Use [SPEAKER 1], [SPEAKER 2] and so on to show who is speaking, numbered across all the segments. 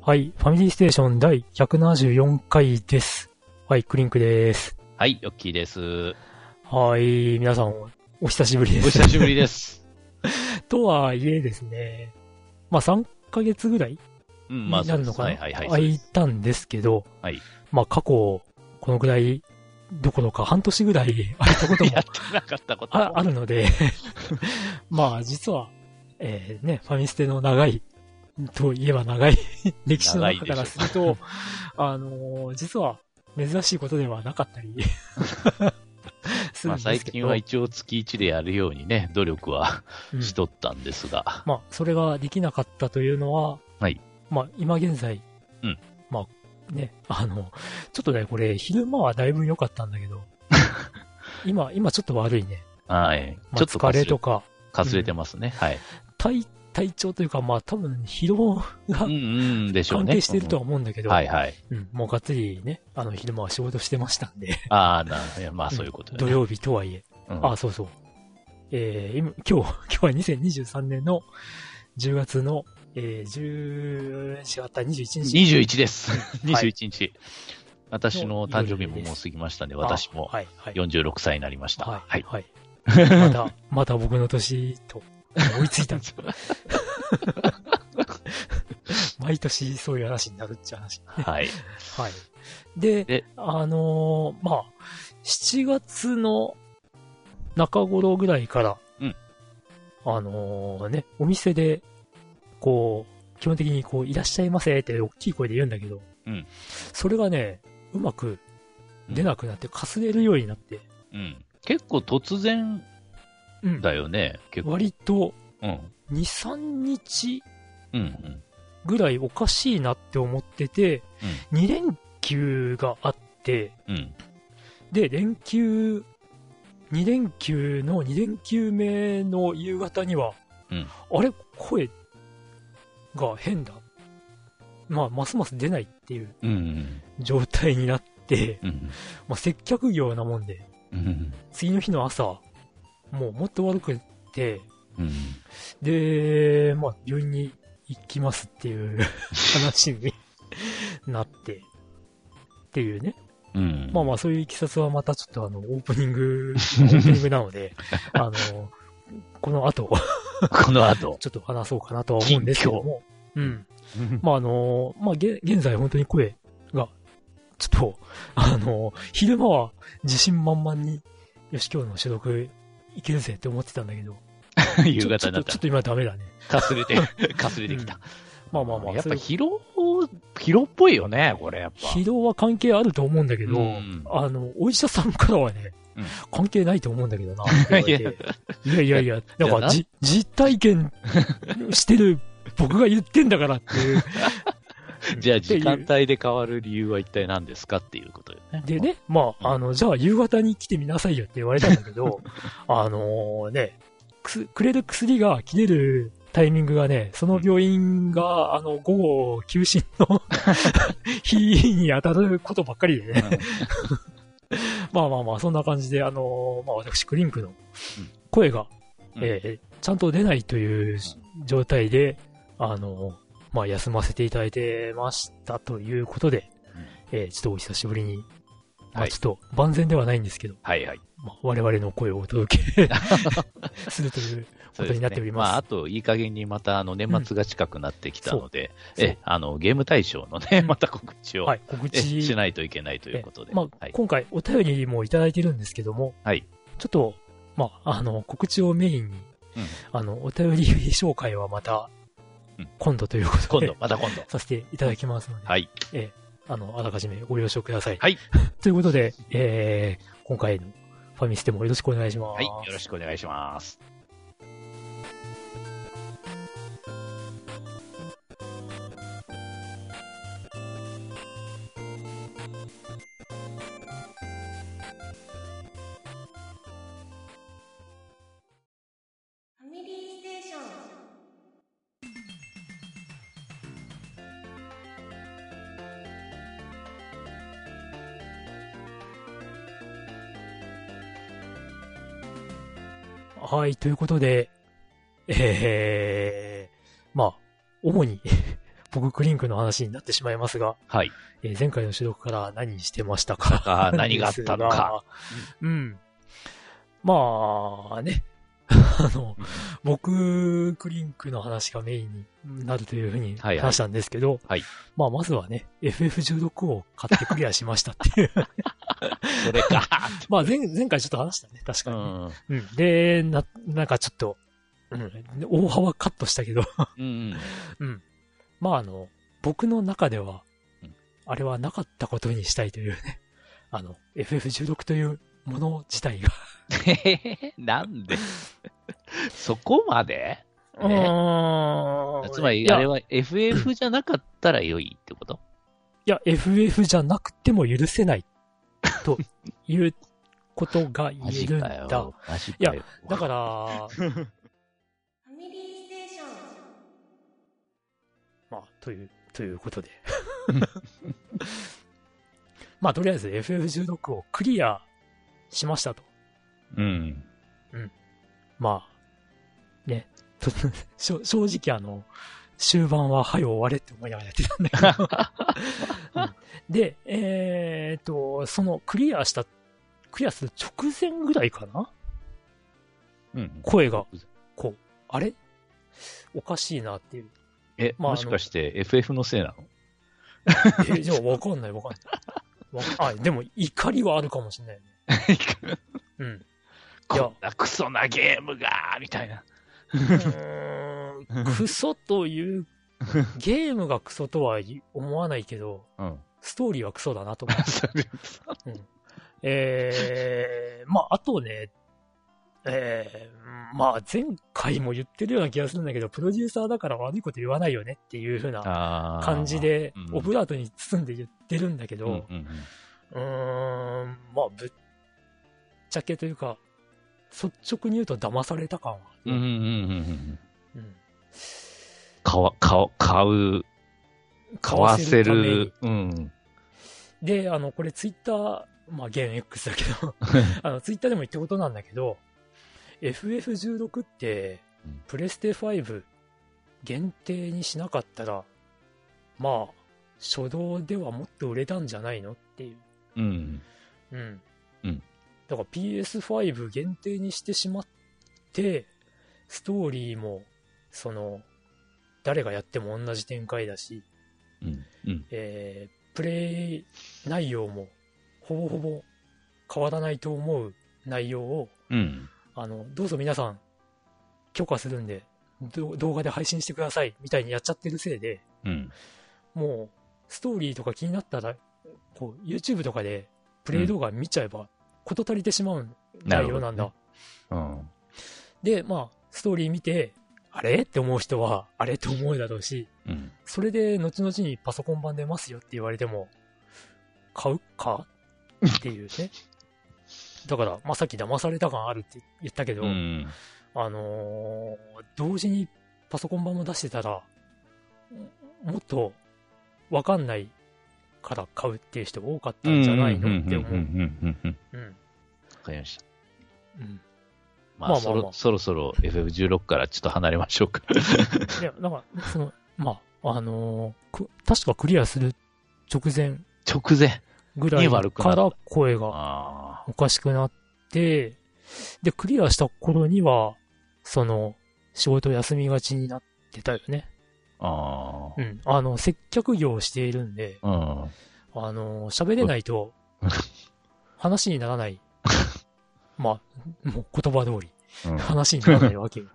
[SPEAKER 1] はい、ファミリーステーション第174回です。はい、クリンクです。
[SPEAKER 2] はい、ヨッキーです。
[SPEAKER 1] はい、皆さん、お久しぶり
[SPEAKER 2] お
[SPEAKER 1] です。
[SPEAKER 2] 久しぶり です。
[SPEAKER 1] とはいえですね、まあ3ヶ月ぐらい
[SPEAKER 2] うん、
[SPEAKER 1] に
[SPEAKER 2] ま
[SPEAKER 1] な
[SPEAKER 2] あ、そう
[SPEAKER 1] る
[SPEAKER 2] で
[SPEAKER 1] の
[SPEAKER 2] す。
[SPEAKER 1] かな、
[SPEAKER 2] はいはいはい。そう
[SPEAKER 1] 空
[SPEAKER 2] で
[SPEAKER 1] い
[SPEAKER 2] す
[SPEAKER 1] たんですけど、
[SPEAKER 2] はい
[SPEAKER 1] まあ過去、このぐらいどころか半年ぐらい空いたことも
[SPEAKER 2] やってなかったこと
[SPEAKER 1] ああるの で、まあ実は、えーね、ファミステの長い、といえば長い歴史の中からする と、あのー実は珍しいことではなかった りするん
[SPEAKER 2] まあ、
[SPEAKER 1] ですけど、
[SPEAKER 2] 最近は一応月1でやるようにね、努力は
[SPEAKER 1] うん
[SPEAKER 2] しとったんですが、
[SPEAKER 1] まあそれができなかったというのは、
[SPEAKER 2] はい
[SPEAKER 1] まあ今現在、
[SPEAKER 2] うん
[SPEAKER 1] まあね、あの、ちょっとね、これ昼間はだいぶ良かったんだけ ど、今、今ちょっと悪いね。
[SPEAKER 2] はい。
[SPEAKER 1] まあ
[SPEAKER 2] ちょっ
[SPEAKER 1] 疲
[SPEAKER 2] とかす
[SPEAKER 1] れ
[SPEAKER 2] れ
[SPEAKER 1] とか、
[SPEAKER 2] かすれてますね。はい。
[SPEAKER 1] 体、体調というか、まあ多分疲労が
[SPEAKER 2] うんうんでしょう
[SPEAKER 1] 関
[SPEAKER 2] ね。
[SPEAKER 1] 係しているとは思うんだけ
[SPEAKER 2] うん
[SPEAKER 1] ど、
[SPEAKER 2] はいはい。
[SPEAKER 1] うんもうがっつりね、あの、昼間は仕事してましたんで、
[SPEAKER 2] ああ、なるほどね。まあ、そう いうことで、
[SPEAKER 1] 土
[SPEAKER 2] ね。
[SPEAKER 1] 曜日とはいえ、
[SPEAKER 2] うん
[SPEAKER 1] あ、そうそう。えー今、今日、 今日は2023年の10月の、えー、10、違った、21日。
[SPEAKER 2] 21です。
[SPEAKER 1] はい
[SPEAKER 2] 21日、私の誕生日ももう過ぎましたね。
[SPEAKER 1] あ
[SPEAKER 2] 私も
[SPEAKER 1] はい、はい。
[SPEAKER 2] 46歳になりました。
[SPEAKER 1] は、
[SPEAKER 2] は いい。
[SPEAKER 1] はい。また、また僕の年と、追いつい た。毎年そういう話になるっちゃ話。
[SPEAKER 2] はい。
[SPEAKER 1] はい。で、
[SPEAKER 2] で
[SPEAKER 1] あのーまあ、7月の中頃ぐらいから、
[SPEAKER 2] うん
[SPEAKER 1] あのーね、お店で、こう、基本的にこう、いらっしゃいませって大きい声で言うんだけど、
[SPEAKER 2] うん
[SPEAKER 1] それがね、うまく出なくなって、かすれるようになって、
[SPEAKER 2] うん。結構突然
[SPEAKER 1] うん
[SPEAKER 2] だよね。結構。
[SPEAKER 1] 割と
[SPEAKER 2] うん。
[SPEAKER 1] 2、3日
[SPEAKER 2] うんうん。
[SPEAKER 1] ぐらいおかしいなって思ってて、2連休があって、
[SPEAKER 2] うん。
[SPEAKER 1] で、連休、2連休の2連休目の夕方には、
[SPEAKER 2] うん
[SPEAKER 1] あれ声が変だ。まあ、ますます出ないっていう
[SPEAKER 2] うんうん。
[SPEAKER 1] 状態になって、
[SPEAKER 2] うん
[SPEAKER 1] まあ、接客業なもんで、
[SPEAKER 2] うん。
[SPEAKER 1] 次の日の朝、もうもっと悪くて、
[SPEAKER 2] うん。
[SPEAKER 1] で、まあ、病院に行きますっていう 話になって、っていうね。
[SPEAKER 2] うん。
[SPEAKER 1] まあまあ、そういういきさつはまたちょっとあの、オープニング、オープニングなの で、あの、この後、
[SPEAKER 2] この後。
[SPEAKER 1] ちょっと話そうかなとは思うんですけども、うん。まああの、まあ、げ現在本当に声が、ちょっと、あの、昼間は自信満々に、よし、今日の所属いけるぜって思ってたんだけど、ち
[SPEAKER 2] 夕
[SPEAKER 1] ょちょ
[SPEAKER 2] 方
[SPEAKER 1] っ
[SPEAKER 2] にな
[SPEAKER 1] とちょ
[SPEAKER 2] った
[SPEAKER 1] っと今ダメだね。
[SPEAKER 2] ら。かすれて、かすれてきた。
[SPEAKER 1] まあまあまあ、
[SPEAKER 2] やっ
[SPEAKER 1] そ
[SPEAKER 2] ぱ
[SPEAKER 1] れ
[SPEAKER 2] 疲労、疲労っぽいよね、これ、やっぱ。
[SPEAKER 1] 疲労は関係あると思うんだけど、
[SPEAKER 2] うん
[SPEAKER 1] あの、お医者さんからはね、
[SPEAKER 2] うん
[SPEAKER 1] 関係ないと思うんだけ どな、って言われて
[SPEAKER 2] いや。
[SPEAKER 1] いやいやいや、だからじ実体験してる僕が言ってんだからっていう
[SPEAKER 2] じゃあ、時間
[SPEAKER 1] って
[SPEAKER 2] 帯で変わる理由は一体何ですかっていうことよね。
[SPEAKER 1] いうでね、まあ、あの、じゃあ夕方に来てみなさいよって言われたんだけ ど、あのね、くすくれる薬が切れるタイミングがね、その病院が、あの、午後休診 の日に当たることばっかりでね、 まあまあまあ、そんな感じで、あのーまあ私、クリンクの声が、
[SPEAKER 2] うん
[SPEAKER 1] えーちゃんと出ないという状態で、あのーまあ休ませていただいてましたということで、
[SPEAKER 2] うん
[SPEAKER 1] えーちょっとお久しぶりに、ま
[SPEAKER 2] は
[SPEAKER 1] あ
[SPEAKER 2] い
[SPEAKER 1] ちょっと万全ではないんですけど、
[SPEAKER 2] はいはい。
[SPEAKER 1] まあ我々の声をお 届けするというこ
[SPEAKER 2] そう
[SPEAKER 1] と
[SPEAKER 2] です
[SPEAKER 1] にな
[SPEAKER 2] ね
[SPEAKER 1] っております。
[SPEAKER 2] まあ、あと、いい加減にまた、あの、年末が近くなってきたので、
[SPEAKER 1] うんそう
[SPEAKER 2] え、あの、ゲーム大賞のね、また告知を、
[SPEAKER 1] はい、告
[SPEAKER 2] え
[SPEAKER 1] 知
[SPEAKER 2] しないといけないということで。
[SPEAKER 1] えまあ
[SPEAKER 2] はい。
[SPEAKER 1] 今回お便りもいただいてるんですけども、
[SPEAKER 2] はい
[SPEAKER 1] ちょっと、まあ、あの、告知をメインに、
[SPEAKER 2] うん
[SPEAKER 1] あの、お便り紹介はまた
[SPEAKER 2] うん、
[SPEAKER 1] 今度ということ
[SPEAKER 2] 今
[SPEAKER 1] で、
[SPEAKER 2] 度、また今度。
[SPEAKER 1] させていただきますので、
[SPEAKER 2] はい。
[SPEAKER 1] えーあの、あらかじめご了承ください。
[SPEAKER 2] はい。
[SPEAKER 1] ということで、えー今回のファミステもよろしくお願いします。
[SPEAKER 2] はい。よろしくお願いします。
[SPEAKER 1] はい、ということで、えー、まあ、主に、 僕クリンクの話になってしまいますが、
[SPEAKER 2] はい。
[SPEAKER 1] えー前回の収録から何してましたか
[SPEAKER 2] あー何があったのか。
[SPEAKER 1] うん。まあね、 あの、僕、クリンクの話がメインになるというふうに
[SPEAKER 2] はいはい
[SPEAKER 1] 話したんですけど、
[SPEAKER 2] はい
[SPEAKER 1] まあまずはね、FF16 を買ってクリアしました っていう。
[SPEAKER 2] それか。
[SPEAKER 1] まあ前前回ちょっと話したね、確か
[SPEAKER 2] う
[SPEAKER 1] にね、
[SPEAKER 2] ん。
[SPEAKER 1] うんで、な、なんかちょっと、うん、大幅カットしたけど、
[SPEAKER 2] うん。
[SPEAKER 1] まああの、僕の中では
[SPEAKER 2] うん、
[SPEAKER 1] あれはなかったことにしたいというね、 あの、FF16 というもの自体が、
[SPEAKER 2] へへへなんでそこまでねつま
[SPEAKER 1] い
[SPEAKER 2] り、
[SPEAKER 1] や
[SPEAKER 2] あれは FF じゃなかったら良いってこと
[SPEAKER 1] いや、FF じゃなくても許せない、ということが
[SPEAKER 2] マ
[SPEAKER 1] 言え
[SPEAKER 2] ジ
[SPEAKER 1] るん
[SPEAKER 2] か
[SPEAKER 1] だ。
[SPEAKER 2] よ。マジかよ。
[SPEAKER 1] だから、
[SPEAKER 3] ファミリーステーション。
[SPEAKER 1] まあ、という、ということで。 まあ、とりあえず FF16 をクリアしましたと。
[SPEAKER 2] うん。
[SPEAKER 1] まあ、ね、 と正正直あの、終盤は、はい、終われって思いながらやってたんだけど。 うんで、えーっと、そのクリアした、クリアする直前ぐらいかな
[SPEAKER 2] うん。
[SPEAKER 1] 声が、こう、あれおかしいなっていう。
[SPEAKER 2] え、
[SPEAKER 1] まあ
[SPEAKER 2] もしかして FF のせいなの
[SPEAKER 1] え、じゃあわかんないわかんない。わかあ、でも怒りはあるかもしれないね。うん。いや
[SPEAKER 2] こんなクソなゲームがみたいな。
[SPEAKER 1] うーんクソという、ゲームがクソとは思わないけど、
[SPEAKER 2] うん。
[SPEAKER 1] ストーリーはクソだなと思う。
[SPEAKER 2] それ
[SPEAKER 1] えー、まあ、あとね、えー、まあ、前回も言ってるような気がするんだけど、プロデューサーだから悪いこと言わないよねっていう風な
[SPEAKER 2] あー
[SPEAKER 1] 感じ。で
[SPEAKER 2] あーう、ん
[SPEAKER 1] オブラートに包んで言ってるんだけど、
[SPEAKER 2] うんうんうん
[SPEAKER 1] うーん、まあ、ぶっちゃけというか、率直に言うと騙された感は。
[SPEAKER 2] うんうんうんうん。
[SPEAKER 1] うん
[SPEAKER 2] 買わ、買う、買う、買わせ
[SPEAKER 1] ために
[SPEAKER 2] る。うん。
[SPEAKER 1] で、あの、これツイッター、まあ、現 X だけ ど、あの、ツイッターでも言ったことなんだけど、FF16 って
[SPEAKER 2] うん、
[SPEAKER 1] プレステ5限定にしなかったら、まあ、初動ではもっと売れたんじゃないのっていう。
[SPEAKER 2] うん。
[SPEAKER 1] うん。
[SPEAKER 2] うん
[SPEAKER 1] だから PS5 限定にしてしまって、ストーリーも、その、誰がやっても同じ展開だし、
[SPEAKER 2] うん。うん。
[SPEAKER 1] えープレイ内容もほぼほぼ変わらないと思う内容を、
[SPEAKER 2] うん。
[SPEAKER 1] あの、どうぞ皆さん、許可するんで、ど動画で配信してください、みたいにやっちゃってるせいで、
[SPEAKER 2] うん。
[SPEAKER 1] もう、ストーリーとか気になったら、こう、YouTube とかで、プレイ動画見ちゃえば、事足りてしまう内容なんだ。
[SPEAKER 2] なうん。
[SPEAKER 1] で、まあ、ストーリー見て、あれって思う人は、あれって思うだろうし、
[SPEAKER 2] うん。
[SPEAKER 1] それで後々にパソコン版出ますよって言われても、買うかっていうね。 だから、まあ、さっき騙された感あるって言ったけど、
[SPEAKER 2] うん。
[SPEAKER 1] あのー同時にパソコン版も出してたら、ももっとわかんないから買うっていう人多かったんじゃないのって思
[SPEAKER 2] うんうん
[SPEAKER 1] う。
[SPEAKER 2] うんうんうん。
[SPEAKER 1] うん。
[SPEAKER 2] わかりました。
[SPEAKER 1] うん。
[SPEAKER 2] ま
[SPEAKER 1] まあ
[SPEAKER 2] あ、
[SPEAKER 1] まあ
[SPEAKER 2] そ
[SPEAKER 1] まあ
[SPEAKER 2] ろそろそろ FF16 からちょっと離れましょうか。
[SPEAKER 1] いや、なんか、その、まあ、あのーく確かクリアする直前
[SPEAKER 2] 直前。
[SPEAKER 1] ぐらい
[SPEAKER 2] に悪くな
[SPEAKER 1] か
[SPEAKER 2] った
[SPEAKER 1] ら声が
[SPEAKER 2] あ
[SPEAKER 1] おかしくなって、で、クリアした頃には、その、仕事休みがちになってたよね。
[SPEAKER 2] あ。あ
[SPEAKER 1] うん。あの、接客業をしているんで、
[SPEAKER 2] あ。うん。
[SPEAKER 1] あの、喋れない と
[SPEAKER 2] うん、
[SPEAKER 1] 話になら ない。まあ、もう言葉通り、
[SPEAKER 2] うん
[SPEAKER 1] 話にならないわ けよ。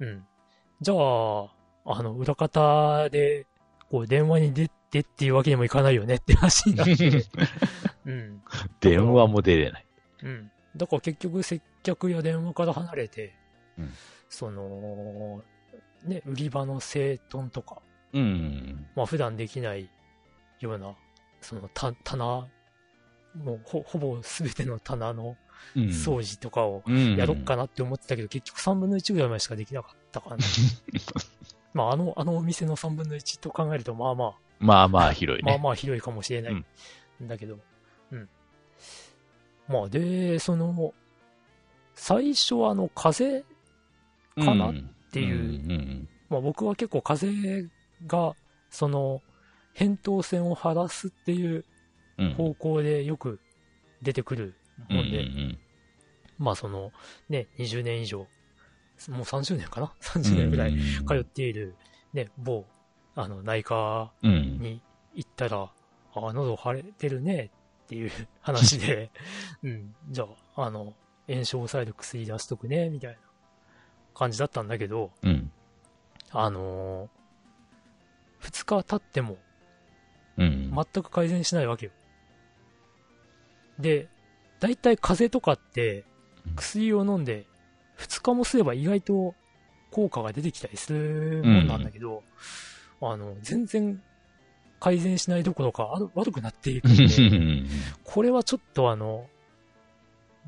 [SPEAKER 1] うん。じゃあ、あの、裏方で、こう、電話に出てっていうわけにもいかないよねって話にな って。うん。
[SPEAKER 2] 電話も出れない。
[SPEAKER 1] うん。だから結局接客や電話から離れて、
[SPEAKER 2] うん
[SPEAKER 1] その、ね、売り場の整頓とか、
[SPEAKER 2] うん。
[SPEAKER 1] まあ普段できないような、そのた棚、もうほほぼ全ての棚の
[SPEAKER 2] うん。
[SPEAKER 1] 掃除とかを
[SPEAKER 2] うん。
[SPEAKER 1] やろっかなって思ってたけど、結局3分の1ぐらいまでしかできなかったかな。 まああの、あのお店の3分の1と考えると、まあまあ、
[SPEAKER 2] まあまあ広い
[SPEAKER 1] まあ
[SPEAKER 2] ね。
[SPEAKER 1] まあ広いかもしれない。んだけど、うん。まあ、で、その、最初はあの風邪かなっ
[SPEAKER 2] って
[SPEAKER 1] いう、
[SPEAKER 2] うん
[SPEAKER 1] まあ、僕は結構風邪がその扁桃腺を晴らすっていう
[SPEAKER 2] うんうん
[SPEAKER 1] 方向でよく出てくる
[SPEAKER 2] うん
[SPEAKER 1] もんで、
[SPEAKER 2] うん
[SPEAKER 1] まあそのね、20年以上、もう30年かな
[SPEAKER 2] うん
[SPEAKER 1] ?30 年ぐらい通っ
[SPEAKER 2] う
[SPEAKER 1] ている、ね、某、あの、内科
[SPEAKER 2] ん
[SPEAKER 1] に行ったら、ああ、喉腫れてるねっていう 話で、うん、じゃあ、あの、炎症を抑える薬出しとくね、みたいな感じだったんだけど、
[SPEAKER 2] うん
[SPEAKER 1] あのー、2日経っても
[SPEAKER 2] うん
[SPEAKER 1] 全く改善しないわけよ。で、大体風邪とかって
[SPEAKER 2] うん、
[SPEAKER 1] 薬を飲んで、2日もすれば意外と効果が出てきたりするもんなんだけど、あの、全然改善しないどころか、あの悪くなっていくんで、 これはちょっとあの、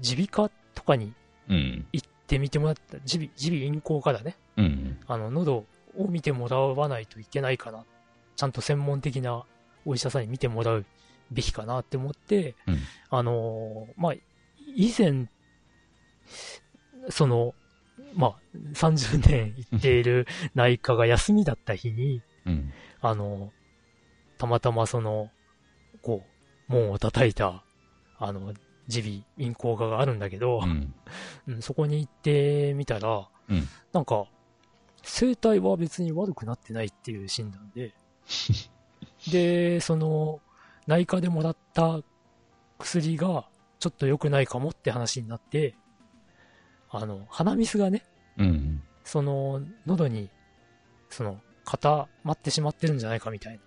[SPEAKER 1] 耳鼻科とかに
[SPEAKER 2] うん
[SPEAKER 1] 行ってみてもらった、耳鼻、耳鼻咽喉科だね。
[SPEAKER 2] うん
[SPEAKER 1] あの、喉を見てもらわないといけないかな。ちゃんと専門的なお医者さんに見てもらうべきかなって思って、
[SPEAKER 2] うん
[SPEAKER 1] あのーまあ、以前、その、まあ、30年行っている内科が休みだった日に、
[SPEAKER 2] うん
[SPEAKER 1] あのーたまたまその、こう、門を叩いた、あの、耳鼻咽喉科があるんだけど、
[SPEAKER 2] うん
[SPEAKER 1] うん、そこに行ってみたら、
[SPEAKER 2] うん
[SPEAKER 1] なんか、生体は別に悪くなってないっていう診断 で、で、その、内科でもらった薬がちょっと良くないかもって話になって、あの、鼻水がね、
[SPEAKER 2] うん
[SPEAKER 1] その、喉に、その、固まってしまってるんじゃないかみた いな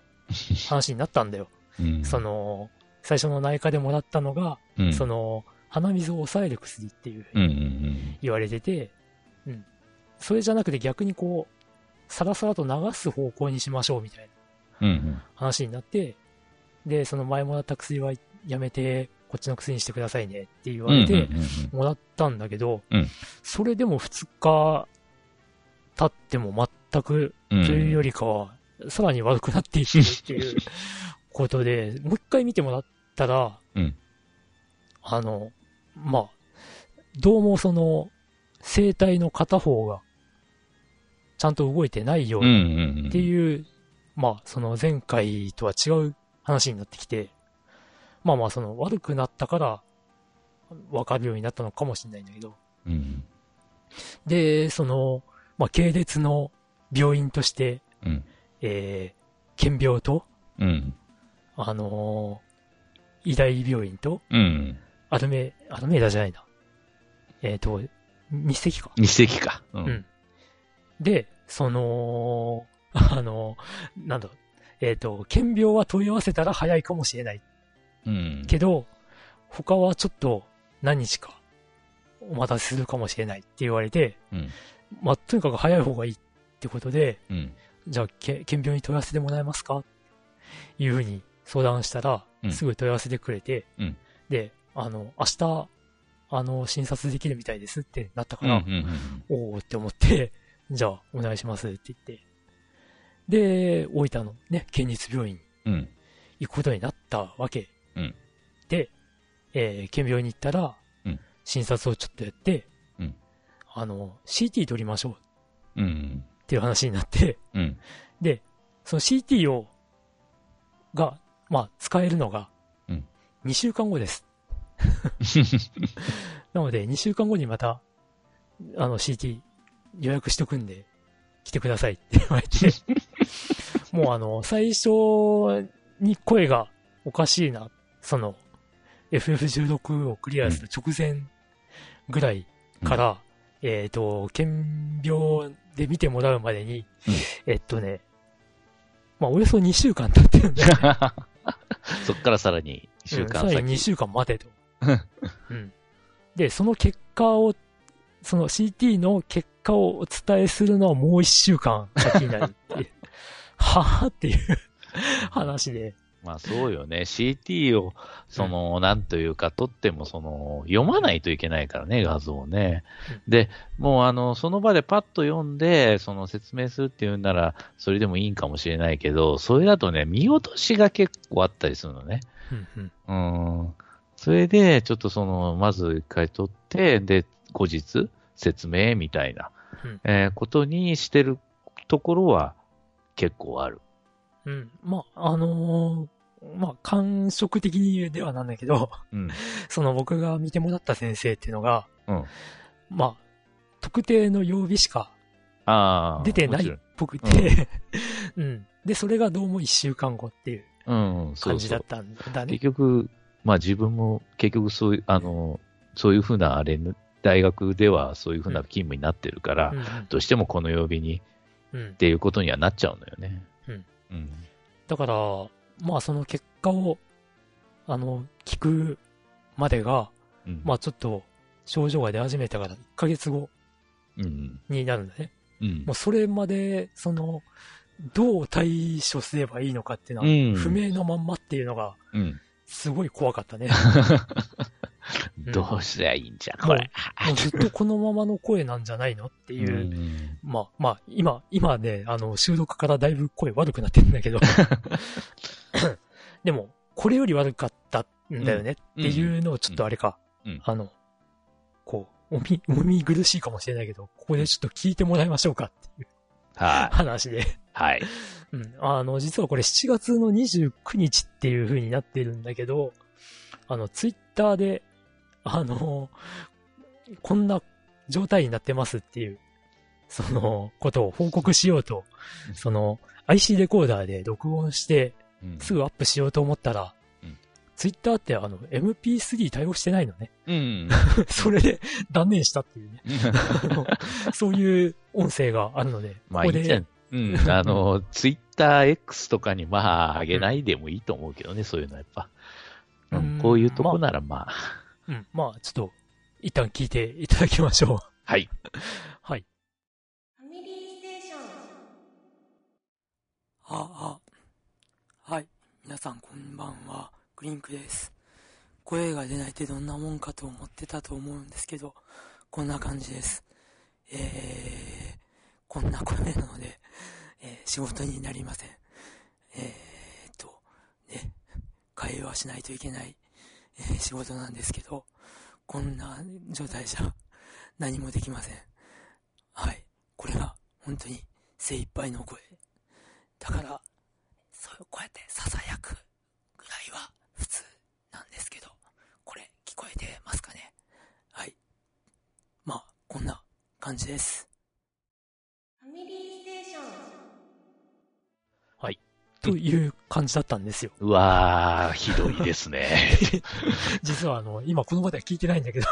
[SPEAKER 1] 話になったんだよ。
[SPEAKER 2] うん
[SPEAKER 1] その、最初の内科でもらったのが、
[SPEAKER 2] うん
[SPEAKER 1] その、鼻水を抑える薬っていう
[SPEAKER 2] うんうん
[SPEAKER 1] 言われてて、うん。それじゃなくて逆にこう、さらさらと流す方向にしましょうみたいな
[SPEAKER 2] うんうん
[SPEAKER 1] 話になって、で、その前もらった薬はやめて、こっちの薬にしてくださいねって言われて、もらったんだけど、
[SPEAKER 2] うん
[SPEAKER 1] それでも2日経っても全く
[SPEAKER 2] うんうんうん
[SPEAKER 1] というよりかは、さらに悪くなっていくっていう ことで、もう一回見てもらったら、
[SPEAKER 2] うん
[SPEAKER 1] あの、まあ、どうもその、声帯の片方が、ちゃんと動いてないよ
[SPEAKER 2] うんう
[SPEAKER 1] っ
[SPEAKER 2] んうん
[SPEAKER 1] ていう、まあ、その前回とは違う話になってきて、まあまあ、その悪くなったから、わかるようになったのかもしれないんだけど、
[SPEAKER 2] うん
[SPEAKER 1] で、その、まあ、系列の病院として、
[SPEAKER 2] うん
[SPEAKER 1] えー、県病と、
[SPEAKER 2] うん
[SPEAKER 1] あのー医大病院と、
[SPEAKER 2] うん
[SPEAKER 1] アルメ、アルメイダじゃないな。えっ、と、日赤か。
[SPEAKER 2] 日石かうん
[SPEAKER 1] うんで、その、 あのーなんだろう、えっ、と、県病は問い合わせたら早いかもしれない
[SPEAKER 2] うん
[SPEAKER 1] けど、他はちょっと何日かお待たせするかもしれないって言われて、
[SPEAKER 2] うん
[SPEAKER 1] まあ、とにかく早い方がいいってことで、
[SPEAKER 2] うん
[SPEAKER 1] じゃあ、け検病に問い合わせてもらえますかいうふうに相談したら
[SPEAKER 2] う、ん
[SPEAKER 1] すぐ問い合わせてくれて、
[SPEAKER 2] うん
[SPEAKER 1] で、あの、明日、あの、診察できるみたいですってなったか
[SPEAKER 2] うんう
[SPEAKER 1] ら、
[SPEAKER 2] ん
[SPEAKER 1] おおって思って、 じゃあ、お願いしますって言って。で、大分のね、県立病院に
[SPEAKER 2] うん
[SPEAKER 1] 行くことになったわけ。
[SPEAKER 2] うん
[SPEAKER 1] で、えー、検病に行ったら、
[SPEAKER 2] うん
[SPEAKER 1] 診察をちょっとやって、
[SPEAKER 2] うん
[SPEAKER 1] あの、CT 取りましょう
[SPEAKER 2] うん
[SPEAKER 1] っていう話になって、
[SPEAKER 2] うん
[SPEAKER 1] で、その CT を、が、まあ、使えるのが
[SPEAKER 2] うん、
[SPEAKER 1] 2週間後 です。なので、2週間後にまた、あの CT 予約しとくんで、来てくださいって言われ て、もうあの、最初に声がおかしいな、その、FF16 をクリアする直前ぐらいから、えっ、と、検病で見てもらうまでに、
[SPEAKER 2] うん
[SPEAKER 1] えっとね、まあ、およそ2週間経ってるんだよ
[SPEAKER 2] そっからさらに一週間
[SPEAKER 1] うんさ
[SPEAKER 2] 先
[SPEAKER 1] らに2週間待 てと。うん、で、その結果を、その CT の結果をお伝えするのはもう1週間先になるってい う。はぁっていう話で。
[SPEAKER 2] まあそうよね。CT を、その、なんというか、取っても、その、読まないといけないからね、画像をね。で、もう、あの、その場でパッと読んで、その、説明するっていうんなら、それでもいいんかもしれないけど、それだとね、見落としが結構あったりするのね。
[SPEAKER 1] うんうん
[SPEAKER 2] うん。それで、ちょっとその、まず一回取って、で、後日説明みたいな、
[SPEAKER 1] うん
[SPEAKER 2] えーことにしてるところは結構ある。
[SPEAKER 1] うん。まあ、あのーまあ、感触的にではなんだけど、
[SPEAKER 2] うん。
[SPEAKER 1] その僕が見てもらった先生っていうのが、
[SPEAKER 2] うん
[SPEAKER 1] まあ、特定の曜日しか
[SPEAKER 2] ああ。
[SPEAKER 1] 出てな
[SPEAKER 2] も
[SPEAKER 1] い
[SPEAKER 2] ち
[SPEAKER 1] っぽくて、うん、で、それがどうも一週間後っていう
[SPEAKER 2] ろんうん、うんそう
[SPEAKER 1] 感じ
[SPEAKER 2] そ
[SPEAKER 1] だ
[SPEAKER 2] う
[SPEAKER 1] っ。たんだね
[SPEAKER 2] 結。局、まあ自分も結局そういう、あの、そういうふうなあれ、大学ではそういうふうな勤務になってるから、どうしてもこの曜日に
[SPEAKER 1] うんうん
[SPEAKER 2] っ。ていうことにはなっちゃうのよね。
[SPEAKER 1] うん。
[SPEAKER 2] うん。
[SPEAKER 1] だから、まあ、その結果を、あの、聞くまでが、
[SPEAKER 2] うん。
[SPEAKER 1] まあ、ちょっと、症状が出始めたから、1ヶ月後
[SPEAKER 2] うん。
[SPEAKER 1] になるんだね。
[SPEAKER 2] うん
[SPEAKER 1] もう、それまで、その、どう対処すればいいのかっていうのは、
[SPEAKER 2] うん
[SPEAKER 1] 不明のまんまっていうのが、
[SPEAKER 2] うん。
[SPEAKER 1] すごい怖か ったね。ん
[SPEAKER 2] どうしたらいいんじゃ、これ。
[SPEAKER 1] もうずっとこのままの声なんじゃないのっていうう。
[SPEAKER 2] ん。
[SPEAKER 1] まあ、まあ、今、今ね、あの、収録からだいぶ声悪くなってるんだ けど。でも、これより悪かったんだよねっていうのをちょっとあれか、
[SPEAKER 2] うんうん
[SPEAKER 1] あの、こう、おみ、おみ苦しいかもしれないけど、ここでちょっと聞いてもらいましょうかっていう
[SPEAKER 2] はい。
[SPEAKER 1] 話で。
[SPEAKER 2] はい。
[SPEAKER 1] うん。あの、実はこれ7月の29日っていう風になってるんだけど、あの、ツイッターで、あの、こんな状態になってますっていう、その、ことを報告しようと、その、IC レコーダーで録音して、
[SPEAKER 2] うん
[SPEAKER 1] すぐアップしようと思ったら
[SPEAKER 2] うん、
[SPEAKER 1] ツイッターってあの、MP3 対応してないの ね。
[SPEAKER 2] うん。
[SPEAKER 1] それで断念したっていうね。あのそういう音声があるので、
[SPEAKER 2] ま
[SPEAKER 1] こ
[SPEAKER 2] あい
[SPEAKER 1] こ
[SPEAKER 2] いんじゃ
[SPEAKER 1] で
[SPEAKER 2] ん。うん。あの、ツイッター X とかにまあ、あげないでもいいと思うけどね、そういうのはやっぱ。う
[SPEAKER 1] うん
[SPEAKER 2] ん、こういうとこならまあ、
[SPEAKER 1] うん、まあ、ちょっと、一旦聞いていただきましょう。
[SPEAKER 2] はい。
[SPEAKER 1] はい。
[SPEAKER 3] ファミリーステーション
[SPEAKER 4] あ、あ、はい。皆さんこんばんは。グリンクです。声が出ないってどんなもんかと思ってたと思うんですけど、こんな感じです。えー、こんな声なので、えー仕事になりません。えーっと、ね、会話しないといけない、えー仕事なんですけど、こんな状態じゃ何もできません。はい。これが本当に精一杯の声。だから、そう、こうやって囁くぐらいは普通なんですけど、これ聞こえてますかねはい。まあ、こんな感じです。
[SPEAKER 3] ファミリーステーション
[SPEAKER 1] という感じだったんですよ。
[SPEAKER 2] うわー、ひどいですね。
[SPEAKER 1] 実は、あの、今この場では聞いてないんだけど。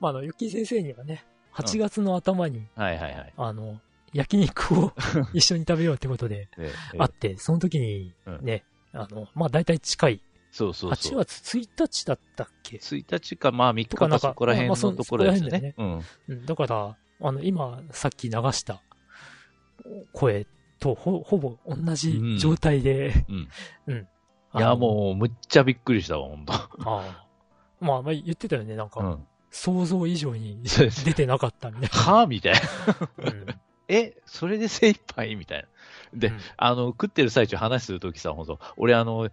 [SPEAKER 1] まあ、あの、ゆっきー先生にはね、8月の頭に、
[SPEAKER 2] はいはいはい。
[SPEAKER 1] あの、焼肉を一緒に食べようってことで
[SPEAKER 2] ええ
[SPEAKER 1] あって、その時に
[SPEAKER 2] うん
[SPEAKER 1] ね、あの、まあ、大体近い、
[SPEAKER 2] そうそう
[SPEAKER 1] 8
[SPEAKER 2] そう。
[SPEAKER 1] 月1日だったっけ
[SPEAKER 2] 1日か、まあ3日
[SPEAKER 1] とかな
[SPEAKER 2] か
[SPEAKER 1] んか
[SPEAKER 2] そこら辺
[SPEAKER 1] まあまあそ
[SPEAKER 2] のところですよね
[SPEAKER 1] そ。
[SPEAKER 2] うん。
[SPEAKER 1] うん、だから、あの、今、さっき流した声とほほぼ同じ状態で、
[SPEAKER 2] うん。
[SPEAKER 1] あ
[SPEAKER 2] い
[SPEAKER 1] の
[SPEAKER 2] や、もう、むっちゃびっくりしたわ、ほんと。
[SPEAKER 1] ああ。まあ、まあ、言ってたよね。なんか、
[SPEAKER 2] うん。
[SPEAKER 1] 想像以上に
[SPEAKER 2] そうです
[SPEAKER 1] 出てなかったみたい
[SPEAKER 2] はぁみたいな。
[SPEAKER 1] な。うん
[SPEAKER 2] え、それで精一杯みたいな。 で、
[SPEAKER 1] うん
[SPEAKER 2] あの、食ってる最中話するときさ、ほんと、俺あの、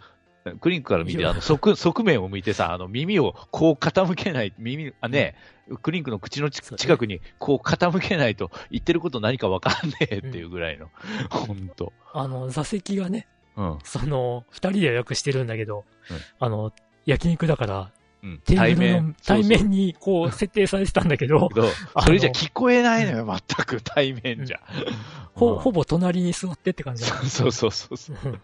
[SPEAKER 2] クリニックから見
[SPEAKER 1] い
[SPEAKER 2] て、
[SPEAKER 1] や
[SPEAKER 2] あの側 側面を向いてさ、あの耳をこう傾けない、耳、あね、クリニックの口のち
[SPEAKER 1] そうね
[SPEAKER 2] 近くにこう傾けないと、言ってること何かわかんねえっていうぐらいの、ほんと。
[SPEAKER 1] あの、座席がね、
[SPEAKER 2] うん。
[SPEAKER 1] その、二人で予約してるんだけど、
[SPEAKER 2] うん
[SPEAKER 1] あの、焼肉だから、
[SPEAKER 2] うん、
[SPEAKER 1] テーブルの
[SPEAKER 2] そう
[SPEAKER 1] 対
[SPEAKER 2] そう
[SPEAKER 1] 面にこう設定されてたんだけ ど、
[SPEAKER 2] けど
[SPEAKER 1] あの
[SPEAKER 2] それじゃ聞こえないのよ、全く対面じゃ。
[SPEAKER 1] ほ
[SPEAKER 2] うん
[SPEAKER 1] ほぼ隣に座ってって感じだ
[SPEAKER 2] そうそうそうそうそう。
[SPEAKER 1] うん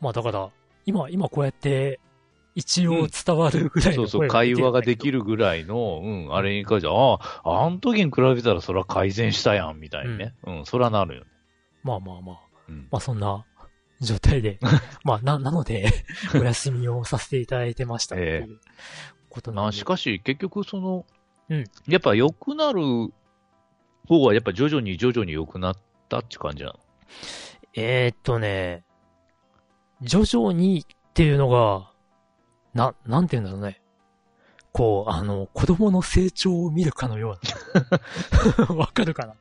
[SPEAKER 1] まあだから、今、今こうやって、一応伝わるぐらい
[SPEAKER 2] そう
[SPEAKER 1] の
[SPEAKER 2] そう、
[SPEAKER 1] 声
[SPEAKER 2] 会話ができ
[SPEAKER 1] る。
[SPEAKER 2] るぐらいの、うん、あれに関しては、ああ、あの時に比べたらそら改善したやん、みたいにね。うん、そらなるよね。
[SPEAKER 1] まあまあまあ。
[SPEAKER 2] うん。
[SPEAKER 1] まあそんな状態 で、まあな、なので、お休みをさせていただいてましたっていうこと
[SPEAKER 2] ま
[SPEAKER 1] なん
[SPEAKER 2] あ、
[SPEAKER 1] で。
[SPEAKER 2] しかし、結局、その、
[SPEAKER 1] うん
[SPEAKER 2] やっぱ良くなる方は、やっぱ徐々に徐々に良くなったって感じなの。
[SPEAKER 1] えーっとね、徐々にっていうのが、な、なんて言うんだろうね。こう、あの、子供の成長を見るかのよう な。わかるかなも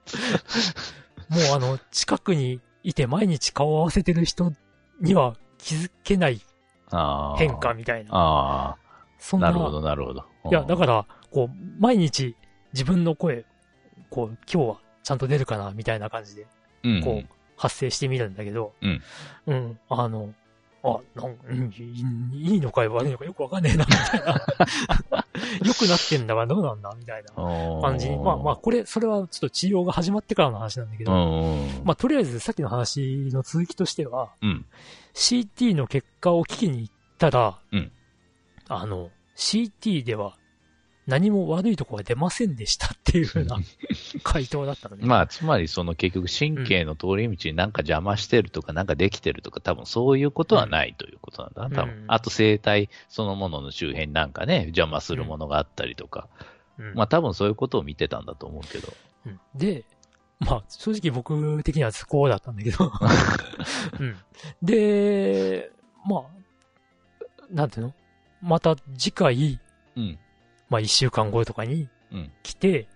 [SPEAKER 1] うあの、近くにいて毎日顔を合わせてる人には気づけない
[SPEAKER 2] ああ。
[SPEAKER 1] 変化みたいな
[SPEAKER 2] ああ。
[SPEAKER 1] そんな、
[SPEAKER 2] なるほど、なるほど。
[SPEAKER 1] いや、だ
[SPEAKER 2] ら、
[SPEAKER 1] から、こう、毎日自分の声、こう、今日はちゃんと出るかな、みたいな感じで、
[SPEAKER 2] うん
[SPEAKER 1] こう、発声してみるんだけど、
[SPEAKER 2] うん。
[SPEAKER 1] うん、あの、あ、なんうんいいいいのか悪いのかよくわかんねえな、み たいな。良くなってんだがどうなんだ、みたいな感じ。まあまあ、これ、それはちょっと治療が始まってからの話なんだけ
[SPEAKER 2] う
[SPEAKER 1] ど、
[SPEAKER 2] んうん。
[SPEAKER 1] まあ、とりあえずさっきの話の続きとしては、
[SPEAKER 2] うん。
[SPEAKER 1] CT の結果を聞きに行ったら、
[SPEAKER 2] うん
[SPEAKER 1] あの、CT では何も悪いとこは出ませんでしたっていう ふうな回答だったのね。
[SPEAKER 2] まあ、つまり、その結局、神経の通り道になんか邪魔してるとか、なんかできてるとか、多分そういうことはないということなんだな、多
[SPEAKER 1] うん
[SPEAKER 2] 分。あと、生体そのものの周辺なんかね、邪魔するものがあったりとか、
[SPEAKER 1] うん
[SPEAKER 2] まあ、多分そういうことを見てたんだと思うけど。
[SPEAKER 1] うんで、まあ、正直僕的には図工だったんだけ ど、うんで、まあ、なんていうのまた次回、
[SPEAKER 2] うん。
[SPEAKER 1] まあ一週間後とかに
[SPEAKER 2] うん
[SPEAKER 1] 来て、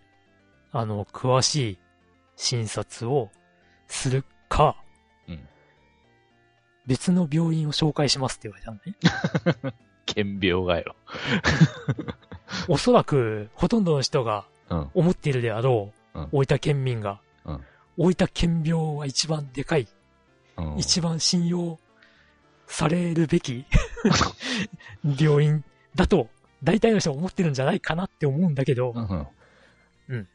[SPEAKER 1] あの、詳しい診察をするか、
[SPEAKER 2] うん
[SPEAKER 1] 別の病院を紹介しますって言われたの ね。
[SPEAKER 2] 顕病がよ。
[SPEAKER 1] おそらく、ほとんどの人が
[SPEAKER 2] うん。
[SPEAKER 1] 思っているであろう
[SPEAKER 2] うん、
[SPEAKER 1] 大分県民が
[SPEAKER 2] うん、
[SPEAKER 1] 大分県病は一番でかい、
[SPEAKER 2] うん、
[SPEAKER 1] 一番信用されるべき 病院だと、大体の人は思ってるんじゃないかなって思うんだけど、
[SPEAKER 2] うん。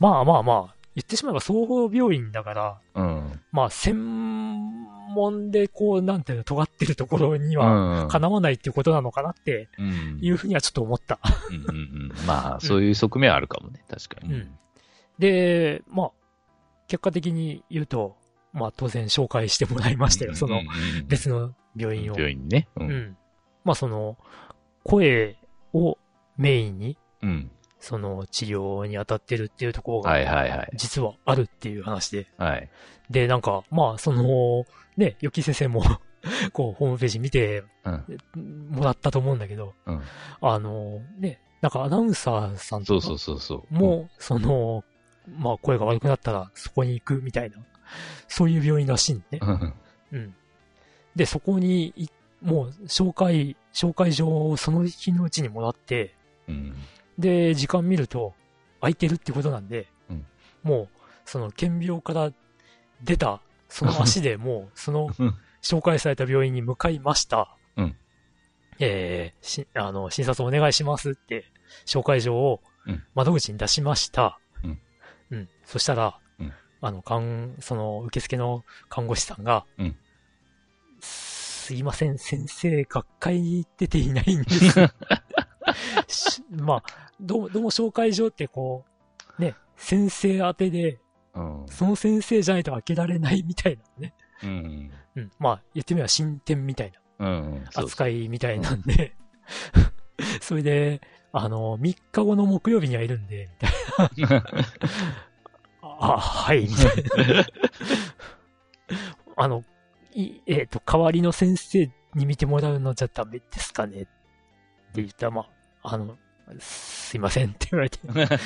[SPEAKER 1] まあまあまあ、言ってしまえば総合病院だから、
[SPEAKER 2] うん。
[SPEAKER 1] まあ専門でこう、なんていうの、尖ってるところには、
[SPEAKER 2] うん。
[SPEAKER 1] かなわないっていうことなのかなって
[SPEAKER 2] うん。
[SPEAKER 1] いうふうにはちょっと思った。
[SPEAKER 2] うんうんうん。まあ、そういう側面はあるかもね、確かに。
[SPEAKER 1] うんで、まあ、結果的に言うと、まあ当然紹介してもらいましたよ、その、別
[SPEAKER 2] の
[SPEAKER 1] の病院を。
[SPEAKER 2] 病院ね。う。
[SPEAKER 1] うんん。まあその、声をメインに、
[SPEAKER 2] うん。
[SPEAKER 1] その治療に当たってるっていうところ
[SPEAKER 2] はい
[SPEAKER 1] が、
[SPEAKER 2] はいはい。
[SPEAKER 1] 実はあるっていう話で、
[SPEAKER 2] はい。
[SPEAKER 1] で、なんか、まあ、その、ね、よき先生も、 こう、ホームページ見て
[SPEAKER 2] うん。
[SPEAKER 1] もらったと思うんだけど、
[SPEAKER 2] うん。
[SPEAKER 1] あの、ね、なんかアナウンサーさんと
[SPEAKER 2] そう
[SPEAKER 1] か
[SPEAKER 2] そうそうそう。
[SPEAKER 1] も、その、まあ、声が悪くなったらそこに行くみたいな、そういう病院らしいんで
[SPEAKER 2] う
[SPEAKER 1] ね。
[SPEAKER 2] ん。
[SPEAKER 1] うん。で、そこにい、もう、紹介、紹介状をその日のうちにもらって、
[SPEAKER 2] うん。
[SPEAKER 1] で、時間見ると、空いてるってことなんで、
[SPEAKER 2] うん
[SPEAKER 1] もう、その、顕病から出た、その足 でもう、その、紹介された病院に向かいました。
[SPEAKER 2] うん
[SPEAKER 1] えーし、あの、診察お願いしますって、紹介状を
[SPEAKER 2] うん
[SPEAKER 1] 窓口に出しました。
[SPEAKER 2] うん。
[SPEAKER 1] うん。そしたら、
[SPEAKER 2] うん
[SPEAKER 1] あの、看、その、受付の看護師さんが、
[SPEAKER 2] うん
[SPEAKER 1] すいません、先生、学会に出ていないん です。しまあ、どうどうも紹介状ってこう、ね、先生宛てで、
[SPEAKER 2] うん。
[SPEAKER 1] その先生じゃないと開けられないみたいなね。
[SPEAKER 2] うん。
[SPEAKER 1] うん。まあ、言ってみれば進展みたいな
[SPEAKER 2] うん。
[SPEAKER 1] 扱いみたいなんで。 それで、あの、3日後の木曜日にはいるんで、みたい な。あ、はい、みたいな。あの、いえっ、と、代わりの先生に見てもらうのじゃダメですかねって言ったら、まあ、あの、すいませんって言われて。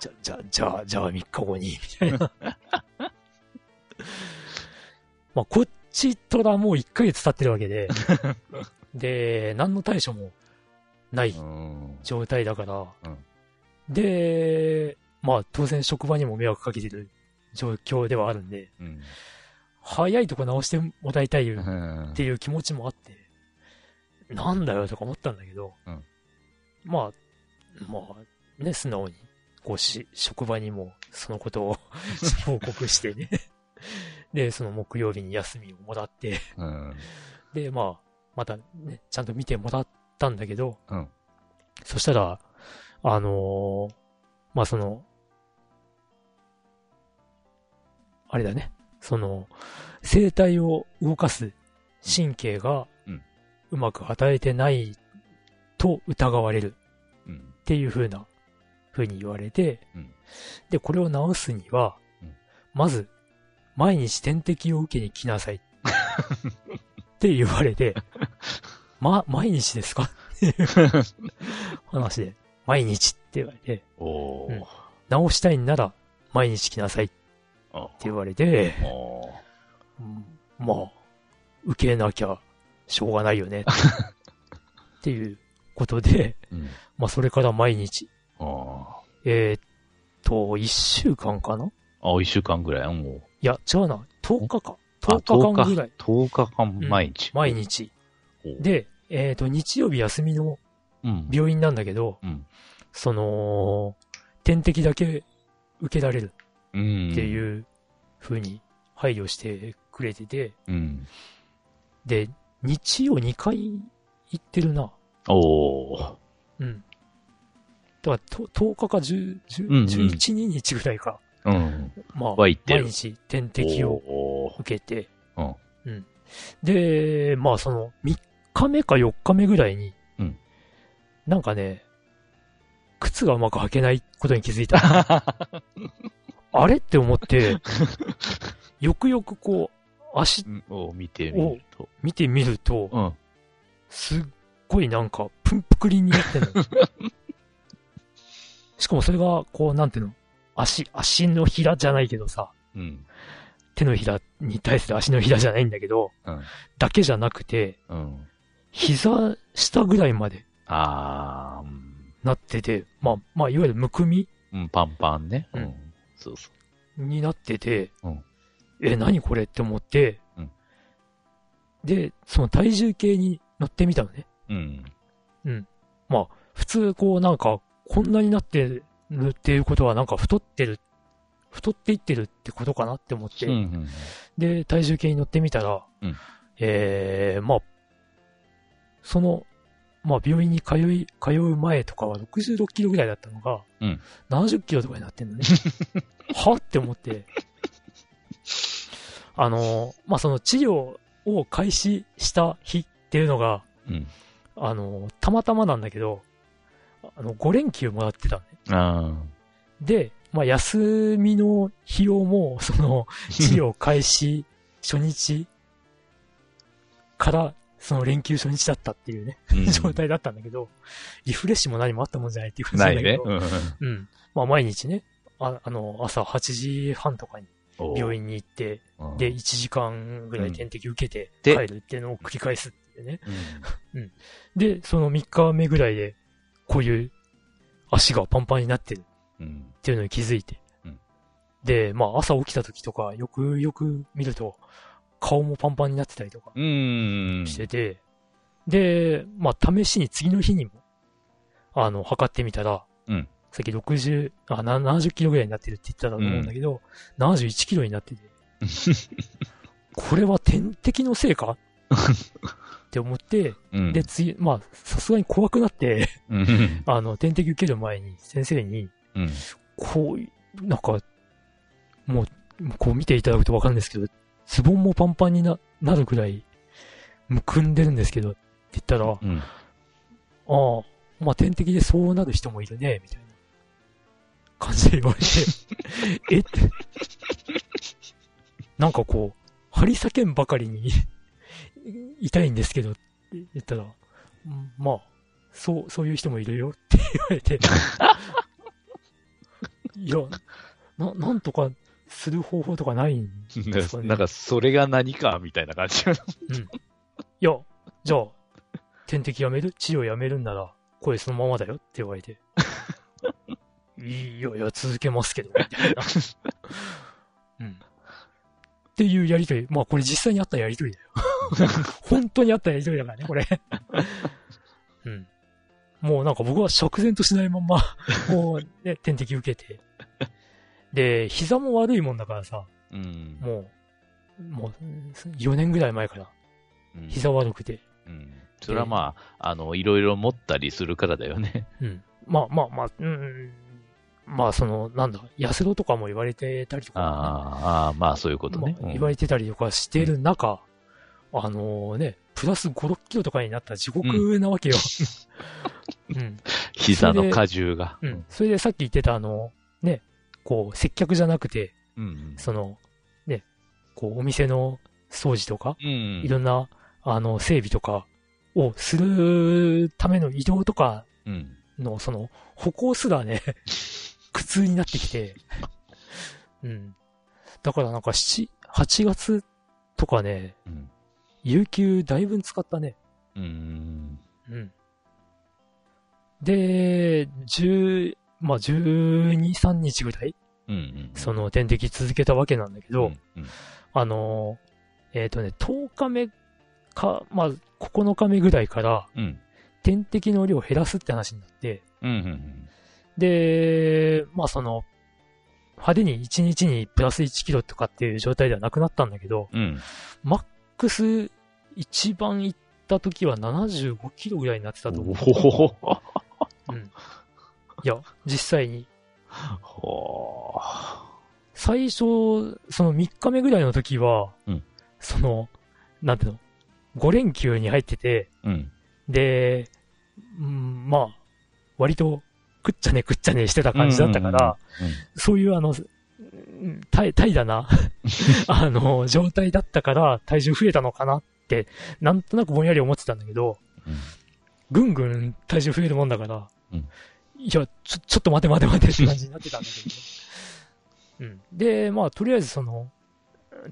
[SPEAKER 1] じゃ、じゃ、じゃあ、じゃあ3日後に、みたいな。まあ、こっちとらもう1ヶ月経ってるわけで、で、何の対処もない
[SPEAKER 2] うん。
[SPEAKER 1] 状態だから、
[SPEAKER 2] うん
[SPEAKER 1] で、まあ、当然職場にも迷惑かけてる状況ではあるんで、
[SPEAKER 2] うん。
[SPEAKER 1] 早いとこ直してもらいたいよ
[SPEAKER 2] うん
[SPEAKER 1] っていう気持ちもあって、なんだよとか思ったんだけど、
[SPEAKER 2] うん
[SPEAKER 1] まあ、まあ、ね、素直に、こうし、職場にもそのことを 報告してね。で、その木曜日に休みをもらって、
[SPEAKER 2] うん。
[SPEAKER 1] で、まあ、またね、ちゃんと見てもらったんだけど、
[SPEAKER 2] うん
[SPEAKER 1] そしたら、あのーまあその、あれだね、その、声帯を動かす神経が
[SPEAKER 2] うん
[SPEAKER 1] うまく働いてないと疑われる
[SPEAKER 2] うん。
[SPEAKER 1] っていう風な風に言われて、
[SPEAKER 2] うん
[SPEAKER 1] で、これを治すには、
[SPEAKER 2] うん
[SPEAKER 1] まず、毎日点滴を受けに来 なさい。って言われて、ま、毎日ですかっていう話で、毎日って言われて、
[SPEAKER 2] おー。
[SPEAKER 1] 治したいんなら毎日来なさいって
[SPEAKER 2] お
[SPEAKER 1] 言われて、
[SPEAKER 2] お
[SPEAKER 1] うん まあ、受けなきゃしょうがないよね。っていうことで、
[SPEAKER 2] うん。
[SPEAKER 1] まあ、それから毎日、
[SPEAKER 2] ああ。
[SPEAKER 1] えーっと、1週間かない
[SPEAKER 2] あ、一週間ぐらいもう。
[SPEAKER 1] や、違うな、10日か。
[SPEAKER 2] あ
[SPEAKER 1] 10日間ぐらい、。
[SPEAKER 2] 10日間毎日。
[SPEAKER 1] 毎日。
[SPEAKER 2] ほう、
[SPEAKER 1] で、えーっと、日曜日休みの
[SPEAKER 2] うん。
[SPEAKER 1] 病院なんだけど、
[SPEAKER 2] うん。
[SPEAKER 1] その、点滴だけ受けられる
[SPEAKER 2] うん。。
[SPEAKER 1] っていうう風に配慮してくれてて、
[SPEAKER 2] うん。
[SPEAKER 1] で、日曜2回行ってるな。
[SPEAKER 2] おー。
[SPEAKER 1] うん。だからと10日か10 10
[SPEAKER 2] うんうん
[SPEAKER 1] 11、2日ぐらいか。
[SPEAKER 2] うん。
[SPEAKER 1] まあ、
[SPEAKER 2] は
[SPEAKER 1] 毎
[SPEAKER 2] 行ってる
[SPEAKER 1] 日点滴を
[SPEAKER 2] おー
[SPEAKER 1] 受けて、
[SPEAKER 2] うん
[SPEAKER 1] うんで、まあその3日目か4日目ぐらいに、
[SPEAKER 2] うん
[SPEAKER 1] なんかね、靴がうまく履けないことに気づいた。 あれって思って、よくよくこう、足
[SPEAKER 2] うんを見てみると。
[SPEAKER 1] 見てみると、
[SPEAKER 2] うん。
[SPEAKER 1] すっごいなんか、プンプクリンになってん の。しかもそれが、こう、なんていうの足、足のひらじゃないけどさ、
[SPEAKER 2] うん。
[SPEAKER 1] 手のひらに対する足のひらじゃないんだけど、
[SPEAKER 2] うん
[SPEAKER 1] だけじゃなくて、
[SPEAKER 2] うん。
[SPEAKER 1] 膝下ぐらいまで
[SPEAKER 2] あーうん
[SPEAKER 1] なってて、まあ、まあ、いわゆるむくみ
[SPEAKER 2] うん。パンパンね。う。
[SPEAKER 1] うん
[SPEAKER 2] そうそ
[SPEAKER 1] になってて、
[SPEAKER 2] うん
[SPEAKER 1] え、何これって思って、
[SPEAKER 2] うん
[SPEAKER 1] で、その体重計に乗ってみたのね。
[SPEAKER 2] う。うん。
[SPEAKER 1] 普通こうなんか、こんなになってるっていうことはなんか太ってる、太っていってるってことかなって思って、
[SPEAKER 2] うんうん。
[SPEAKER 1] で、体重計に乗ってみたら、
[SPEAKER 2] うん
[SPEAKER 1] えー、まあ、その、まあ病院に通い、通う前とかは66キロぐらいだったのが、
[SPEAKER 2] うん
[SPEAKER 1] 70キロとかになって んのね。はって思って、あの、まあその治療を開始した日っていうのが、
[SPEAKER 2] うん。
[SPEAKER 1] あの、たまたまなんだけど、あの、5連休もらってたのね。
[SPEAKER 2] あ
[SPEAKER 1] で、まあ、休みの費用も、その、治療開始初日から、その連休初日だったっていうね、
[SPEAKER 2] ー。
[SPEAKER 1] 状態だったんだけど、リフレッシュも何もあったもんじゃないっていう
[SPEAKER 2] う
[SPEAKER 1] 感
[SPEAKER 2] ん
[SPEAKER 1] じ
[SPEAKER 2] な
[SPEAKER 1] なんだけ
[SPEAKER 2] いね
[SPEAKER 1] ど。。
[SPEAKER 2] うん
[SPEAKER 1] うん。まあ、毎日ね、ああの、朝8時半とかに
[SPEAKER 2] おー
[SPEAKER 1] 病院に行って、
[SPEAKER 2] うん
[SPEAKER 1] で、1時間ぐらい点滴受けて
[SPEAKER 2] で
[SPEAKER 1] 帰るっていうのを繰り返すっていうね。
[SPEAKER 2] うん
[SPEAKER 1] で、その3日目ぐらいで、こういう足がパンパンになってる
[SPEAKER 2] うん
[SPEAKER 1] っていうのに気づいて。
[SPEAKER 2] うん
[SPEAKER 1] で、まあ朝起きた時とか、よくよく見ると、顔もパンパンになってたりとか
[SPEAKER 2] うん。
[SPEAKER 1] してて、で、まあ試しに次の日にも、あの、測ってみたら、
[SPEAKER 2] うん
[SPEAKER 1] さっき60あ、な70キロぐらいになってるって言ってたと思うんだけど、71キロにな ってて、これは天敵のせいかって思って、
[SPEAKER 2] うん
[SPEAKER 1] で、次、まあ、さすがに怖くなって、
[SPEAKER 2] うん。
[SPEAKER 1] あの、点滴受ける前に先生に、
[SPEAKER 2] うん。
[SPEAKER 1] こうい、なんか、もう、もうこう見ていただくとわかるんですけど、ズボンもパンパンにななるぐらい、むくんでるんですけど、って言ったら、あ
[SPEAKER 2] うん。
[SPEAKER 1] あ、まあ点滴でそうなる人もいるね、みたいな感じで言われて、えって、なんかこう、張り裂けんばかりに 痛いんですけど、って言ったら、うんまあ、そう、そういう人もいるよって言われて、いや、な、なんとかする方法とかないんですかね。
[SPEAKER 2] なんか、それが何か、みたいな感じ。
[SPEAKER 1] いや、じゃあ、点滴やめる治療やめるんなら、声そのままだよって言われて。 いやいや、続けますけど、みたいな。うん。っていうやりとり。まあ、これ実際にあったやりとりだよ。 本当にあったやりとりだからね、これ。うん。もうなんか僕は釈然としないまんま、こう、ね、点滴受けて。で、膝も悪いもんだからさ、
[SPEAKER 2] うん。
[SPEAKER 1] もう、もう、4年ぐらい前から、
[SPEAKER 2] うん
[SPEAKER 1] 膝悪くて。
[SPEAKER 2] うんそれはまあ、あの、いろいろ持ったりするからだよね。
[SPEAKER 1] うん。まあまあまあ、うん。まあその、なんだ、安郎とかも言われてたりとか、
[SPEAKER 2] あーあー、まあそういうことね。
[SPEAKER 1] まあ
[SPEAKER 2] うん
[SPEAKER 1] 言われてたりとかしてる中、あのね、プラス5、6キロとかになったら地獄なわ けよ。うん。
[SPEAKER 2] 膝の荷重が。
[SPEAKER 1] うん。それでさっき言ってたあの、ね、こう、接客じゃなくて、
[SPEAKER 2] うん。
[SPEAKER 1] その、ね、こう、お店の掃除とか、
[SPEAKER 2] うん。
[SPEAKER 1] いろんな、あの、整備とかをするための移動とか
[SPEAKER 2] うん。
[SPEAKER 1] の、その、歩行すらね、 苦痛になってきて、うん。だからなんか7、8月とかね、
[SPEAKER 2] うん。
[SPEAKER 1] 有給だいぶん使ったね。
[SPEAKER 2] うん。
[SPEAKER 1] うん。で、10、まあ、12、3日ぐらい、
[SPEAKER 2] うんうん。
[SPEAKER 1] その点滴続けたわけなんだけど、
[SPEAKER 2] うんうん
[SPEAKER 1] あのー、えっ、とね、10日目か、まあ、9日目ぐらいから、
[SPEAKER 2] うん。
[SPEAKER 1] 点滴の量を減らすって話になって、
[SPEAKER 2] うんうん
[SPEAKER 1] で、まあ、その、派手に1日にプラス1キロとかっていう状態ではなくなったんだけど、
[SPEAKER 2] うん。うん。
[SPEAKER 1] マックス一番行った時は75キロぐらいになってたと思う。
[SPEAKER 2] おお
[SPEAKER 1] うん、いや、実際に。
[SPEAKER 2] ほ
[SPEAKER 1] 最初、その3日目ぐらいの時は、
[SPEAKER 2] うん
[SPEAKER 1] その、なんていうの、5連休に入ってて、
[SPEAKER 2] ーうん。
[SPEAKER 1] で、うん、まあ、割と、食っちゃね食っちゃねしてた感じだったから、そういうあの、うん怠怠惰 な、あの、状態だったから体重増えたのかなって、なんとなくぼんやり思ってたんだけど、
[SPEAKER 2] うん
[SPEAKER 1] ぐんぐん体重増えるもんだから、
[SPEAKER 2] うん
[SPEAKER 1] いや、ちょ、ちょっと待て待て待てって感じになってたんだけど、ね、うん。で、まあ、とりあえずその、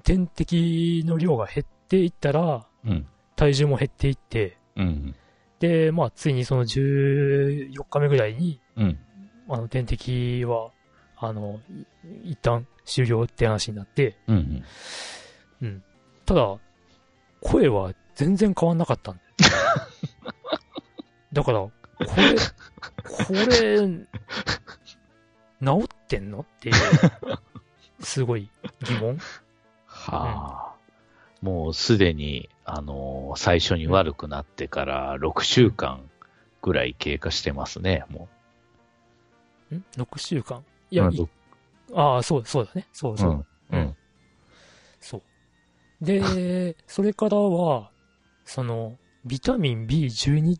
[SPEAKER 1] 点滴の量が減っていったら、
[SPEAKER 2] うん。うん。
[SPEAKER 1] 体重も減っていって、
[SPEAKER 2] うん。
[SPEAKER 1] で、まあ、ついにその14日目ぐらいに、
[SPEAKER 2] うん。
[SPEAKER 1] あの、点滴は、あの、い一旦終了って話になって、
[SPEAKER 2] うん。うん。
[SPEAKER 1] ただ、声は全然変わんなかったん だよ。だから、これ、これ、治ってんのっていう、すごい疑問。
[SPEAKER 2] はあ。もうすでに、あのー最初に悪くなってから6週間ぐらい経過してますね、も
[SPEAKER 1] ん ?6 週間
[SPEAKER 2] う。
[SPEAKER 1] いや、
[SPEAKER 2] うん
[SPEAKER 1] いああ、そう、そうだね。そうそう。
[SPEAKER 2] うん。うん。
[SPEAKER 1] そう。で、それからは、その、ビタミン B12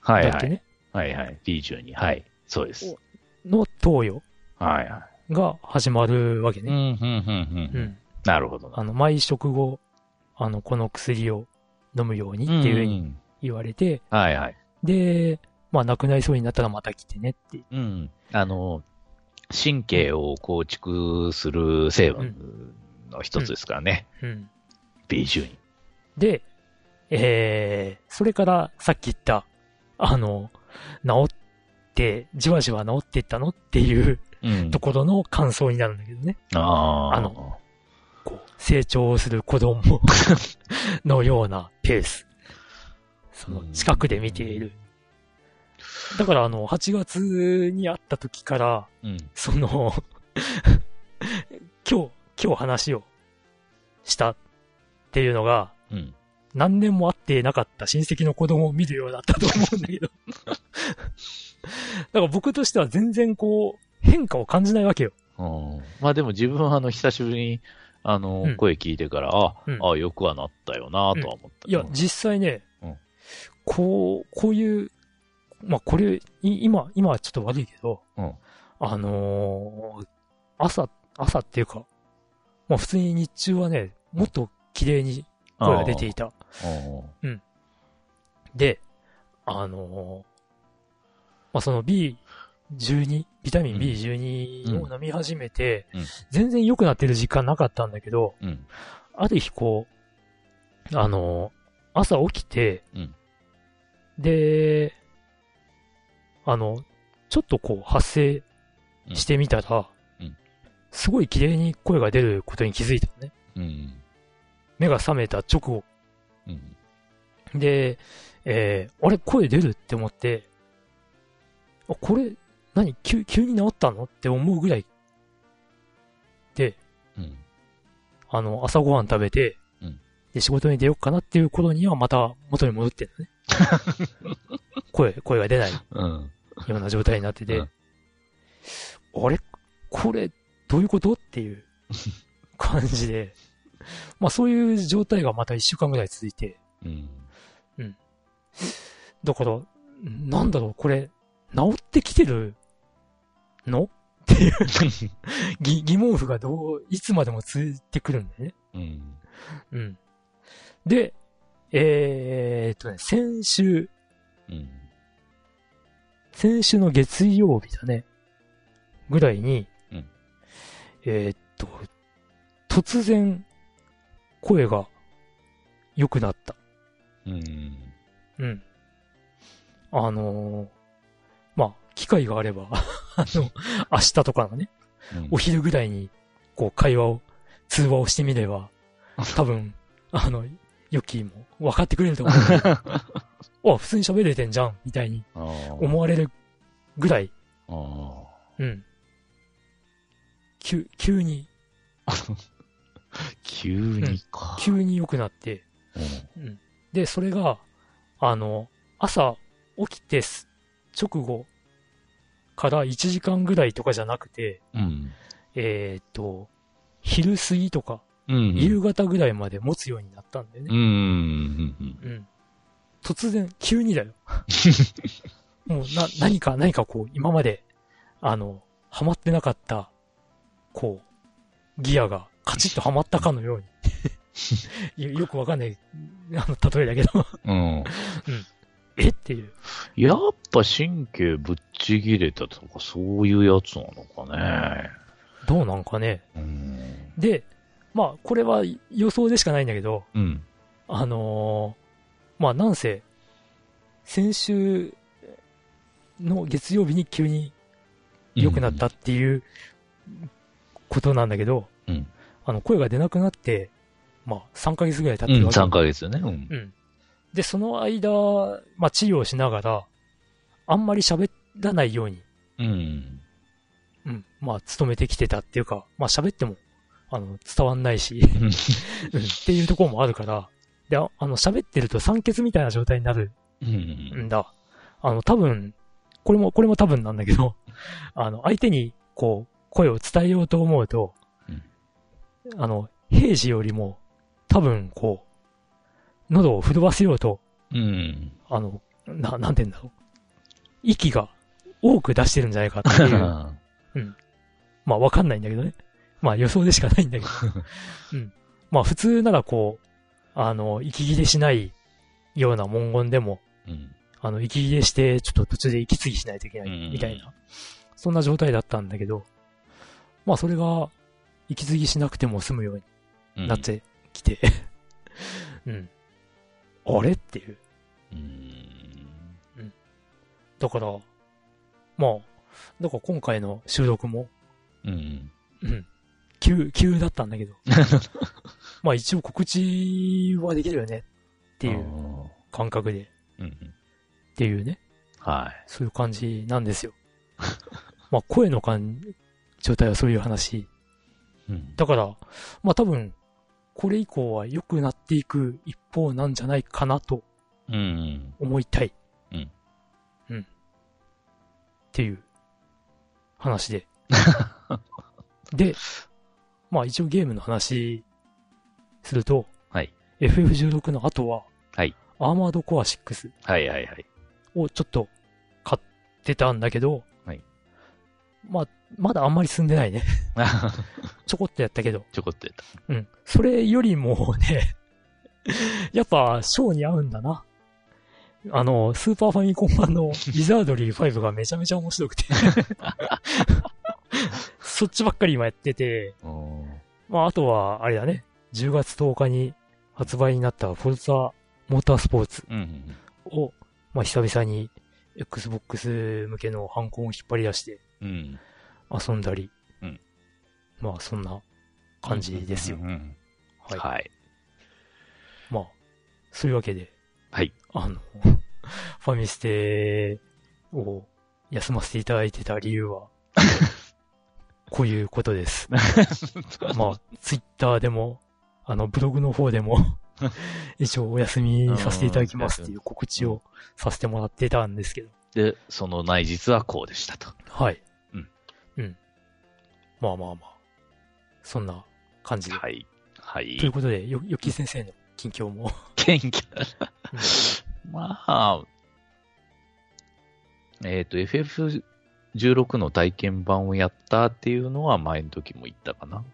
[SPEAKER 2] は
[SPEAKER 1] だ
[SPEAKER 2] い
[SPEAKER 1] っ
[SPEAKER 2] は
[SPEAKER 1] け
[SPEAKER 2] い。
[SPEAKER 1] ね、
[SPEAKER 2] はいはい。B12。はい。そうです。
[SPEAKER 1] の投与
[SPEAKER 2] はいは
[SPEAKER 1] が始まるわけ
[SPEAKER 2] い。うん
[SPEAKER 1] ね。、
[SPEAKER 2] うん、う
[SPEAKER 1] う。
[SPEAKER 2] ん、うんん。なるほどな。
[SPEAKER 1] あの、毎食後、あの、この薬を飲むように
[SPEAKER 2] う
[SPEAKER 1] っ
[SPEAKER 2] ん
[SPEAKER 1] ていうふうに言われて、
[SPEAKER 2] はいはい。
[SPEAKER 1] で、まあ、亡くなりそうになったらまた来てねって。
[SPEAKER 2] うん。あの、神経を構築する成分の一つですからね。
[SPEAKER 1] うん。
[SPEAKER 2] B12。
[SPEAKER 1] で、えー、それからさっき言った、あの、治って、じわじわ治っていったのっていう
[SPEAKER 2] うん
[SPEAKER 1] ところの感想になるんだけどね。
[SPEAKER 2] ああ。
[SPEAKER 1] あの、こう、成長する子供 のようなペース。その、近くで見ている。だから、あの、8月に会った時から、
[SPEAKER 2] うん。
[SPEAKER 1] その、 今日、今日話をしたっていうのが、
[SPEAKER 2] うん。
[SPEAKER 1] 何年も会ってなかった親戚の子供を見るようだったと思うんだけど。だ から僕としては全然こう、変化を感じないわけよ。
[SPEAKER 2] うんまあでも自分はあの、久しぶりに、あの、
[SPEAKER 1] うん
[SPEAKER 2] 声聞いてから、あ、
[SPEAKER 1] うん
[SPEAKER 2] あ、よくはなったよなとは思った。
[SPEAKER 1] いや
[SPEAKER 2] う、ん
[SPEAKER 1] 実際ね、
[SPEAKER 2] うん
[SPEAKER 1] こう、こういう、まあこれ、い今、今はちょっと悪いけど、
[SPEAKER 2] うん
[SPEAKER 1] あのー朝、朝っていうか、まあ普通に日中はね、もっと綺麗に声が出ていた。
[SPEAKER 2] あー
[SPEAKER 1] で、あのーまあ、その B12、ビタミン
[SPEAKER 2] うん
[SPEAKER 1] B12 を飲み始めて、
[SPEAKER 2] うん
[SPEAKER 1] 全然良くなってる時間なかったんだけど、
[SPEAKER 2] うん。
[SPEAKER 1] ある日こう、あのー朝起きて、
[SPEAKER 2] うん
[SPEAKER 1] で、あの、ちょっとこう発声してみたら、
[SPEAKER 2] うんうん
[SPEAKER 1] すごい綺麗に声が出ることに気づいたのね。
[SPEAKER 2] うん。
[SPEAKER 1] 目が覚めた直後。
[SPEAKER 2] うん。
[SPEAKER 1] で、えー、あれ、声出るって思って、あ、これ、何急急に治ったのって思うぐらい。で、
[SPEAKER 2] うん。
[SPEAKER 1] あの、朝ごはん食べて、
[SPEAKER 2] うん
[SPEAKER 1] で、仕事に出ようかなっていう頃にはまた元に戻ってる のね。声、声が出ない
[SPEAKER 2] うん。
[SPEAKER 1] ような状態になってて、
[SPEAKER 2] うん
[SPEAKER 1] あれこれ、どういうことって いう感じで、まあそういう状態がまた一週間ぐらい続いて、
[SPEAKER 2] うん。
[SPEAKER 1] だから、なんだろう、これ、治ってきてるのって いう疑疑問符がどう、いつまでもついてくるんだよね。
[SPEAKER 2] うん。
[SPEAKER 1] うん。で、えー、っとね、先週、
[SPEAKER 2] うん。
[SPEAKER 1] 先週の月曜日だね、ぐらいに、
[SPEAKER 2] うん
[SPEAKER 1] えーっと、突然、声が良くなった。
[SPEAKER 2] うん。
[SPEAKER 1] うん。あのー機会があれば、 あの、明日とかのね、
[SPEAKER 2] うん
[SPEAKER 1] お昼ぐらいに、こう、会話を、通話をしてみれ ば、多分、あの、ヨッキーも分かってくれ ると思うので。あ、普通に喋れてんじゃん、みたいに
[SPEAKER 2] あー
[SPEAKER 1] 思われるぐらい、
[SPEAKER 2] あ
[SPEAKER 1] うん。急、急に、
[SPEAKER 2] ー急にか。
[SPEAKER 1] 急に良くなって、
[SPEAKER 2] うん
[SPEAKER 1] で、それが、あの、朝起きてす直後から1時間ぐらいとかじゃなくて、
[SPEAKER 2] うん。
[SPEAKER 1] えーっと、昼過ぎとか、
[SPEAKER 2] うん。
[SPEAKER 1] 夕方ぐらいまで持つようになったんだよ
[SPEAKER 2] う
[SPEAKER 1] ね。
[SPEAKER 2] んうん。うん
[SPEAKER 1] うん。突然、急にだ よ。もう、な、何か、何かこう、今まで、あの、ハマってなかった、こう、ギアがカチッとハマったかのよう に。よよくわかんない、あの、例えだけど、
[SPEAKER 2] うん。
[SPEAKER 1] えっていう。
[SPEAKER 2] やっぱ神経ぶっちぎれたとか、そういうやつなのかね。
[SPEAKER 1] どうなんかね。
[SPEAKER 2] うん。
[SPEAKER 1] で、まあ、これは予想でしかないんだけど、
[SPEAKER 2] うん。
[SPEAKER 1] あのーまあ、なんせ、先週の月曜日に急に良くなったっていうことなんだけど、
[SPEAKER 2] うん
[SPEAKER 1] あの、声が出なくなって、まあ、3ヶ月ぐらい経っ
[SPEAKER 2] う
[SPEAKER 1] て
[SPEAKER 2] ん。
[SPEAKER 1] るわけ。
[SPEAKER 2] 3ヶ月よね。うん。
[SPEAKER 1] うん。で、その間、まあ、治療しながら、あんまり喋らないように
[SPEAKER 2] うん。
[SPEAKER 1] うん、まあ、勤めてきてたっていうか、まあ、喋っても、あの、伝わんないし、うんっていうところもあるから、で、ああの、喋ってると酸欠みたいな状態になる
[SPEAKER 2] うんん。
[SPEAKER 1] だ。あの、多分、これも、これも多分なんだけど、 あの、相手に、こう、声を伝えようと思うと、
[SPEAKER 2] うん
[SPEAKER 1] あの、平時よりも、多分、こう、喉を震わせようと、
[SPEAKER 2] うん。
[SPEAKER 1] あの、な、なんて言うんだろう。息が多く出してるんじゃないかっていう まあわかんないんだけどね。まあ予想でしかないん だけど。うん。まあ普通ならこう、あの、息切れしないような文言でも、
[SPEAKER 2] うん。
[SPEAKER 1] あの、息切れして、ちょっと途中で息継ぎしないといけない
[SPEAKER 2] うん
[SPEAKER 1] みたいな、そんな状態だったんだけど、まあそれが、息継ぎしなくても済むよう
[SPEAKER 2] うん
[SPEAKER 1] になってきて、うん。あれっていう。
[SPEAKER 2] うん。
[SPEAKER 1] だから、まあ、だから今回の収録も、
[SPEAKER 2] うん。
[SPEAKER 1] うん。急、急だったんだけど。まあ一応告知はできるよねっていう感覚で、っ
[SPEAKER 2] あー。うん。
[SPEAKER 1] ていうね、
[SPEAKER 2] は
[SPEAKER 1] そういう感じなんですよ。 まあ声の感、状態はそういう話。
[SPEAKER 2] い。うん。
[SPEAKER 1] だから、まあ多分、これ以降は良くなっていく一方なんじゃないかなと
[SPEAKER 2] うん。
[SPEAKER 1] 思いたい。
[SPEAKER 2] うん。
[SPEAKER 1] うん。っていう話 で。で、まあ一応ゲームの話すると、
[SPEAKER 2] はい。
[SPEAKER 1] FF16 の後は、
[SPEAKER 2] はい。
[SPEAKER 1] アーマードコア6
[SPEAKER 2] はいはい はい。
[SPEAKER 1] をちょっと買ってたんだけど、
[SPEAKER 2] はい。
[SPEAKER 1] まあ、まだあんまり進んでないね。 ちょこっとやったけど。
[SPEAKER 2] ちょこっとやった。
[SPEAKER 1] うん。それよりもね、 やっぱ、ショーに合うんだな。あの、スーパーファミコン版のウィザードリー5がめちゃめちゃ面白くて。 そっちばっかり今やってて、
[SPEAKER 2] うん
[SPEAKER 1] まあ、あとは、あれだね、10月10日に発売になったフォルツァモータースポーツ
[SPEAKER 2] うん。
[SPEAKER 1] を、まあ、久々に Xbox 向けのハンコンを引っ張り出して
[SPEAKER 2] うん。
[SPEAKER 1] 遊んだり、
[SPEAKER 2] うん
[SPEAKER 1] まあ、そんな感じですよ
[SPEAKER 2] う。ん。
[SPEAKER 1] はい
[SPEAKER 2] はい。
[SPEAKER 1] まあ、そういうわけで、
[SPEAKER 2] はい。
[SPEAKER 1] あの、 ファミステを休ませていただいてた理由 は、こういうことです。まあ、ツイッターでも、あの、ブログの方で も、一応お休みさせていただきますっていう告知をさせてもらってたんですけど、
[SPEAKER 2] で、その内実はこうでしたと。
[SPEAKER 1] はい。
[SPEAKER 2] うん。
[SPEAKER 1] うん。まあまあまあ。そんな感じで。
[SPEAKER 2] はい。はい
[SPEAKER 1] という。ことで、よ、よき先生の近況も。
[SPEAKER 2] 謙虚だなまあ、えっ、と、FF16 の体験版をやったっていうのは前の時も言ったかな。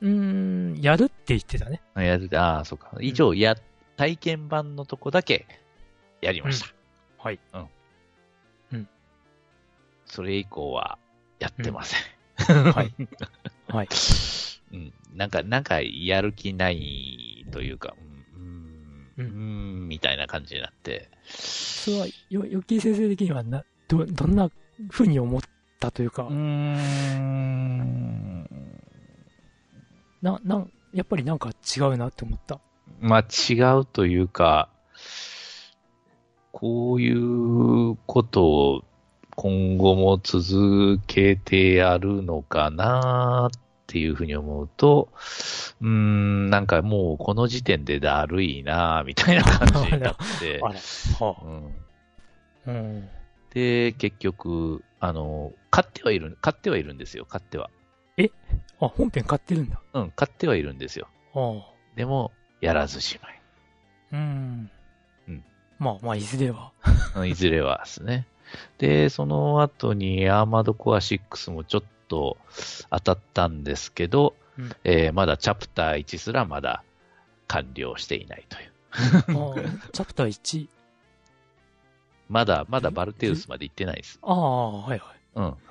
[SPEAKER 1] うーん、やるって言ってたね。
[SPEAKER 2] あやるああ、そうか。以上、や、体験版のとこだけやりました。
[SPEAKER 1] はい。
[SPEAKER 2] うん。
[SPEAKER 1] うん
[SPEAKER 2] それ以降はやってません。
[SPEAKER 1] はい。はい。
[SPEAKER 2] うん。なんか、なんか、やる気ないというか、うん、うーん、うーんみたいな感じになって。
[SPEAKER 1] それは、よ、よっきー先生的にはな、ど、どんな風に思ったというか
[SPEAKER 2] うー、ん。
[SPEAKER 1] な、なん、やっぱりなんか違うなって思った。
[SPEAKER 2] まあ違うというか、こういうことを今後も続けてやるのかなっていうふうに思うと、うーん、なんかもうこの時点でだるいなみたいな感じになっ て、
[SPEAKER 1] あら。は
[SPEAKER 2] うん、
[SPEAKER 1] あ、うん。
[SPEAKER 2] で、結局、あの、買ってはいる、買ってはいるんですよ、買っては。
[SPEAKER 1] あ、本編買ってるんだ。
[SPEAKER 2] うん、買ってはいるんですよ。
[SPEAKER 1] はあ。
[SPEAKER 2] でも、やらずじまい
[SPEAKER 1] うん。
[SPEAKER 2] うん
[SPEAKER 1] まあまあ、いずれ は。
[SPEAKER 2] うん。いずれはですね。で、その後に、アーマードコア6もちょっと当たったんですけど、
[SPEAKER 1] うん
[SPEAKER 2] えーまだチャプター1すらまだ完了していないという。
[SPEAKER 1] あーチャプター1。
[SPEAKER 2] まだ、まだバルテウスまで行ってないです。
[SPEAKER 1] ああ、はいは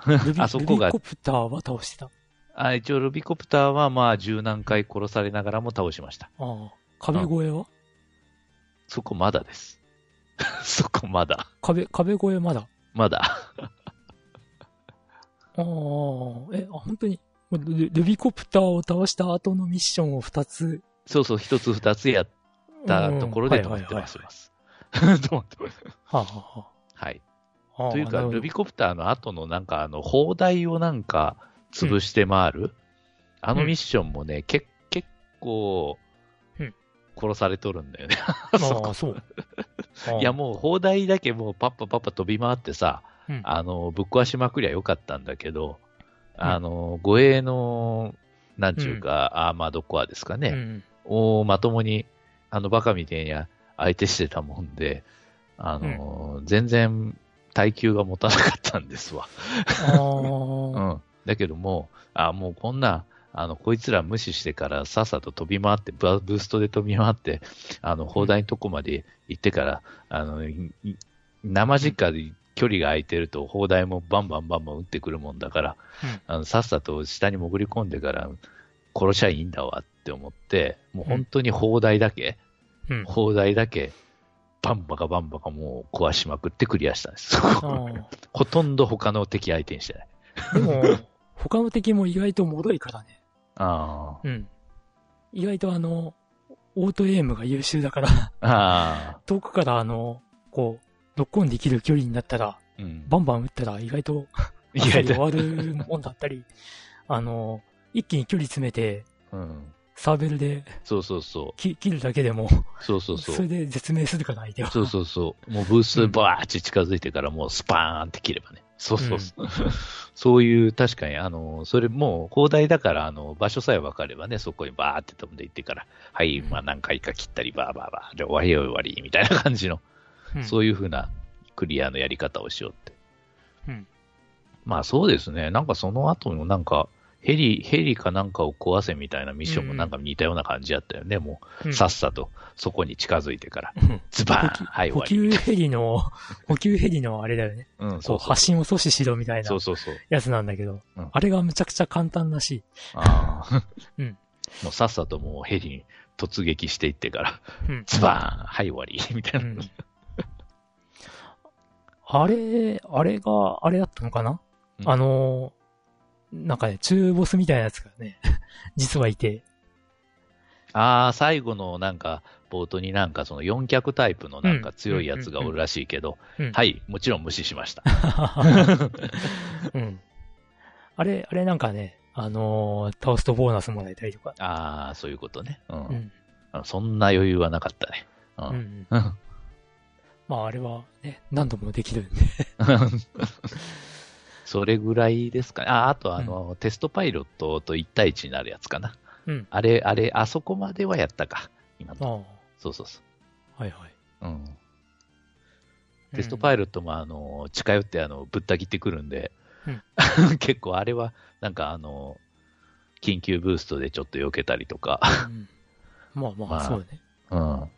[SPEAKER 2] うん。
[SPEAKER 1] い。ルビ
[SPEAKER 2] あそこが
[SPEAKER 1] ルビコプターは倒してた。あ
[SPEAKER 2] あ一応、ルビコプターは、まあ、十何回殺されながらも倒しました。
[SPEAKER 1] あ。壁越えは
[SPEAKER 2] そこまだです。 そこまだ。
[SPEAKER 1] 壁、壁越えまだ。
[SPEAKER 2] まだ。
[SPEAKER 1] ああ、え、あ本当に、ルルビコプターを倒した後のミッションを2つ。
[SPEAKER 2] そうそう、一つ二つやったところで止まってます。 止まってます。
[SPEAKER 1] はあは
[SPEAKER 2] はい。
[SPEAKER 1] あはあ。
[SPEAKER 2] というか、ルビ
[SPEAKER 1] コ
[SPEAKER 2] コプターの後のなんか、あの、砲台をなんか、潰して回る、あのミッションもね、け結構
[SPEAKER 1] うん、
[SPEAKER 2] 殺されとるんだよね。
[SPEAKER 1] プ
[SPEAKER 2] そ
[SPEAKER 1] あ
[SPEAKER 2] こ
[SPEAKER 1] あ、そう。
[SPEAKER 2] い や、もう砲台だけもうパッパパッパ飛び回ってさ、
[SPEAKER 1] うん
[SPEAKER 2] あの、ぶっ壊しまくりゃよかったんだけど、あの、護衛の、なんちゅうか、アーマードコアですかね。
[SPEAKER 1] うん。
[SPEAKER 2] をまともに、あの、バカみてえに相手してたもんで、あのー全然耐久が持たなかったんですわ。
[SPEAKER 1] ああ。
[SPEAKER 2] うん。だけども、あもうこんな、あの、こいつら無視してからさっさと飛び回って、ブワブーストで飛び回って、あの、砲台のとこまで行ってから、あの、いい生実家で距離が空いてると砲台もバンバンバンバン撃ってくるもんだから、
[SPEAKER 1] うん
[SPEAKER 2] あのさっさと下に潜り込んでから殺しゃいいんだわって思って、もう本当に砲台だけ、
[SPEAKER 1] うん
[SPEAKER 2] 砲台だけ、バンバカバンバカもう壊しまくってクリアしたんです。
[SPEAKER 1] あ
[SPEAKER 2] ほとんど他の敵相手にしてない。
[SPEAKER 1] あでも、他の敵も意外と脆いからね。
[SPEAKER 2] あ
[SPEAKER 1] うん。意外とあの、オートエイムが優秀だから、
[SPEAKER 2] あ。あ
[SPEAKER 1] 遠くからあの、こう、ロックオンできる距離になったら、
[SPEAKER 2] あ。うん。
[SPEAKER 1] バンバン撃ったら意外と、
[SPEAKER 2] 意
[SPEAKER 1] あっさ
[SPEAKER 2] 外
[SPEAKER 1] り
[SPEAKER 2] と
[SPEAKER 1] 終わるもんだったり、あの、一気に距離詰めて、
[SPEAKER 2] うん。
[SPEAKER 1] サーベルで
[SPEAKER 2] そうそうそ
[SPEAKER 1] き切るだけでも、
[SPEAKER 2] う。そうそうそ
[SPEAKER 1] れ
[SPEAKER 2] う。
[SPEAKER 1] で絶命するから相手は。
[SPEAKER 2] そうそうそう。もうブースバーッて近づいてからもうスパーンって切ればね。そうそうそう。そういう、確かに、あの、それもう、広大だから、あの、場所さえ分かればね、そこにバーって飛んでいってから、はい、まあ何回か切ったり、バーバーバー、で終わりよ終わり、みたいな感じの、
[SPEAKER 1] うん
[SPEAKER 2] そういうふうなクリアのやり方をしようって。
[SPEAKER 1] うん
[SPEAKER 2] まあそうですね。なんかその後のなんか、ヘリ、ヘリかなんかを壊せみたいなミッションもなんか似たような感じだったよね。も
[SPEAKER 1] うん
[SPEAKER 2] う、さっさとそこに近づいてから、
[SPEAKER 1] うん
[SPEAKER 2] ズバーン
[SPEAKER 1] 補給
[SPEAKER 2] はい、終
[SPEAKER 1] 補
[SPEAKER 2] わり。
[SPEAKER 1] 給ヘリ の、補給ヘリのあれだよね。
[SPEAKER 2] うん、
[SPEAKER 1] こ
[SPEAKER 2] そううそう
[SPEAKER 1] 発。信を阻止しろみたいな
[SPEAKER 2] そうそうそう。
[SPEAKER 1] やつなんだけど
[SPEAKER 2] うん、
[SPEAKER 1] あれがむちゃくちゃ簡単だし、
[SPEAKER 2] ああ。
[SPEAKER 1] うん
[SPEAKER 2] もうさっさともうヘリに突撃していってから、
[SPEAKER 1] うん
[SPEAKER 2] ズバーンはい、終わり。みたいな。
[SPEAKER 1] うんあれ、あれが、あれだったのかな
[SPEAKER 2] うん
[SPEAKER 1] あの、なんかね、中ボスみたいなやつがね、 実はいて、
[SPEAKER 2] ああ、最後のなんか、冒頭になんかその4脚タイプのなんか強いやつがおるらしいけど、
[SPEAKER 1] うん
[SPEAKER 2] はい、もちろん無視しました。
[SPEAKER 1] うん。あれ、あれなんかね、あのー倒すとボーナスもらえたりとか。
[SPEAKER 2] ああ、そういうことね。うん。
[SPEAKER 1] うん。
[SPEAKER 2] うんそんな余裕はなかったね。
[SPEAKER 1] う。
[SPEAKER 2] うんん。
[SPEAKER 1] まああれはね、何度もできるんで。
[SPEAKER 2] それぐらいですかね。あ、あとあの、テストパイロットと1対1になるやつかな。
[SPEAKER 1] うん
[SPEAKER 2] あれ、あれ、あそこまではやったか。今
[SPEAKER 1] ああ
[SPEAKER 2] の。、そうそうそ
[SPEAKER 1] はいはい。
[SPEAKER 2] う。うん。テストパイロットもあの、近寄ってあの、ぶった切ってくるんで、 結構あれは、なんかあの、緊急ブーストでちょっと避けたりとか、
[SPEAKER 1] うんまあま
[SPEAKER 2] ま
[SPEAKER 1] あ、
[SPEAKER 2] あ
[SPEAKER 1] そうね。
[SPEAKER 2] うん。ま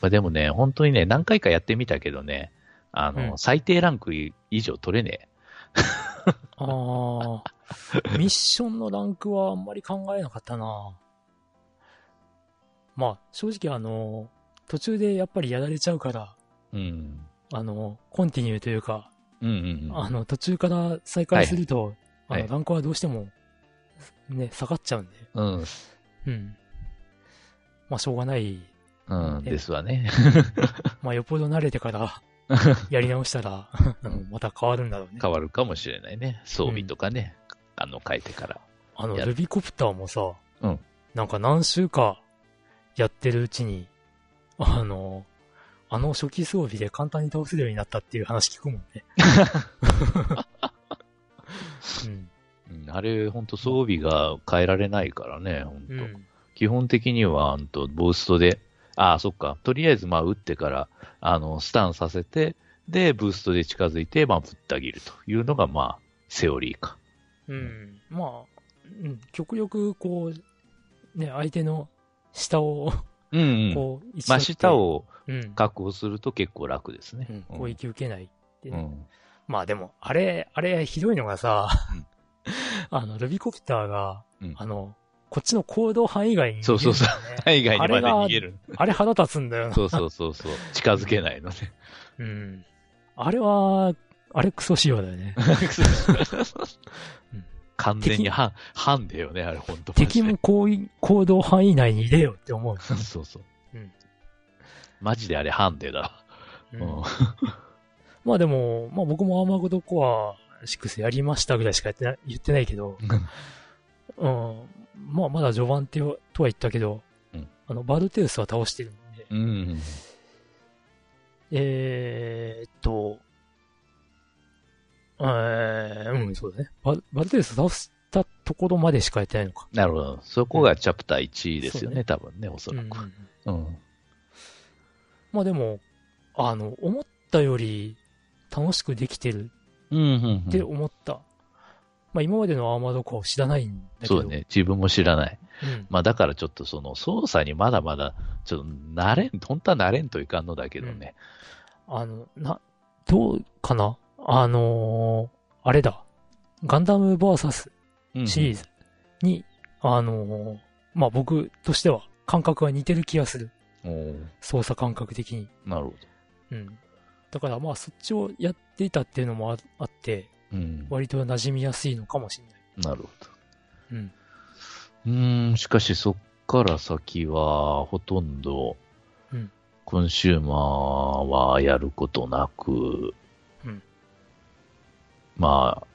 [SPEAKER 2] あ、でもね、本当にね、何回かやってみたけどね、あの、
[SPEAKER 1] うん
[SPEAKER 2] 最低ランク以上取れね
[SPEAKER 1] ああ、 ミッションのランクはあんまり考えなかったな。まあ、正直あのー途中でやっぱりやられちゃうから、
[SPEAKER 2] え。うん。
[SPEAKER 1] あのーコンティニューというか、
[SPEAKER 2] うんうんうん。
[SPEAKER 1] あの、途中から再開すると、
[SPEAKER 2] はいはい
[SPEAKER 1] あの、ランクはどうしても、ね、下がっちゃうんで、
[SPEAKER 2] うん。
[SPEAKER 1] うん。まあ、しょうがない。
[SPEAKER 2] うん。ですわね。
[SPEAKER 1] まあ、よっぽど慣れてから、やり直した ら、うんまた変わるんだろうね。
[SPEAKER 2] 変わるかもしれないね。装備とかね。あの、変えてから。
[SPEAKER 1] あの、
[SPEAKER 2] や
[SPEAKER 1] ルビコプターもさ、
[SPEAKER 2] うん
[SPEAKER 1] なんか何週かやってるうちに、あの、あの初期装備で簡単に倒せるようになったっていう話聞くもん ね。うん
[SPEAKER 2] うん、あれ、本当装備が変えられないからね、本当、
[SPEAKER 1] うん
[SPEAKER 2] 基本的には、あんと、ボーストで、ああ、そっか。とりあえず、まあ、撃ってから、あの、スタンさせて、で、ブーストで近づいて、まあ、ぶった切るというのが、まあ、セオリーか。
[SPEAKER 1] うん、まあ、うん、極力こう、ね、相手の下を、
[SPEAKER 2] うん、うん。
[SPEAKER 1] こう、一
[SPEAKER 2] 真下、を
[SPEAKER 1] うん、
[SPEAKER 2] 確保すると結構楽ですね
[SPEAKER 1] う。ん、
[SPEAKER 2] うん
[SPEAKER 1] 攻撃受けないって
[SPEAKER 2] う
[SPEAKER 1] ね。
[SPEAKER 2] ん。
[SPEAKER 1] まあでも、あれ、あれ、ひどいのがさ、 あの、ルビコプターが、
[SPEAKER 2] うん
[SPEAKER 1] あの、こっちの行動範囲以外に、
[SPEAKER 2] そうそうそう。海外にまで
[SPEAKER 1] あれが
[SPEAKER 2] 逃げる。
[SPEAKER 1] あれ腹立つんだ よな。
[SPEAKER 2] そうそうそ うそう。近づけないのね。
[SPEAKER 1] うん。あれは、あれクソ仕様だよね。
[SPEAKER 2] 完全にハン、ハンデよね、あれ、本当
[SPEAKER 1] 敵もこうい行動範囲内に入れよって思う。
[SPEAKER 2] そうそう。
[SPEAKER 1] うん
[SPEAKER 2] マジであれハンデだ。
[SPEAKER 1] う
[SPEAKER 2] うんん。は
[SPEAKER 1] まあでも、まあ僕もアーマーゴドコア6やりましたぐらいしかやってな言ってないけど、うん。まあまだ序盤ってよとは言ったけど、
[SPEAKER 2] うん
[SPEAKER 1] あの、バルテウスは倒してるんで、
[SPEAKER 2] うん。
[SPEAKER 1] えーっと、えー、うん、そうだね。ババルテウス倒したところまでしかやってないのか。
[SPEAKER 2] なるほど。そこがチャプター1ですよね、
[SPEAKER 1] うん
[SPEAKER 2] 多分ね、おそらく。
[SPEAKER 1] うん
[SPEAKER 2] うん。
[SPEAKER 1] まあでも、あの、思ったより楽しくできてる
[SPEAKER 2] うん、うん。
[SPEAKER 1] って思った。まあ今までのアーマードコアを知らないんだけ
[SPEAKER 2] そ
[SPEAKER 1] ど。
[SPEAKER 2] うね、自分も知らない。
[SPEAKER 1] うん。
[SPEAKER 2] まあだからちょっとその操作にまだまだ、ちょっと慣れん、本当は慣れんといかんのだけどね。
[SPEAKER 1] あの、な、どうかなあのーあれだ。ガンダム VS
[SPEAKER 2] うん
[SPEAKER 1] シリーズに、あのーまあ僕としては感覚が似てる気がする。
[SPEAKER 2] おー
[SPEAKER 1] 操作感覚的に。
[SPEAKER 2] なるほど。
[SPEAKER 1] うん。だからまあそっちをやっていたっていうのもああって、
[SPEAKER 2] うん。
[SPEAKER 1] 割と馴染みやすいのかもしれない。
[SPEAKER 2] なるほど。
[SPEAKER 1] うん。
[SPEAKER 2] うーん、しかしそっから先は、ほとんど
[SPEAKER 1] うん、
[SPEAKER 2] コンシューマーはやることなく、
[SPEAKER 1] うん
[SPEAKER 2] まあ、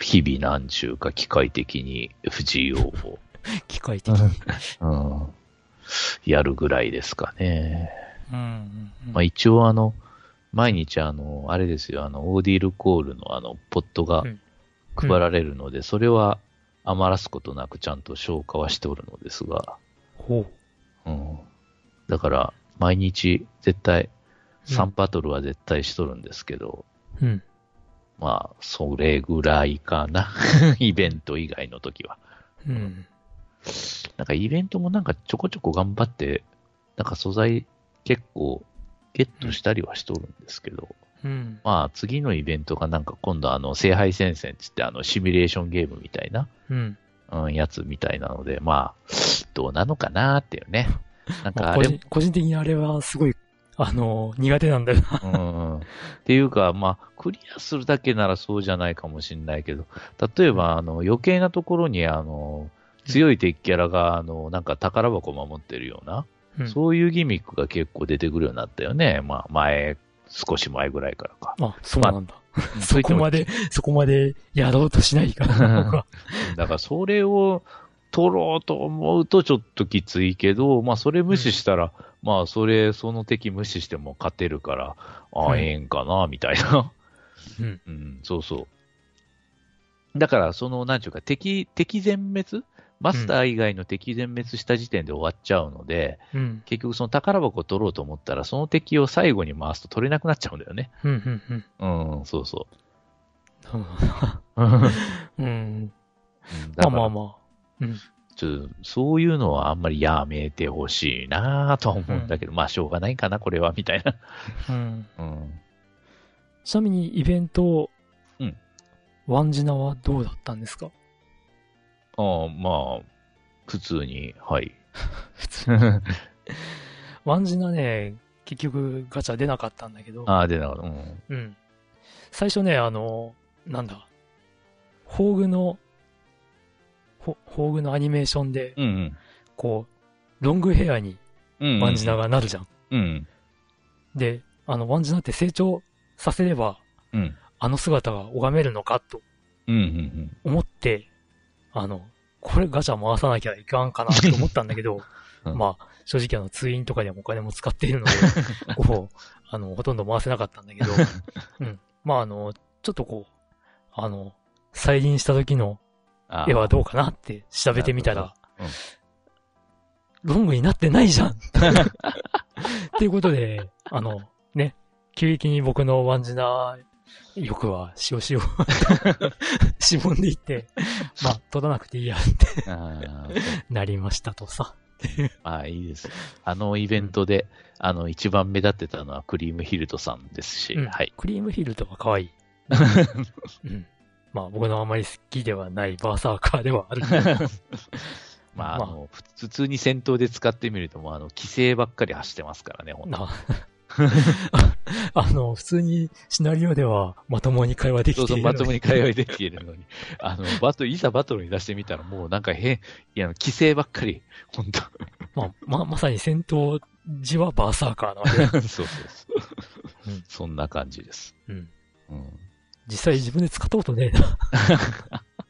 [SPEAKER 2] 日々なんちゅうか機械的に FGO
[SPEAKER 1] 機械的
[SPEAKER 2] を、うん、やるぐらいですかね。
[SPEAKER 1] うんうんうん
[SPEAKER 2] まあ一応あの、毎日あの、あれですよ、あの、オーディルコールのあの、ポットが
[SPEAKER 1] うん
[SPEAKER 2] 配られるので、それは余らすことなくちゃんと消化はしておるのですが、
[SPEAKER 1] ほ
[SPEAKER 2] うん。だから、毎日絶対、3バトルは絶対しとるんですけど、
[SPEAKER 1] う。うん。
[SPEAKER 2] まあ、それぐらいか な。イベント以外の時は。
[SPEAKER 1] うん。
[SPEAKER 2] なんかイベントもなんかちょこちょこ頑張って、なんか素材結構ゲットしたりはしとるんですけど、
[SPEAKER 1] うん。
[SPEAKER 2] まあ次のイベントがなんか今度あの、聖杯戦線っつってあの、シミュレーションゲームみたいな、
[SPEAKER 1] うん。
[SPEAKER 2] うん、やつみたいなので、まあ、どうなのかなっていうね。な
[SPEAKER 1] ま
[SPEAKER 2] んか
[SPEAKER 1] あ
[SPEAKER 2] あ
[SPEAKER 1] 個
[SPEAKER 2] れ
[SPEAKER 1] 人個人的にあれはすごい、あの、苦手なんだよな。
[SPEAKER 2] うんっていうか、まあ、クリアするだけならそうじゃないかもしれないけど、例えば、あの、余計なところに、あの、強い敵キャラが、あの、なんか宝箱守ってるような、
[SPEAKER 1] うん
[SPEAKER 2] そういうギミックが結構出てくるようになったよね。まあ、前、少し前ぐらいからか。
[SPEAKER 1] あ、そうなんだ。
[SPEAKER 2] とい
[SPEAKER 1] そ
[SPEAKER 2] って
[SPEAKER 1] こ
[SPEAKER 2] も
[SPEAKER 1] まで、そこまでやろうとしないから、僕は。
[SPEAKER 2] だから、それを取ろうと思うとちょっときついけど、まあ、それ無視したら、まあ、それ、その敵無視しても勝てるから、あ
[SPEAKER 1] う
[SPEAKER 2] あ、
[SPEAKER 1] ん
[SPEAKER 2] ええんかな、みたいな。
[SPEAKER 1] うん。
[SPEAKER 2] うん、そうそう。だから、その、なんちゅうか、敵、敵全滅マスター以外の敵全滅した時点で終わっちゃうので、
[SPEAKER 1] うん。
[SPEAKER 2] 結局その宝箱を取ろうと思ったら、その敵を最後に回すと取れなくなっちゃうんだよね。
[SPEAKER 1] うん。うん。うん
[SPEAKER 2] うん、そうそ
[SPEAKER 1] なるほど
[SPEAKER 2] う。うん
[SPEAKER 1] うん。ま
[SPEAKER 2] だか
[SPEAKER 1] あまあ
[SPEAKER 2] ら、
[SPEAKER 1] まあ。うん。
[SPEAKER 2] ちょっとそういうのはあんまりやめてほしいなぁとは思うんだけど、まあ、しょうがないかな、これは、みたいな。
[SPEAKER 1] うん。
[SPEAKER 2] うん。
[SPEAKER 1] ちなみに、イベント、
[SPEAKER 2] うん。
[SPEAKER 1] ワンジナはどうだったんですか
[SPEAKER 2] ああまあ、普通に、はい。
[SPEAKER 1] 普通。ワンジナね、結局ガチャ出なかったんだけど、
[SPEAKER 2] ああ、で、なるほど。うん
[SPEAKER 1] うん。最初ね、あの、なんだ、宝具の、ほ宝具のアニメーションで、
[SPEAKER 2] うんうん。
[SPEAKER 1] こう、ロングヘアに
[SPEAKER 2] うんうん。
[SPEAKER 1] ワンジナがなるじゃん。
[SPEAKER 2] うん。
[SPEAKER 1] で、あの、ワンジナって成長させれば、
[SPEAKER 2] うん。
[SPEAKER 1] あの姿が拝めるのかと
[SPEAKER 2] うん。うん。
[SPEAKER 1] 思って、あの、これガチャ回さなきゃいかんかなと思ったんだけど、
[SPEAKER 2] うん
[SPEAKER 1] まあ、正直あの、通院とかでもお金も使っているの で、こう、あの、ほとんど回せなかったんだけど、うん。まあ、あの、ちょっとこう、あの、再臨した時の
[SPEAKER 2] あ
[SPEAKER 1] 絵はどうかなって調べてみたら、
[SPEAKER 2] なる
[SPEAKER 1] ロングになってないじゃん っていうことで、あの、ね、急激に僕のワンジナ欲は、しおし お、しぼんでいって、まあ、取らなくていいや、
[SPEAKER 2] ああ
[SPEAKER 1] なりましたとさ。
[SPEAKER 2] まあいいです。あのイベントで、あの、一番目立ってたのはクリームヒルトさんですし、
[SPEAKER 1] うん
[SPEAKER 2] はい。
[SPEAKER 1] クリームヒルとか可 愛い。うん。まあ、僕のあまり好きではないバーサーカーではあるけど。
[SPEAKER 2] まあ、あ
[SPEAKER 1] まあ
[SPEAKER 2] の、普普通に戦闘で使ってみると、もう、あの、規制ばっかり走ってますからね、ほん と。
[SPEAKER 1] なあの、普通にシナリオではまともに会話でき
[SPEAKER 2] そう
[SPEAKER 1] て
[SPEAKER 2] そ、
[SPEAKER 1] いうるの
[SPEAKER 2] ま
[SPEAKER 1] に
[SPEAKER 2] ともに会話できているのに。 あの、バトル、いざバトルに出してみたら、もうなんか変、いや、規制ばっかり、ほんと。
[SPEAKER 1] まあ、ま、まさに戦闘時はバーサーカーなわけだ。
[SPEAKER 2] そうそうそ
[SPEAKER 1] う
[SPEAKER 2] う
[SPEAKER 1] ん。
[SPEAKER 2] そんな感じです。
[SPEAKER 1] うん。
[SPEAKER 2] うん。
[SPEAKER 1] 実際自分で使ったことねえな。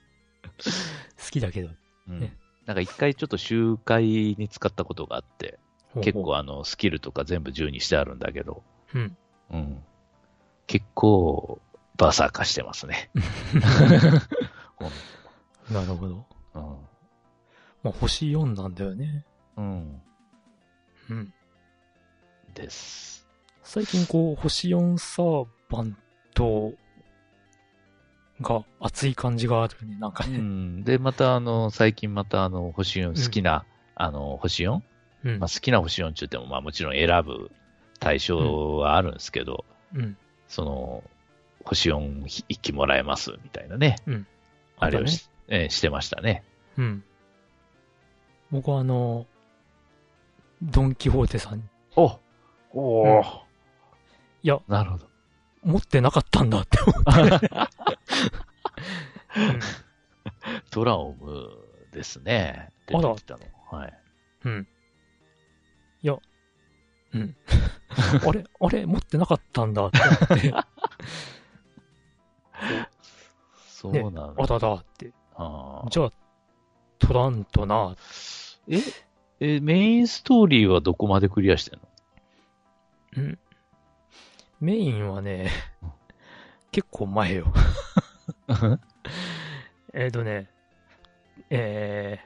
[SPEAKER 1] 好きだけど。
[SPEAKER 2] うん
[SPEAKER 1] ね
[SPEAKER 2] なんか一回ちょっと集会に使ったことがあって、結
[SPEAKER 1] ほうほ
[SPEAKER 2] 構あの、スキルとか全部10にしてあるんだけど、
[SPEAKER 1] う。うん。
[SPEAKER 2] うん。結構、バーサー化してますね。ほん
[SPEAKER 1] なるほど。
[SPEAKER 2] うん。
[SPEAKER 1] まあ、星4なんだよね。
[SPEAKER 2] うん。
[SPEAKER 1] うん。
[SPEAKER 2] です。
[SPEAKER 1] 最近こう、星4サーバントが熱い感じがあるね。なんか
[SPEAKER 2] う
[SPEAKER 1] ね。
[SPEAKER 2] ん。で、またあの、最近またあの、星4、好きな、あの、星 4?
[SPEAKER 1] うん
[SPEAKER 2] まあ、好きな星4って言っても、まあもちろん選ぶ対象はあるんですけど、
[SPEAKER 1] うん。
[SPEAKER 2] その、星4一機もらえます、みたいなね。
[SPEAKER 1] うん
[SPEAKER 2] あれ
[SPEAKER 1] あ
[SPEAKER 2] を
[SPEAKER 1] ったね
[SPEAKER 2] し,、えーしてましたね。
[SPEAKER 1] うん。僕はあの、ドン・キホーテさんに、
[SPEAKER 2] おお
[SPEAKER 1] ーいや、
[SPEAKER 2] なるほど。
[SPEAKER 1] 持ってなかったんだ って思って。うん
[SPEAKER 2] トラオムですね。
[SPEAKER 1] あら
[SPEAKER 2] 出てきたの。はい。
[SPEAKER 1] うん。いや、うん。あれ、あれ、持ってなかったんだって思って、
[SPEAKER 2] そうなんだ。
[SPEAKER 1] あだだって。
[SPEAKER 2] あー
[SPEAKER 1] じゃあ、取らんとな。
[SPEAKER 2] ええ、メインストーリーはどこまでクリアしてんの
[SPEAKER 1] メインはね、結構前よ。えっとね、え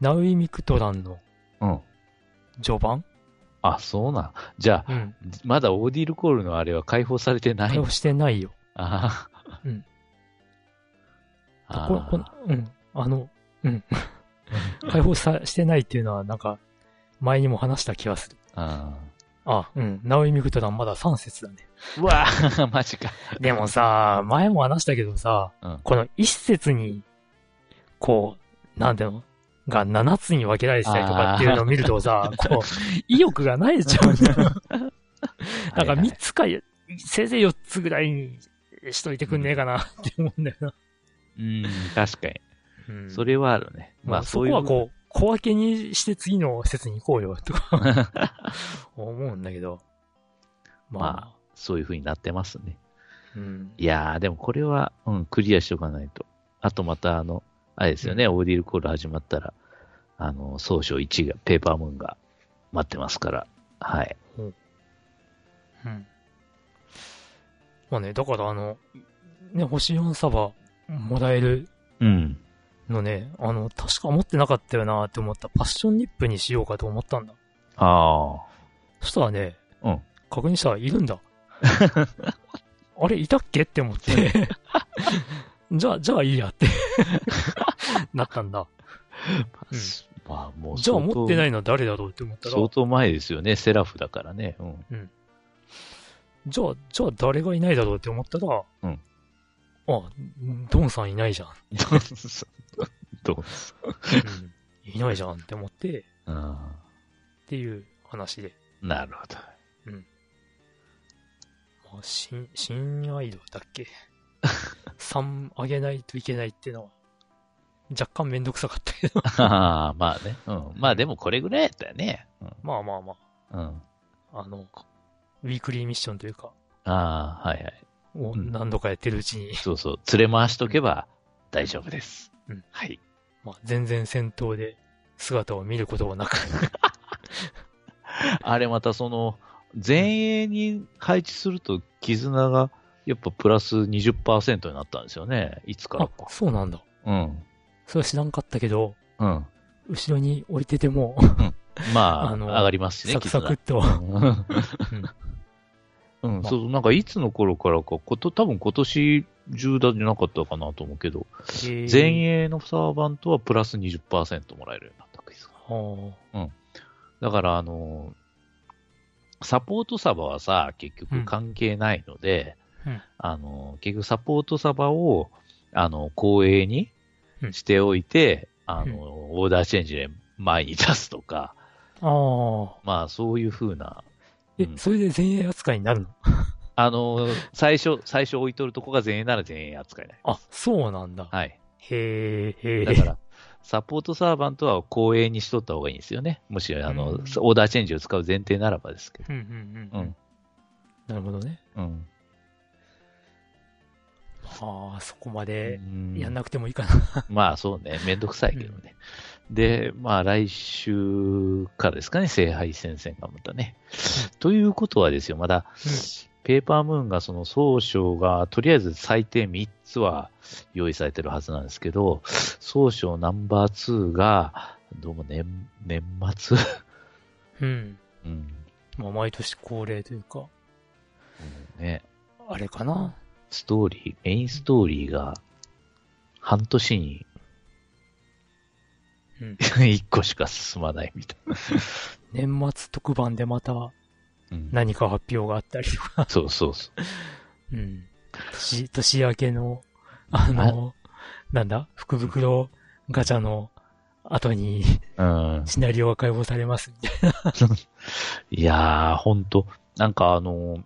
[SPEAKER 1] ー、ナウイミクトランの
[SPEAKER 2] うん。
[SPEAKER 1] 序盤
[SPEAKER 2] あ、そうなん。じゃあ、
[SPEAKER 1] うん。
[SPEAKER 2] まだオーディルコールのあれは解放されてない
[SPEAKER 1] 対
[SPEAKER 2] の
[SPEAKER 1] 応してないよ。
[SPEAKER 2] ああ。
[SPEAKER 1] うん。
[SPEAKER 2] あ
[SPEAKER 1] ここ
[SPEAKER 2] あ。
[SPEAKER 1] うん。あの、 うん。解放さしてないっていうのは、なんか、前にも話した気がする。
[SPEAKER 2] あ
[SPEAKER 1] あ、うん。ナウイミクトランまだ3節だね。
[SPEAKER 2] ーう わあ、マジか。
[SPEAKER 1] でもさ、前も話したけどさ、
[SPEAKER 2] うん
[SPEAKER 1] この1節に、こう、なんていうのが7つに分けられてたりとかっていうのを見るとさ、こう、意欲がない じゃん。なんか
[SPEAKER 2] はいはい
[SPEAKER 1] 3つか、せいぜい4つぐらいにしといてくんねえかなって思うんだよな。
[SPEAKER 2] うん、確かに。
[SPEAKER 1] うん
[SPEAKER 2] それはあるね。ま
[SPEAKER 1] ま
[SPEAKER 2] あ、
[SPEAKER 1] あ、
[SPEAKER 2] そ
[SPEAKER 1] そう
[SPEAKER 2] いう。
[SPEAKER 1] こはこう、小分けにして次の説に行こうよ、とか 思うんだけど。まあ、
[SPEAKER 2] そういう風になってますね。
[SPEAKER 1] うん。
[SPEAKER 2] いやー、でもこれは、うん、クリアしておかないと。あとまた、あの、あれですよね、オーディルコール始まったら、あの、総称1が、ペーパームーンが待ってますから、はい。
[SPEAKER 1] うん。まあね、だからあの、ね、星4サバもらえる
[SPEAKER 2] うん。
[SPEAKER 1] のね、あの、確か持ってなかったよなって思ったパッションニップにしようかと思ったんだ。
[SPEAKER 2] あ
[SPEAKER 1] そしたらね、
[SPEAKER 2] あ。うん。
[SPEAKER 1] 確認したらいるん だ。あれ、いたっけって思って。 じゃあ、じゃあいいやって、 なったんだ。うん
[SPEAKER 2] まあ、もう
[SPEAKER 1] じゃあ
[SPEAKER 2] 相当
[SPEAKER 1] 持ってないのは誰だろうって思ったら、
[SPEAKER 2] 相当前ですよね、セラフだからね。うん。
[SPEAKER 1] じゃあ、じゃあ誰がいないだろうって思ったら、
[SPEAKER 2] うん
[SPEAKER 1] あ、ドンさんいないじゃん。
[SPEAKER 2] どうぞどうぞ
[SPEAKER 1] いないじゃんって思って、っ
[SPEAKER 2] あ
[SPEAKER 1] ていう話で。
[SPEAKER 2] ーなるほど。
[SPEAKER 1] まあ新、新アイドルだっ け ?3 上げないといけないっていうのは、若干めんどくさかったけど。
[SPEAKER 2] あーまあね。うん。まあでもこれぐらいやったよね。
[SPEAKER 1] まあまあま
[SPEAKER 2] うん。うん、
[SPEAKER 1] あ、あの、ウィークリーミッションというか、
[SPEAKER 2] ああ、はいはい。
[SPEAKER 1] を
[SPEAKER 2] うん
[SPEAKER 1] 何度かやってるうちに、
[SPEAKER 2] そうそう。連れ回しとけば大丈夫です。
[SPEAKER 1] うん
[SPEAKER 2] はい。
[SPEAKER 1] まあ、全然戦闘で姿を見ることもなく、
[SPEAKER 2] あれまたその、前衛に配置すると絆がやっぱプラス20%になったんですよね。いつから
[SPEAKER 1] あ
[SPEAKER 2] か、。
[SPEAKER 1] そうなんだ。
[SPEAKER 2] うん。
[SPEAKER 1] それは知らんかったけど、
[SPEAKER 2] うん。
[SPEAKER 1] 後ろに置いてても、
[SPEAKER 2] まあ、
[SPEAKER 1] あの
[SPEAKER 2] 上がりますしね、
[SPEAKER 1] サクサクっ
[SPEAKER 2] 絆
[SPEAKER 1] と。
[SPEAKER 2] うん、うんそう、なんかいつの頃からか、こと、多分今年中だじゃなかったかなと思うけど、前
[SPEAKER 1] 員。
[SPEAKER 2] 衛のサーバントはプラス20%もらえるようになったんです
[SPEAKER 1] あー
[SPEAKER 2] だから、あのーサポートサバはさ、結局関係ないので、
[SPEAKER 1] うん
[SPEAKER 2] あのー結局サポートサバを、あの、公営にしておいて、あのーオーダーチェンジで前に出すとか、
[SPEAKER 1] あー。
[SPEAKER 2] まあ、そういう風な、
[SPEAKER 1] え、
[SPEAKER 2] うん
[SPEAKER 1] それで前衛扱いになるの
[SPEAKER 2] あのー最初、最初置いとるとこが前衛なら前衛扱いになりま
[SPEAKER 1] あ
[SPEAKER 2] す。、
[SPEAKER 1] そうなんだ。
[SPEAKER 2] はい。
[SPEAKER 1] へえ、へえ。
[SPEAKER 2] だから、サポートサーバントは公営にしとった方がいいんですよね。むしろ、あの、
[SPEAKER 1] うん
[SPEAKER 2] オーダーチェンジを使う前提ならばですけど。
[SPEAKER 1] うんうんうん。
[SPEAKER 2] うん
[SPEAKER 1] なるほどね。
[SPEAKER 2] うん。
[SPEAKER 1] ああ、そこまで
[SPEAKER 2] うん
[SPEAKER 1] やんなくてもいいかな。
[SPEAKER 2] まあそうね、めんどくさいけどね。で、まあ来週からですかね、聖杯戦線がまたね。ということはですよ、まだ、ペーパームーンがその総称が、とりあえず最低3つは用意されてるはずなんですけど、総称ナンバー2が、どうも年、年末
[SPEAKER 1] うん。
[SPEAKER 2] うん。
[SPEAKER 1] まあ、毎年恒例というか、
[SPEAKER 2] ね、
[SPEAKER 1] あれかな。
[SPEAKER 2] ストーリー、メインストーリーが、半年に
[SPEAKER 1] うん。
[SPEAKER 2] 1個しか進まないみたい
[SPEAKER 1] 年末特番でまた
[SPEAKER 2] な。うん
[SPEAKER 1] 何か発表があったりとか、
[SPEAKER 2] そうそうそう。
[SPEAKER 1] うん。年、年明けの、あの、なんだ、福袋ガチャの後に
[SPEAKER 2] うん。
[SPEAKER 1] シナリオが解放されますみたい
[SPEAKER 2] いやー、ほんと、なんかあのー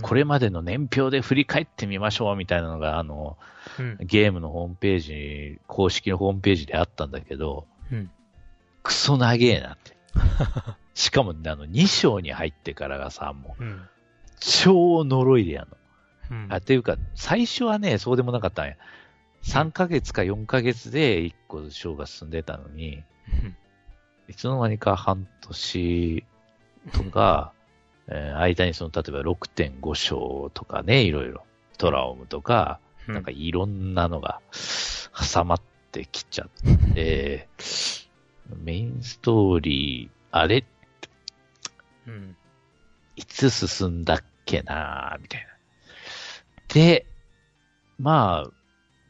[SPEAKER 2] これまでの年表で振り返ってみましょうみたいなのが、あの
[SPEAKER 1] な。うん
[SPEAKER 2] ー。ゲームのホームページ、公式のホームページであったんだけど、
[SPEAKER 1] うん
[SPEAKER 2] クソ長えな って。しかも、あの、2章に入ってからがさ、もう、
[SPEAKER 1] うん。
[SPEAKER 2] 超呪いでやんの。
[SPEAKER 1] うん。
[SPEAKER 2] あ、っていうか、最初はね、そうでもなかったんや。3ヶ月か4ヶ月で1個章が進んでたのに、
[SPEAKER 1] うん
[SPEAKER 2] いつの間にか半年とか、えー間にその、例えば6.5章とかね、いろいろ、トラオムとか、
[SPEAKER 1] うん
[SPEAKER 2] なんかいろんなのが挟まってきちゃって、 メインストーリー、あれ
[SPEAKER 1] うん。
[SPEAKER 2] いつ進んだっけなーみたいな。で、まあ、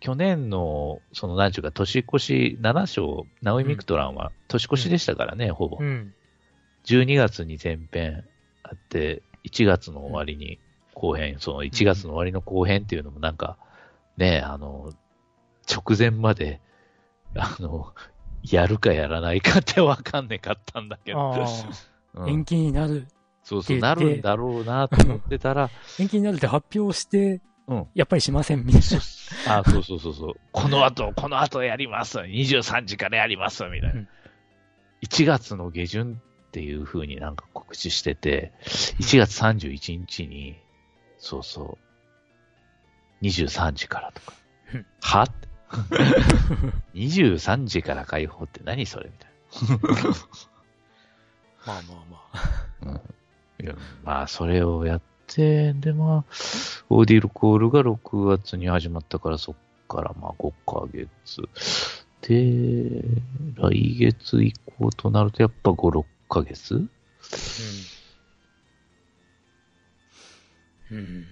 [SPEAKER 2] 去年の、その、なんちゅうか、年越し7章、ナオイ・ミクトランは年越しでしたからね、ほぼ
[SPEAKER 1] う。ん。
[SPEAKER 2] 12月に前編あって、1月の終わりに後編、その1月の終わりの後編っていうのもなんか、ね、あの、直前まで、あの、やるかやらないかってわかんねかったんだけど
[SPEAKER 1] あ、
[SPEAKER 2] う
[SPEAKER 1] あ、
[SPEAKER 2] ん
[SPEAKER 1] 延期になる
[SPEAKER 2] そうそう、
[SPEAKER 1] って
[SPEAKER 2] な
[SPEAKER 1] 言って
[SPEAKER 2] るんだろうなと思ってたら、
[SPEAKER 1] 延期になるって発表して、
[SPEAKER 2] うん
[SPEAKER 1] やっぱりしませんみたい
[SPEAKER 2] そうあそうそうそうそう、この後、この後やります、23時からやります、みた
[SPEAKER 1] う
[SPEAKER 2] いな。
[SPEAKER 1] ん
[SPEAKER 2] 1月の下旬っていう風になんか告知してて、1月31日に、そうそう、23時からとか
[SPEAKER 1] うん。
[SPEAKER 2] はって ?23 時から解放って何それみたい
[SPEAKER 1] な。まあまあまあ。
[SPEAKER 2] な。うん、いやまあ、それをやって、で、まあ、オーディルコールが6月に始まったから、そっからまあ5ヶ月。で、来月以降となると、やっぱ5、6ヶ月
[SPEAKER 1] うん。うん。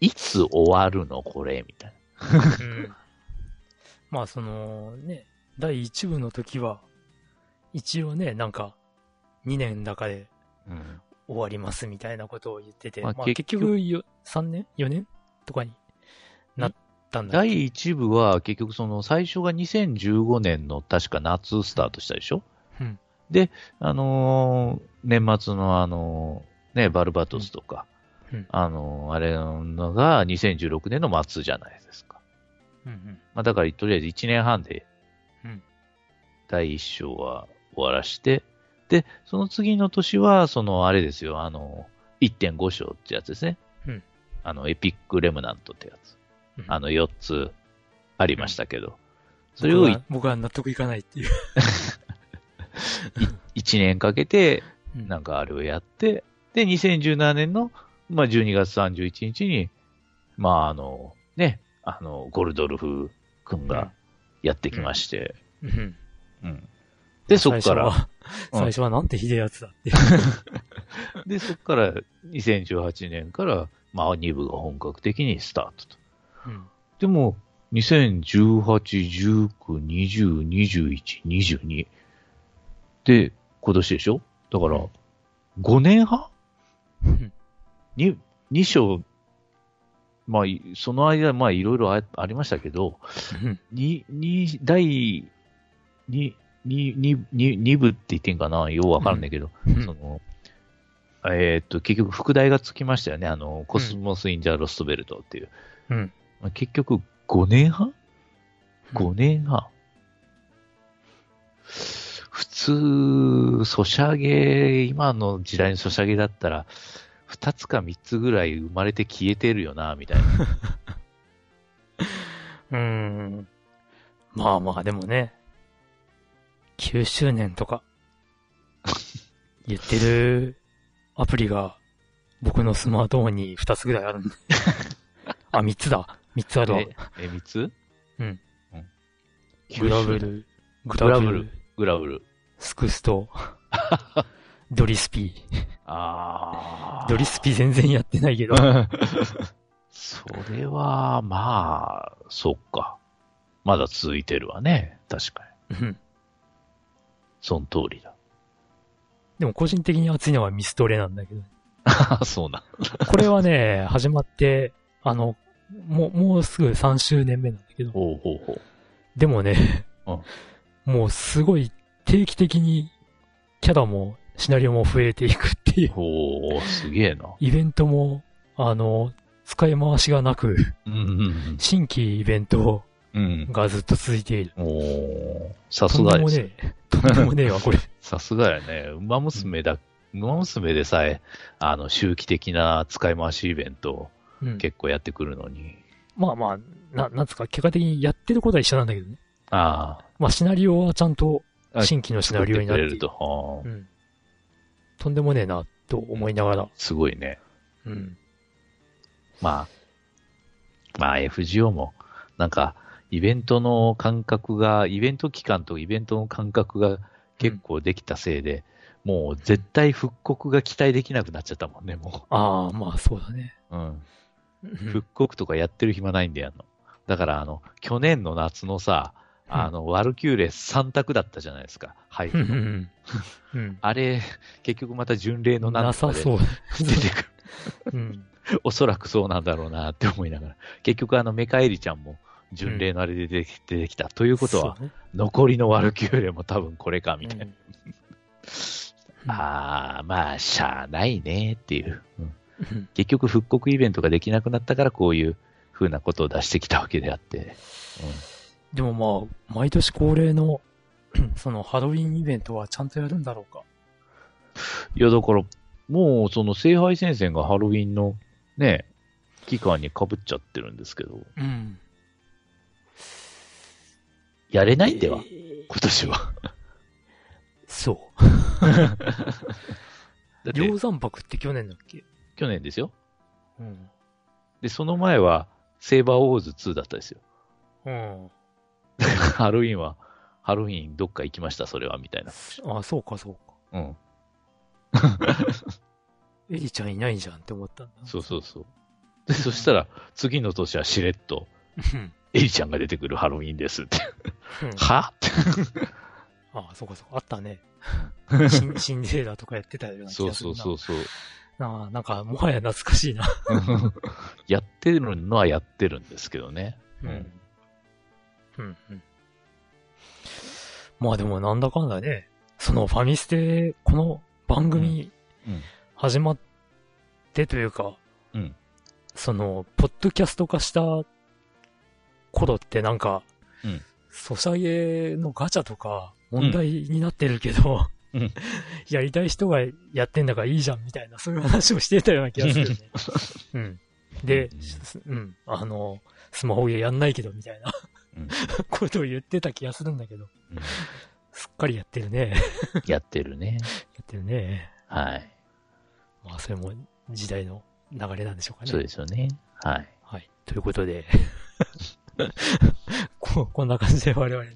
[SPEAKER 2] いつ終わるのこれみたい
[SPEAKER 1] うんまあそのね、第1部の時は、一応ね、なんか、2年の中で
[SPEAKER 2] な。
[SPEAKER 1] 終わりますみたいなことを言ってて、
[SPEAKER 2] ま
[SPEAKER 1] ま
[SPEAKER 2] あ
[SPEAKER 1] あ、
[SPEAKER 2] 結
[SPEAKER 1] 結
[SPEAKER 2] 局
[SPEAKER 1] 局よ3年 ?4 年とかになったんだっけ
[SPEAKER 2] 第1部は、結局その最初が2015年の確か夏スタートしたでしょ
[SPEAKER 1] うん
[SPEAKER 2] で、あのー年末のあのーね、バルバトスとか、
[SPEAKER 1] うん
[SPEAKER 2] あの、あれのが2016年の末じゃないですか。
[SPEAKER 1] うん
[SPEAKER 2] まあ、だから、とりあえず1年半で
[SPEAKER 1] うん、
[SPEAKER 2] 第一章は終わらして、で、その次の年は、その、あれですよ、あの、1.5章ってやつですね。
[SPEAKER 1] うん
[SPEAKER 2] あの、エピックレムナントってやつ。
[SPEAKER 1] うん
[SPEAKER 2] あの、4つありましたけど、それ
[SPEAKER 4] 僕
[SPEAKER 2] を
[SPEAKER 4] は僕は納得いかないっていう。
[SPEAKER 2] 1年かけて、
[SPEAKER 1] うん
[SPEAKER 2] なんかあれをやって、で、2017年の、まあ、12月31日に、まあ、あの、ね、あの、ゴルドルフ君がやってきまして、
[SPEAKER 1] うん
[SPEAKER 2] うんで、そっから、
[SPEAKER 1] 最初は最初はなんてひでえやつだって。
[SPEAKER 2] で、そこから2018年から、まあ、2部が本格的にスタートと。
[SPEAKER 1] うん
[SPEAKER 2] でも、2018、19、20、21、22。で、今年でしょだから、5年半
[SPEAKER 1] うん
[SPEAKER 2] に、2章、まあ、いその間、まあ、いろいろあありましたけど、
[SPEAKER 1] うん
[SPEAKER 2] に、に、第、に、に、に、に、二部って言ってんかなようわかんないけど、
[SPEAKER 1] うん
[SPEAKER 2] その、えーっと、結局、副題がつきましたよね。あの、コスモス・イン・ザ・ロストベルトっていう。
[SPEAKER 1] うん
[SPEAKER 2] まあ結局、5年半 ?5 年半。普通、ソシャゲ、今の時代のソシャゲだったら、2つか3つぐらい生まれて消えてるよな、みたいな。
[SPEAKER 1] うん。まあまあ、でもね、9周年とか、言ってるアプリが、僕のスマートフォンに2つぐらいあるんで。あ、3つだ。3つあるわ。
[SPEAKER 2] え、え3つ
[SPEAKER 1] うん。
[SPEAKER 2] 九
[SPEAKER 1] グラ
[SPEAKER 2] 州
[SPEAKER 1] ブル、グ
[SPEAKER 2] グ
[SPEAKER 1] ラ
[SPEAKER 2] ラ
[SPEAKER 1] ブ
[SPEAKER 2] ブ
[SPEAKER 1] ル
[SPEAKER 2] ル、、グラブル。
[SPEAKER 1] スクスト、ドリスピ
[SPEAKER 2] ああ。
[SPEAKER 1] ドリスピ全然やってないけど。
[SPEAKER 2] それは、まあ、そっか。まだ続いてるわね。確かに。
[SPEAKER 1] うん
[SPEAKER 2] その通りだ。
[SPEAKER 1] でも個人的に熱いのはミストレなんだけど。
[SPEAKER 2] あそうなん。
[SPEAKER 1] これはね、始まって、あの、もう、もうすぐ3周年目なんだけど。
[SPEAKER 2] ほうほうほう。
[SPEAKER 1] でもね、
[SPEAKER 2] うん
[SPEAKER 1] もうすごい定期的にキャラもシナリオも増えていくっていう、
[SPEAKER 2] ほう、すげえな。
[SPEAKER 1] イベントも、あの、使い回しがなく、
[SPEAKER 2] うんうん
[SPEAKER 1] 新規イベント
[SPEAKER 2] うん。うん。
[SPEAKER 1] がずっと続いている。
[SPEAKER 2] おーさ
[SPEAKER 1] と
[SPEAKER 2] す
[SPEAKER 1] んで
[SPEAKER 2] がで
[SPEAKER 1] も
[SPEAKER 2] す。
[SPEAKER 1] ねえ、とんでもねえわ、 これ。
[SPEAKER 2] さすがやね。馬娘だ、馬娘でさえ、あの、周期的な使い回しイベントを
[SPEAKER 1] うん
[SPEAKER 2] 結構やってくるのに。
[SPEAKER 1] まあまあ、な、なんつうか、結果的にやってることは一緒なんだけどね。
[SPEAKER 2] ああ。
[SPEAKER 1] まあ、シナリオはちゃんと
[SPEAKER 2] あ
[SPEAKER 1] 新規のシナ
[SPEAKER 2] 作っ
[SPEAKER 1] リオ
[SPEAKER 2] て
[SPEAKER 1] になっ
[SPEAKER 2] く
[SPEAKER 1] て
[SPEAKER 2] れ
[SPEAKER 1] い
[SPEAKER 2] る
[SPEAKER 1] る。
[SPEAKER 2] と。は
[SPEAKER 1] う
[SPEAKER 2] あ
[SPEAKER 1] ん。とんでもねえな、と思いながら。
[SPEAKER 2] すごいね。
[SPEAKER 1] うん。
[SPEAKER 2] まあ、まあ FGO も、なんか、イベントの感覚が、イベント期間とイベントの感覚が結構できたせいで、もう絶対復刻が期待できなくなっちゃったもんね、も
[SPEAKER 1] ああ、まあそうだね。
[SPEAKER 2] う。う
[SPEAKER 1] う
[SPEAKER 2] ん。
[SPEAKER 1] ん
[SPEAKER 2] 復刻とかやってる暇ないんでやんの。だから、あの、去年の夏のさ、あの、ワルキューレ3択だったじゃないですか、配布
[SPEAKER 1] うんう
[SPEAKER 2] の。
[SPEAKER 1] んうん。
[SPEAKER 2] あれ、結局また巡礼の
[SPEAKER 1] な
[SPEAKER 2] なんと
[SPEAKER 1] さ
[SPEAKER 2] かで
[SPEAKER 1] そう。
[SPEAKER 2] 出てくる。
[SPEAKER 1] うん。
[SPEAKER 2] おそらくそうなんだろうなって思いながら、 結局あのメカエリちゃんも巡礼のあれで出てき,、出てきた。ということは、
[SPEAKER 1] そうね、
[SPEAKER 2] 残りのワルキューレも多分これか、みたいな。
[SPEAKER 1] うん
[SPEAKER 2] ああ、まあ、しゃあないねっていう、うん
[SPEAKER 1] うん
[SPEAKER 2] 結局復刻イベントができなくなったから、こういう風なことを出してきたわけであって。
[SPEAKER 1] でもまあ、毎年恒例の、 そのハロウィンイベントはちゃんとやるんだろうか。
[SPEAKER 2] いや、だから、もうその聖杯戦線がハロウィンのね、期間に被っちゃってるんですけど、
[SPEAKER 1] うん。
[SPEAKER 2] やれないんでは、
[SPEAKER 1] えー
[SPEAKER 2] 今年は。
[SPEAKER 1] そう。
[SPEAKER 2] だって
[SPEAKER 1] 鷹山泊って去年だっけ
[SPEAKER 2] 去年ですよ。
[SPEAKER 1] うん。
[SPEAKER 2] で、その前は、セーバーウォーズ2だったですよ。
[SPEAKER 1] うん。
[SPEAKER 2] ハロウィンは、ハロウィンどっか行きました、それは、みたいな。
[SPEAKER 1] あ、そうかそうか。
[SPEAKER 2] うん。
[SPEAKER 1] エリちゃんいないじゃんって思ったんだ。
[SPEAKER 2] そうそうそう。で、そしたら、次の年はしれっと、
[SPEAKER 1] うん。
[SPEAKER 2] エリちゃんが出てくるハロウィンですって。
[SPEAKER 1] うん
[SPEAKER 2] はって。
[SPEAKER 1] あ、そうかそうか。あったね。 シンシンデレラとかやってたような気がする
[SPEAKER 2] そ
[SPEAKER 1] な。
[SPEAKER 2] うそうそ う そう。
[SPEAKER 1] なあなんか、もはや懐かしいな。
[SPEAKER 2] やってるのはやってるんですけどね。うん。
[SPEAKER 1] うんうん。まあでもなんだかんだね、そのファミステ、この番組
[SPEAKER 2] うんうん、
[SPEAKER 1] 始まってというか、
[SPEAKER 2] うん
[SPEAKER 1] その、ポッドキャスト化した頃ってなんか、
[SPEAKER 2] うん
[SPEAKER 1] ソシャゲのガチャとか問題になってるけど、
[SPEAKER 2] うん
[SPEAKER 1] やりたい人がやってんだからいいじゃんみたいな、そういう話をしてたような気がするよね。うん。で、すうん、あの、スマホでやんないけどみたいな
[SPEAKER 2] うん
[SPEAKER 1] ことを言ってた気がするんだけど、
[SPEAKER 2] うん
[SPEAKER 1] すっかりやってるね。
[SPEAKER 2] やってるね。
[SPEAKER 1] やってるね。
[SPEAKER 2] はい。
[SPEAKER 1] まあ、それも時代の流れなんでしょうかね。
[SPEAKER 2] そうですよね。はい。
[SPEAKER 1] はい。ということで、 ここんな感じで我々の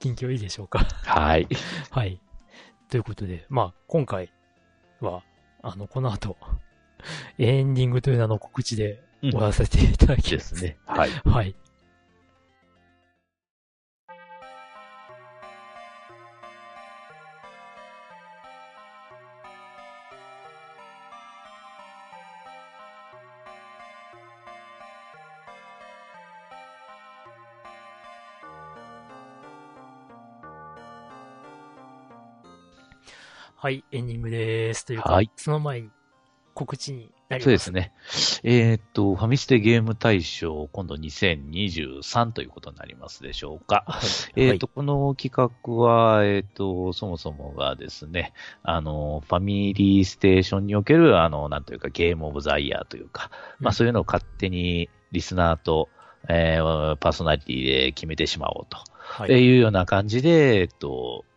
[SPEAKER 1] 近況いいでしょうか。
[SPEAKER 2] はい。
[SPEAKER 1] はい。ということで、まあ、今回は、あの、この後、エンディングという名の告知で
[SPEAKER 2] うん
[SPEAKER 1] 終わらせていただき
[SPEAKER 2] で
[SPEAKER 1] ます
[SPEAKER 2] す。ね。はい。
[SPEAKER 1] はい。はい、エンディングです。というか、
[SPEAKER 2] はい
[SPEAKER 1] その前に告知になります。
[SPEAKER 2] そうです。ね。えーっと、ファミステゲーム大賞、今度2023ということになりますでしょうか。
[SPEAKER 1] はい。
[SPEAKER 2] えー、と、この企画は、えー、と、そもそもがですね、あの、ファミリーステーションにおける、あの、なんというか、ゲームオブザイヤーというか、
[SPEAKER 1] う
[SPEAKER 2] まあ、
[SPEAKER 1] ん
[SPEAKER 2] そういうのを勝手にリスナーと、えーパーソナリティで決めてしまおうと、、
[SPEAKER 1] はい
[SPEAKER 2] うような感じで、えっと、
[SPEAKER 1] うん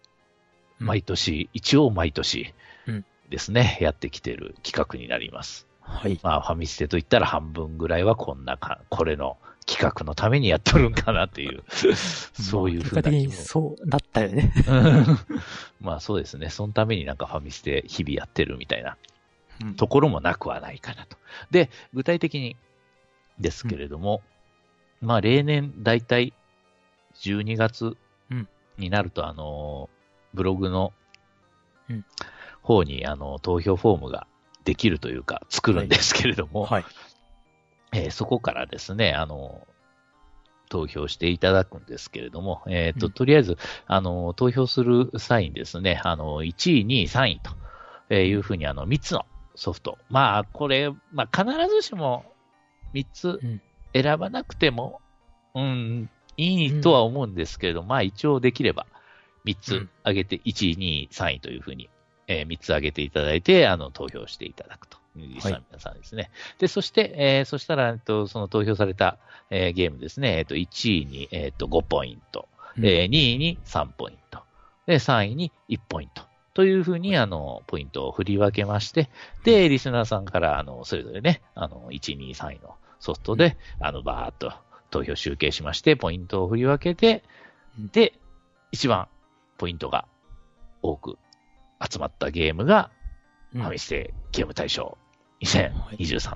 [SPEAKER 2] 毎年、一応毎年
[SPEAKER 1] うん
[SPEAKER 2] ですね、やってきてる企画になります。
[SPEAKER 1] はい。
[SPEAKER 2] まあ、ファミステといったら半分ぐらいはこんなか、これの企画のためにやっとるんかなって いう、 そういうふう
[SPEAKER 1] まあ結果
[SPEAKER 2] な
[SPEAKER 1] 的
[SPEAKER 2] 気
[SPEAKER 1] に
[SPEAKER 2] も
[SPEAKER 1] そうなったよね。
[SPEAKER 2] まあそうですね。そのためになんかファミステ日々やってるみたいな
[SPEAKER 1] うん
[SPEAKER 2] ところもなくはないかなと。で、具体的にですけれども、まあ例年だいたい12月
[SPEAKER 1] うん
[SPEAKER 2] になると、あの、ブログの
[SPEAKER 1] うん
[SPEAKER 2] 方にあの投票フォームができるというか作るんですけれども、
[SPEAKER 1] はい。
[SPEAKER 2] えーそこからですね、あの、投票していただくんですけれども、えっ、と、
[SPEAKER 1] うん
[SPEAKER 2] とりあえず、あの、投票する際にですね、あの、1位、2位、3位とえーいうふうに、あの、3つのソフト。まあ、これ、まあ、必ずしも3つ
[SPEAKER 1] うん
[SPEAKER 2] 選ばなくても、うん、いいとは思うんですけれど、まあ、一応できれば3
[SPEAKER 1] う
[SPEAKER 2] つ
[SPEAKER 1] ん
[SPEAKER 2] 上げて、1位、2位、3位というふうに、え3つ上げていただいて、あの、投票していただくというリスナーの皆さんですね。で、そして、えーそしたら、えっと、その投票された、えーゲームですね、えっと、1位に、えっと、5ポイント、
[SPEAKER 1] うん
[SPEAKER 2] えー2位に3ポイント、で、3位に1ポイント。というふうに、あの、ポイントを振り分けまして、で、リスナーさんから、あの、それぞれね、あの、1、2、3位のソフトで、あの、バーっと投票集計しまして、ポイントを振り分けて、
[SPEAKER 1] うん
[SPEAKER 2] で、一番ポイントが多く集まったゲームが、ファミステゲーム大賞2023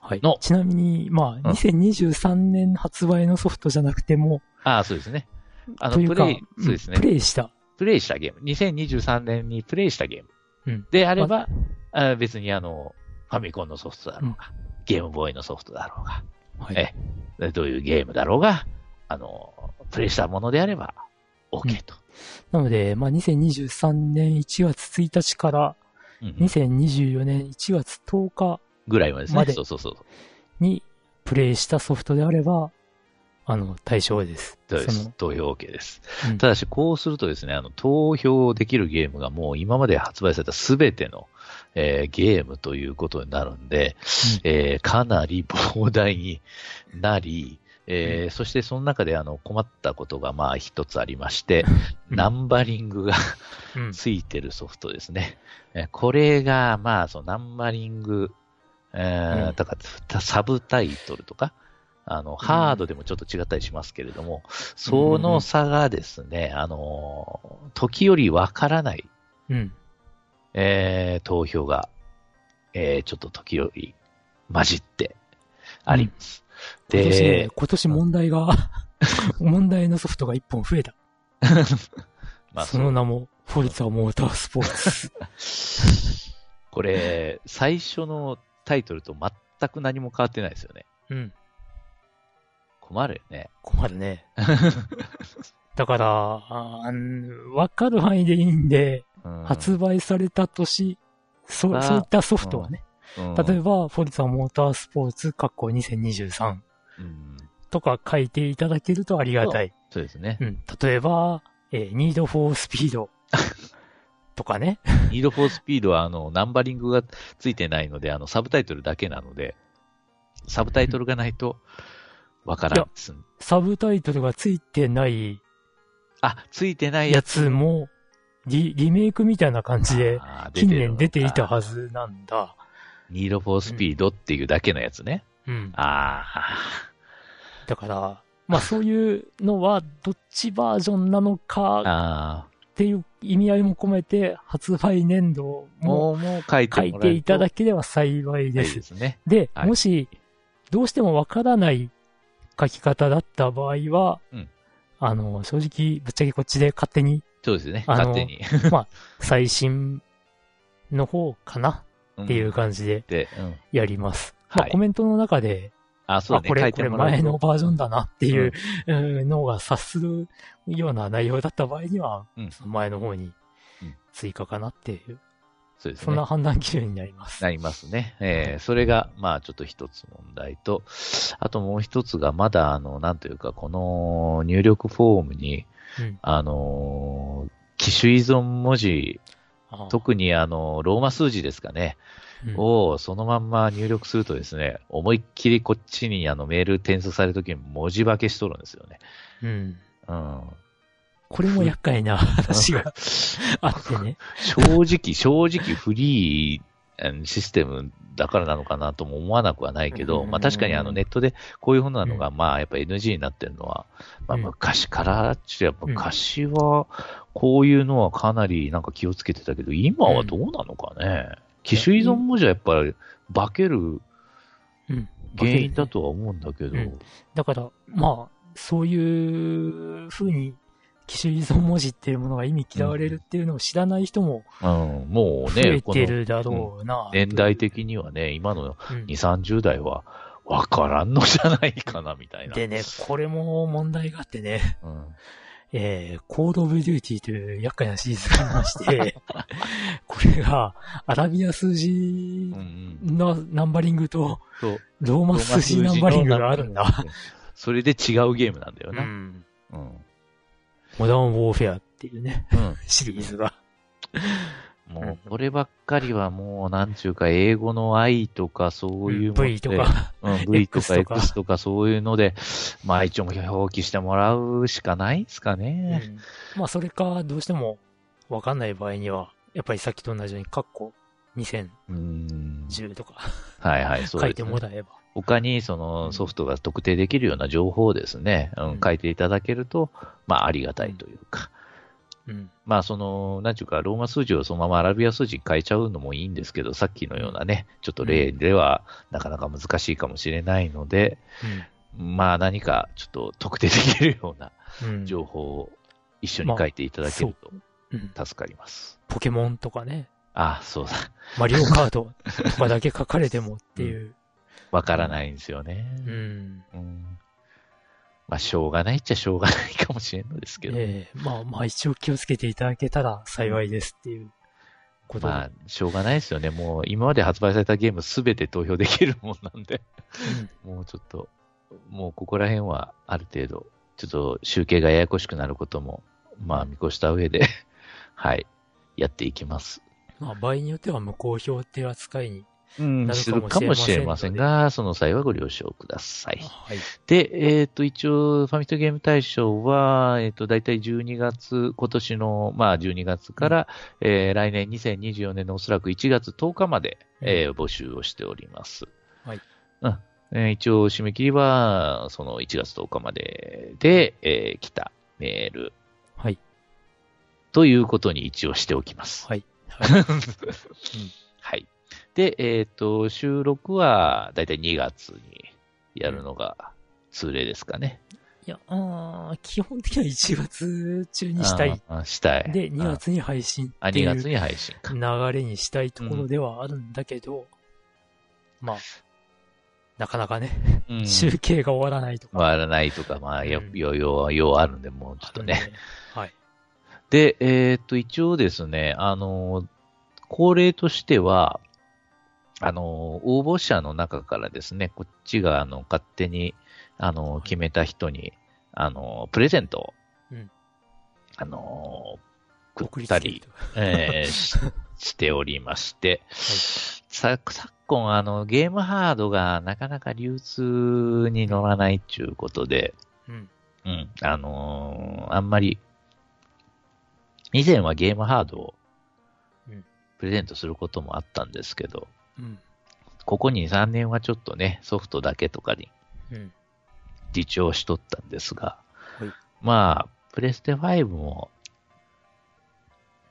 [SPEAKER 1] はい
[SPEAKER 2] の
[SPEAKER 1] ちなみに、まあ、2023年発売のソフトじゃなくても、
[SPEAKER 2] ああ、そうですね。あの、
[SPEAKER 1] とい
[SPEAKER 2] プ
[SPEAKER 1] うか、
[SPEAKER 2] レイ、そうですね
[SPEAKER 1] プ。レイした。
[SPEAKER 2] プレイしたゲーム。2023年にプレイしたゲーム。
[SPEAKER 1] うん
[SPEAKER 2] であれば、あ別にあの、ファミコンのソフトだろうが、ゲームボーイのソフトだろうが、
[SPEAKER 1] は
[SPEAKER 2] えでどういうゲームだろうが、あの、プレイしたものであれば、OK と。
[SPEAKER 1] なので、まあ、2023年1月1日から、
[SPEAKER 2] うん
[SPEAKER 1] 2024年1月10日
[SPEAKER 2] ぐらいまでです
[SPEAKER 1] ま
[SPEAKER 2] ね。
[SPEAKER 1] で
[SPEAKER 2] そうそうそう。
[SPEAKER 1] にプレイしたソフトであれば、あの、対象です。
[SPEAKER 2] そうで
[SPEAKER 1] そ
[SPEAKER 2] す
[SPEAKER 1] の。
[SPEAKER 2] 投票 OK です。
[SPEAKER 1] うん
[SPEAKER 2] ただし、こうするとですね、あの、投票できるゲームがもう今まで発売されたすべての、えーゲームということになるんで、えーかなり膨大になり、えーそしてその中であの困ったことがまあ一つありまして、
[SPEAKER 1] うん
[SPEAKER 2] ナンバリングが
[SPEAKER 1] うん
[SPEAKER 2] ついてるソフトですね。 えーこれが、まあ、そのナンバリング、えー
[SPEAKER 1] うん
[SPEAKER 2] だからサブタイトルとか、あの、ハードでもちょっと違ったりしますけれども、その差がですね、あのー時折わからない、
[SPEAKER 1] うん。
[SPEAKER 2] えー投票が、えーちょっと時折混じってあります。
[SPEAKER 1] 今年ね
[SPEAKER 2] で、
[SPEAKER 1] 今年問題が、 問題のソフトが1本増えた。
[SPEAKER 2] まあ、
[SPEAKER 1] そ
[SPEAKER 2] そ
[SPEAKER 1] の
[SPEAKER 2] の
[SPEAKER 1] 名も、フォルツァモータースポーツ。
[SPEAKER 2] これ、最初のタイトルと全く何も変わってないですよね。
[SPEAKER 1] うん。
[SPEAKER 2] 困るよね。
[SPEAKER 1] 困るね。 だから、あーわかる範囲でいいんで、
[SPEAKER 2] うん
[SPEAKER 1] 発売された年、そ
[SPEAKER 2] あ
[SPEAKER 1] う、
[SPEAKER 2] ー
[SPEAKER 1] そういったソフトはね、
[SPEAKER 2] うん
[SPEAKER 1] 例えば、フォルツァモータースポーツ、括弧2023
[SPEAKER 2] うん
[SPEAKER 1] とか書いていただけるとありがたい。
[SPEAKER 2] そうですね
[SPEAKER 1] う。ん。例えば、えー、Need for Speed とかね。
[SPEAKER 2] ニードフォースピードは、あの、ナンバリングがついてないので、あの、サブタイトルだけなので、サブタイトルがないと、わからんです。
[SPEAKER 1] サブタイトルがついてない
[SPEAKER 2] あ、ついてないや
[SPEAKER 1] や
[SPEAKER 2] つ
[SPEAKER 1] つも、リリメイクみたいな感じで、
[SPEAKER 2] あー
[SPEAKER 1] 近年出ていた
[SPEAKER 2] ず。
[SPEAKER 1] はずなんだ。
[SPEAKER 2] ニードフォースピードっていうだけのやつね。
[SPEAKER 1] うん。
[SPEAKER 2] あ
[SPEAKER 1] だから、まあそういうのは、どっちバージョンなの
[SPEAKER 2] あ、
[SPEAKER 1] か
[SPEAKER 2] あ
[SPEAKER 1] っていう意味合いも込めて、発売年度
[SPEAKER 2] あ、
[SPEAKER 1] も
[SPEAKER 2] もう、もう書いても
[SPEAKER 1] 書
[SPEAKER 2] ら
[SPEAKER 1] いていただ
[SPEAKER 2] き
[SPEAKER 1] ければ幸い
[SPEAKER 2] た
[SPEAKER 1] で
[SPEAKER 2] い
[SPEAKER 1] す
[SPEAKER 2] で。すね。
[SPEAKER 1] で、
[SPEAKER 2] はい
[SPEAKER 1] もし、どうしてもわからない書き方だった場合は、
[SPEAKER 2] うん
[SPEAKER 1] あの、正直、ぶっちゃけこっちで勝手に
[SPEAKER 2] そうですね。
[SPEAKER 1] あの
[SPEAKER 2] 勝手に。
[SPEAKER 1] 最新の方かなっていう感じで
[SPEAKER 2] で、うん。
[SPEAKER 1] やります。ま
[SPEAKER 2] は
[SPEAKER 1] あ、
[SPEAKER 2] い
[SPEAKER 1] コメントの中で、
[SPEAKER 2] あ、そう
[SPEAKER 1] あ、
[SPEAKER 2] だね。
[SPEAKER 1] こ
[SPEAKER 2] 書
[SPEAKER 1] れ、
[SPEAKER 2] い
[SPEAKER 1] こ
[SPEAKER 2] て
[SPEAKER 1] れ
[SPEAKER 2] もらうと
[SPEAKER 1] 前のバージョンだなっていううんのが察するような内容だった場合には、
[SPEAKER 2] うん
[SPEAKER 1] その前の方に
[SPEAKER 2] うん
[SPEAKER 1] 追加かなっていう、
[SPEAKER 2] そうです
[SPEAKER 1] そん
[SPEAKER 2] ね
[SPEAKER 1] な。判断基準になります。
[SPEAKER 2] なりますね。えーそれが、まあ、ちょっと一つ問題と、あともう一つが、まだ、あの、なんというか、この入力フォームに、
[SPEAKER 1] うん
[SPEAKER 2] あのー機種依存文字、
[SPEAKER 1] あ
[SPEAKER 2] 特にあの、ローマ数字ですかね、
[SPEAKER 1] うん
[SPEAKER 2] をそのまんま入力するとですね、思いっきりこっちにあのメール転送されるときに文字化けしとるんですよね。
[SPEAKER 1] うん
[SPEAKER 2] うん。
[SPEAKER 1] これも厄介な話 があってね。
[SPEAKER 2] 正直、正直フリーうんシステムだからなのかなとも思わなくはないけ
[SPEAKER 1] うんうん
[SPEAKER 2] ど、
[SPEAKER 1] うん
[SPEAKER 2] まあ確かにあのネットでこういうふうなのが、
[SPEAKER 1] う
[SPEAKER 2] まあやっぱ NG になってるのは、まあ
[SPEAKER 1] うん
[SPEAKER 2] 昔からっちゅう、やっぱ昔はこういうのはかなりなんか気をつけてたけど、今はどうなのかね。機種依存文字はやっぱり化ける
[SPEAKER 1] うん
[SPEAKER 2] 原因だとは思うんだけど、
[SPEAKER 1] うんだから、まあ、そういう風に、機種依存文字っていうものが意味嫌われるっていうのを知らない人も
[SPEAKER 2] うんもう
[SPEAKER 1] 増
[SPEAKER 2] ね、
[SPEAKER 1] え
[SPEAKER 2] こ
[SPEAKER 1] て
[SPEAKER 2] の
[SPEAKER 1] るだろうな。
[SPEAKER 2] 年代的にはね、今の
[SPEAKER 1] うん
[SPEAKER 2] 2、30代はわからんのじゃないかなみたいな。
[SPEAKER 1] でね、これも問題があってね、
[SPEAKER 2] うん
[SPEAKER 1] えー、コードオブデューティーという厄介なシリーズがありま して、これが、アラビア数字
[SPEAKER 2] うんうん
[SPEAKER 1] のナンバリングと、
[SPEAKER 2] そう
[SPEAKER 1] ローマ数字ナンバリングがあるんだ。。
[SPEAKER 2] それで違うゲームなんだよ
[SPEAKER 1] う
[SPEAKER 2] な。
[SPEAKER 1] ん
[SPEAKER 2] うん。うん。
[SPEAKER 1] モダンウォーフェアっていうね、シリーズが。
[SPEAKER 2] もう、こればっかりはもう、なんちゅうか、英語の I とかそういうもので
[SPEAKER 1] V と。か。
[SPEAKER 2] うん、V と
[SPEAKER 1] X
[SPEAKER 2] か
[SPEAKER 1] とか
[SPEAKER 2] X とかそういうので、まあ一応表記してもらうしかないですかね。
[SPEAKER 1] まあ、それか、どうしても分かんない場合には、やっぱりさっきと同じように、カッコ2010
[SPEAKER 2] うん。
[SPEAKER 1] とか
[SPEAKER 2] はいはい、そう
[SPEAKER 1] 書いて
[SPEAKER 2] です
[SPEAKER 1] も
[SPEAKER 2] ね。
[SPEAKER 1] らえば。
[SPEAKER 2] 他に、そのソフトが特定できるような情報をですね、う
[SPEAKER 1] うん
[SPEAKER 2] ん、書いていただけると、まあありがたいというか。
[SPEAKER 1] うん。
[SPEAKER 2] まあ、その、なんちゅうか、ローマ数字をそのままアラビア数字に変えちゃうのもいいんですけど、さっきのようなね、ちょっと例ではなかなか難しいかもしれないので、まあ、何かちょっと特定できるような
[SPEAKER 1] うん。
[SPEAKER 2] 情報を一緒に書いていただける
[SPEAKER 1] うん
[SPEAKER 2] と助かります。
[SPEAKER 1] ポケモンとかね、
[SPEAKER 2] ああ、そうだ。
[SPEAKER 1] マリオカートとかだけ書かれてもっていう。
[SPEAKER 2] わからないんですよね。
[SPEAKER 1] うん。
[SPEAKER 2] うんまあ、しょうがないっちゃしょうがないかもしれんのですけど、
[SPEAKER 1] ええまあまあ一応気をつけていただけたら幸いですっていうことで
[SPEAKER 2] まあ、しょうがないですよね。もう、今まで発売されたゲームすべて投票できるもんなんで。もうちょっと、もうここら辺はある程度、ちょっと集計がややこしくなることも、まあ見越した上で、 はい、やっていきます。
[SPEAKER 1] うんまあ場合によっては無効票っていう扱いに。
[SPEAKER 2] うん
[SPEAKER 1] なる
[SPEAKER 2] する
[SPEAKER 1] か
[SPEAKER 2] か
[SPEAKER 1] も
[SPEAKER 2] も
[SPEAKER 1] し
[SPEAKER 2] し
[SPEAKER 1] れ
[SPEAKER 2] れ
[SPEAKER 1] ま
[SPEAKER 2] ま
[SPEAKER 1] せ
[SPEAKER 2] せ
[SPEAKER 1] ん
[SPEAKER 2] ん
[SPEAKER 1] ので
[SPEAKER 2] が、その際はご了承ください。
[SPEAKER 1] はい。
[SPEAKER 2] で、えっ、と、一応、ファミ通ゲーム大賞は、えっ、と、だいたい12月、今年の、まあ、12月から、えー来年2024年のおそらく1月10日まで、えー募集をしております。
[SPEAKER 1] はい。
[SPEAKER 2] うん。えー一応、締め切りは、その1月10日までで、えー来たメール
[SPEAKER 1] はい。
[SPEAKER 2] ということに一応しておきます。
[SPEAKER 1] はい。
[SPEAKER 2] はい。で、えっ、と、収録は、だいたい2月にやるのが通例ですかね。
[SPEAKER 1] いや、あー基本的には1月中にしたい
[SPEAKER 2] あー。したい。
[SPEAKER 1] で、
[SPEAKER 2] うん
[SPEAKER 1] 2月に配信
[SPEAKER 2] あ、
[SPEAKER 1] って
[SPEAKER 2] 2
[SPEAKER 1] い
[SPEAKER 2] 月
[SPEAKER 1] う
[SPEAKER 2] に配信か。
[SPEAKER 1] 流れにしたいところではあるんだけど、まあ、なかなかね、
[SPEAKER 2] うん
[SPEAKER 1] 集計が終わらないとか。
[SPEAKER 2] 回らないとか、まあ、よ
[SPEAKER 1] うん、
[SPEAKER 2] よ、よ、よあるんで、もうちょっと
[SPEAKER 1] あ
[SPEAKER 2] ね。
[SPEAKER 1] るんで。はい。
[SPEAKER 2] で、えーっと、一応ですね、あのー、恒例としては、あの、応募者の中からですね、こっちが、あの、勝手に、あの、決めた人に、あの、プレゼントを、
[SPEAKER 1] うん
[SPEAKER 2] あの、
[SPEAKER 4] 送
[SPEAKER 2] 送
[SPEAKER 4] り
[SPEAKER 2] っ
[SPEAKER 4] つ
[SPEAKER 2] た
[SPEAKER 4] ける
[SPEAKER 2] り、えー ししておりまして、さ昨今、あの、ゲームハードがなかなか流通に乗らないっていうことで、
[SPEAKER 1] うん。
[SPEAKER 2] うん、あのーあんまり、以前はゲームハードを
[SPEAKER 1] うん
[SPEAKER 2] プレゼントすることもあったんですけど、
[SPEAKER 4] うん。
[SPEAKER 2] ここ2、3年はちょっとね、ソフトだけとかに
[SPEAKER 1] うん。
[SPEAKER 2] 自重しとったんですが、
[SPEAKER 4] い
[SPEAKER 2] まあ、プレステ5も、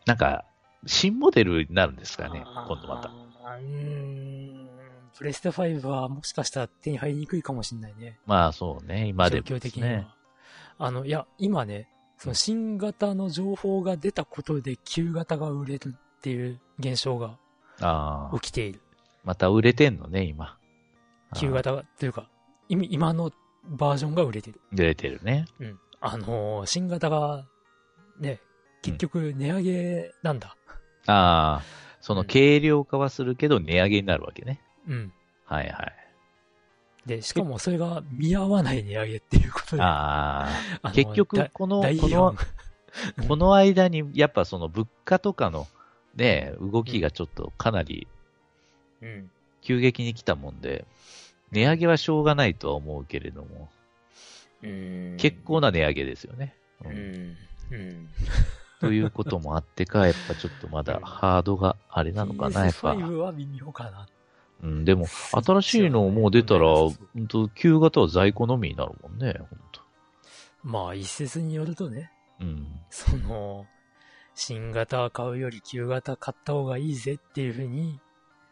[SPEAKER 2] なんか、新モデルになるんですかね、今度また。
[SPEAKER 4] た。
[SPEAKER 1] うーん。プレステ5はもしかしたら手に入りにくいかもしれないね。
[SPEAKER 2] まあそうね、今でも
[SPEAKER 1] 状況
[SPEAKER 2] で
[SPEAKER 1] 的
[SPEAKER 2] す
[SPEAKER 1] には、
[SPEAKER 2] ね。
[SPEAKER 1] あの、いや、今ね、その新型の情報が出たことで旧型が売れるっていう現象が
[SPEAKER 2] ああ、
[SPEAKER 1] 起きている。
[SPEAKER 2] また売れてんのね、今。
[SPEAKER 1] 旧型がというか、今今のバージョンが売れてる。
[SPEAKER 2] あー。売れてるね。
[SPEAKER 1] うん。あのー新型が、ね、結局値上げなんだ。
[SPEAKER 2] ああ、その
[SPEAKER 1] うん
[SPEAKER 2] 軽量化はするけど値上げになるわけね。
[SPEAKER 1] うん。
[SPEAKER 2] はいはい。
[SPEAKER 1] で、しかもそれが見合わない値上げっていうことで。
[SPEAKER 2] あ
[SPEAKER 1] あの
[SPEAKER 2] あ、結局
[SPEAKER 1] だ
[SPEAKER 2] この、
[SPEAKER 1] 大
[SPEAKER 2] こ
[SPEAKER 1] 批
[SPEAKER 2] の
[SPEAKER 1] 判、。
[SPEAKER 2] この間にやっぱその物価とかのね、動きがちょっとかなり
[SPEAKER 1] うん。
[SPEAKER 2] 急激に来たもんで、値上げはしょうがないとは思うけれども、
[SPEAKER 1] うん
[SPEAKER 2] 結構な値上げですよね。う
[SPEAKER 1] うんん。うん。
[SPEAKER 2] ということもあって か、やっぱちょっとま
[SPEAKER 1] う
[SPEAKER 2] だ
[SPEAKER 1] ん
[SPEAKER 2] ハードがあれなのかな、やっぱ。
[SPEAKER 1] PS5 は微妙かな。
[SPEAKER 2] うん、でも、新しいのもう出たら、
[SPEAKER 1] そう
[SPEAKER 2] ほ
[SPEAKER 1] そうん
[SPEAKER 2] と、旧型は在庫のみになるもんね、ほんと。
[SPEAKER 1] まあ、一説によるとね、
[SPEAKER 2] うん。
[SPEAKER 1] その、新型買うより旧型買った方がいいぜっていうふうに、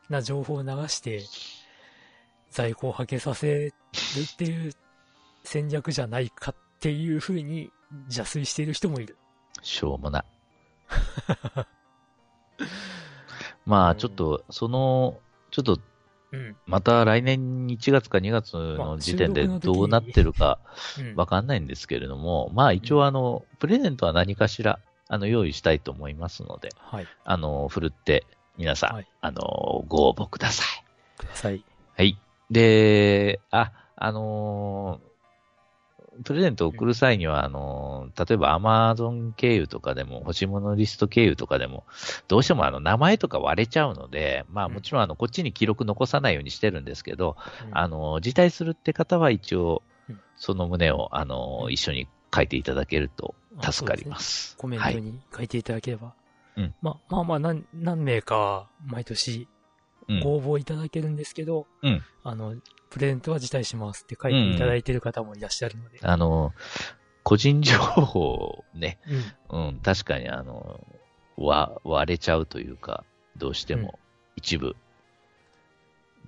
[SPEAKER 1] な情報を流して、在庫をはけさせるっていう戦略じゃないかっていうふうに邪推している人もいる。
[SPEAKER 2] しょう もな。ま
[SPEAKER 1] う
[SPEAKER 2] あ、
[SPEAKER 1] ん
[SPEAKER 2] ちょっと、その、ちょっと、
[SPEAKER 1] うん。
[SPEAKER 2] また来年1月か2月の時点で
[SPEAKER 1] まあ収録の時に
[SPEAKER 2] どうなってるか
[SPEAKER 1] うん
[SPEAKER 2] わかんないんですけれども、まあ一応あの、プレゼントは何かしら、あの、用意したいと思いますので、
[SPEAKER 1] はい。
[SPEAKER 2] あの、振るって、皆さん、
[SPEAKER 1] はい
[SPEAKER 2] あの、ご応募ください。
[SPEAKER 1] ください。
[SPEAKER 2] はい。で、あ、あのープレゼントを送る際には、あのー例えば Amazon 経由とかでも、欲しいものリスト経由とかでも、どうしてもあの、名前とか割れちゃうので、まあ
[SPEAKER 1] うん
[SPEAKER 2] もちろんあの、こっちに記録残さないようにしてるんですけど、
[SPEAKER 1] うん
[SPEAKER 2] あのー辞退するって方は一応
[SPEAKER 1] うん、
[SPEAKER 2] その旨を、あのー
[SPEAKER 1] うん
[SPEAKER 2] 一緒に書いていただけると
[SPEAKER 1] あ
[SPEAKER 2] 助かります。
[SPEAKER 1] コメン
[SPEAKER 2] は
[SPEAKER 1] ト
[SPEAKER 2] い。
[SPEAKER 1] に書いていただければ。
[SPEAKER 2] うん
[SPEAKER 1] ままあまあ何、何名か毎年
[SPEAKER 2] うん
[SPEAKER 1] ご応募いただけるんですけど、
[SPEAKER 2] うん
[SPEAKER 1] あの、プレゼントは辞退しますって書いていただいてる方もいらっしゃるので。
[SPEAKER 2] あのー個人情報をね、
[SPEAKER 1] うん
[SPEAKER 2] うん、確かにあの、わ、割れちゃうというか、どうしても一部、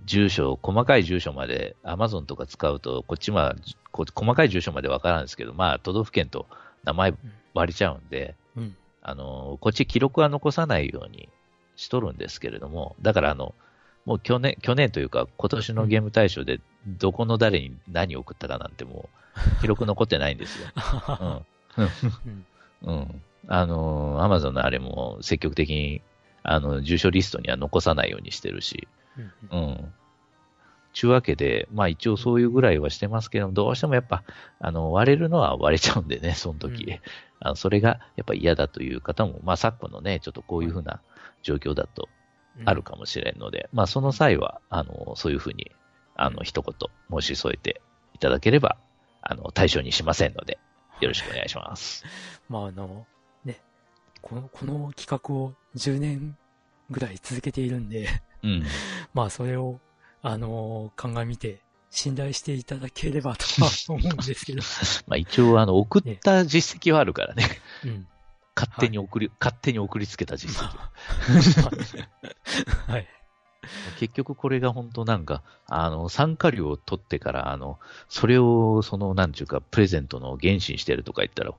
[SPEAKER 2] 住所、細かい住所まで Amazon とか使うと、こっちまで、こ細かい住所までわからんですけど、まあ、都道府県と名前割れちゃうんで、
[SPEAKER 1] うん
[SPEAKER 2] あの、こっち記録は残さないようにしとるんですけれども、だからあの、もう去年、去年というか今年のゲーム大賞でどこの誰に何を送ったかなんてもう記録残ってないんですよ。うん。うん。あの、アマゾンのあれも積極的に、あの、住所リストには残さないようにしてるし、うん。ちゅうわけで、まあ一応そういうぐらいはしてますけども、どうしてもやっぱ、あの、割れるのは割れちゃうんでね、その時。
[SPEAKER 1] うん
[SPEAKER 2] あのそれがやっぱ嫌だという方も、まあ昨今のね、ちょっとこういうふうな状況だとある。かもしれんので、まあその際は、あの、そういうふうに、あ
[SPEAKER 1] う
[SPEAKER 2] の、
[SPEAKER 1] ん
[SPEAKER 2] 一言申し添えていただければ、あの、対象にしませんので、よろしくお願いします。
[SPEAKER 1] まああの、ね、この、この企画を10年ぐらい続けているんで、
[SPEAKER 2] うん。
[SPEAKER 1] まあそれを、あの鑑みて、信頼していただければとは思うんです けど。
[SPEAKER 2] まあ一応、あの、送った実績はあるからね。
[SPEAKER 1] うん。
[SPEAKER 2] 勝手に送り、勝手に送りつけた実績。
[SPEAKER 1] はい。
[SPEAKER 2] 結局これが本当なんか、あの、参加料を取ってから、あの、それを、その、なんちゅうか、プレゼントの原資にしてるとか言ったら、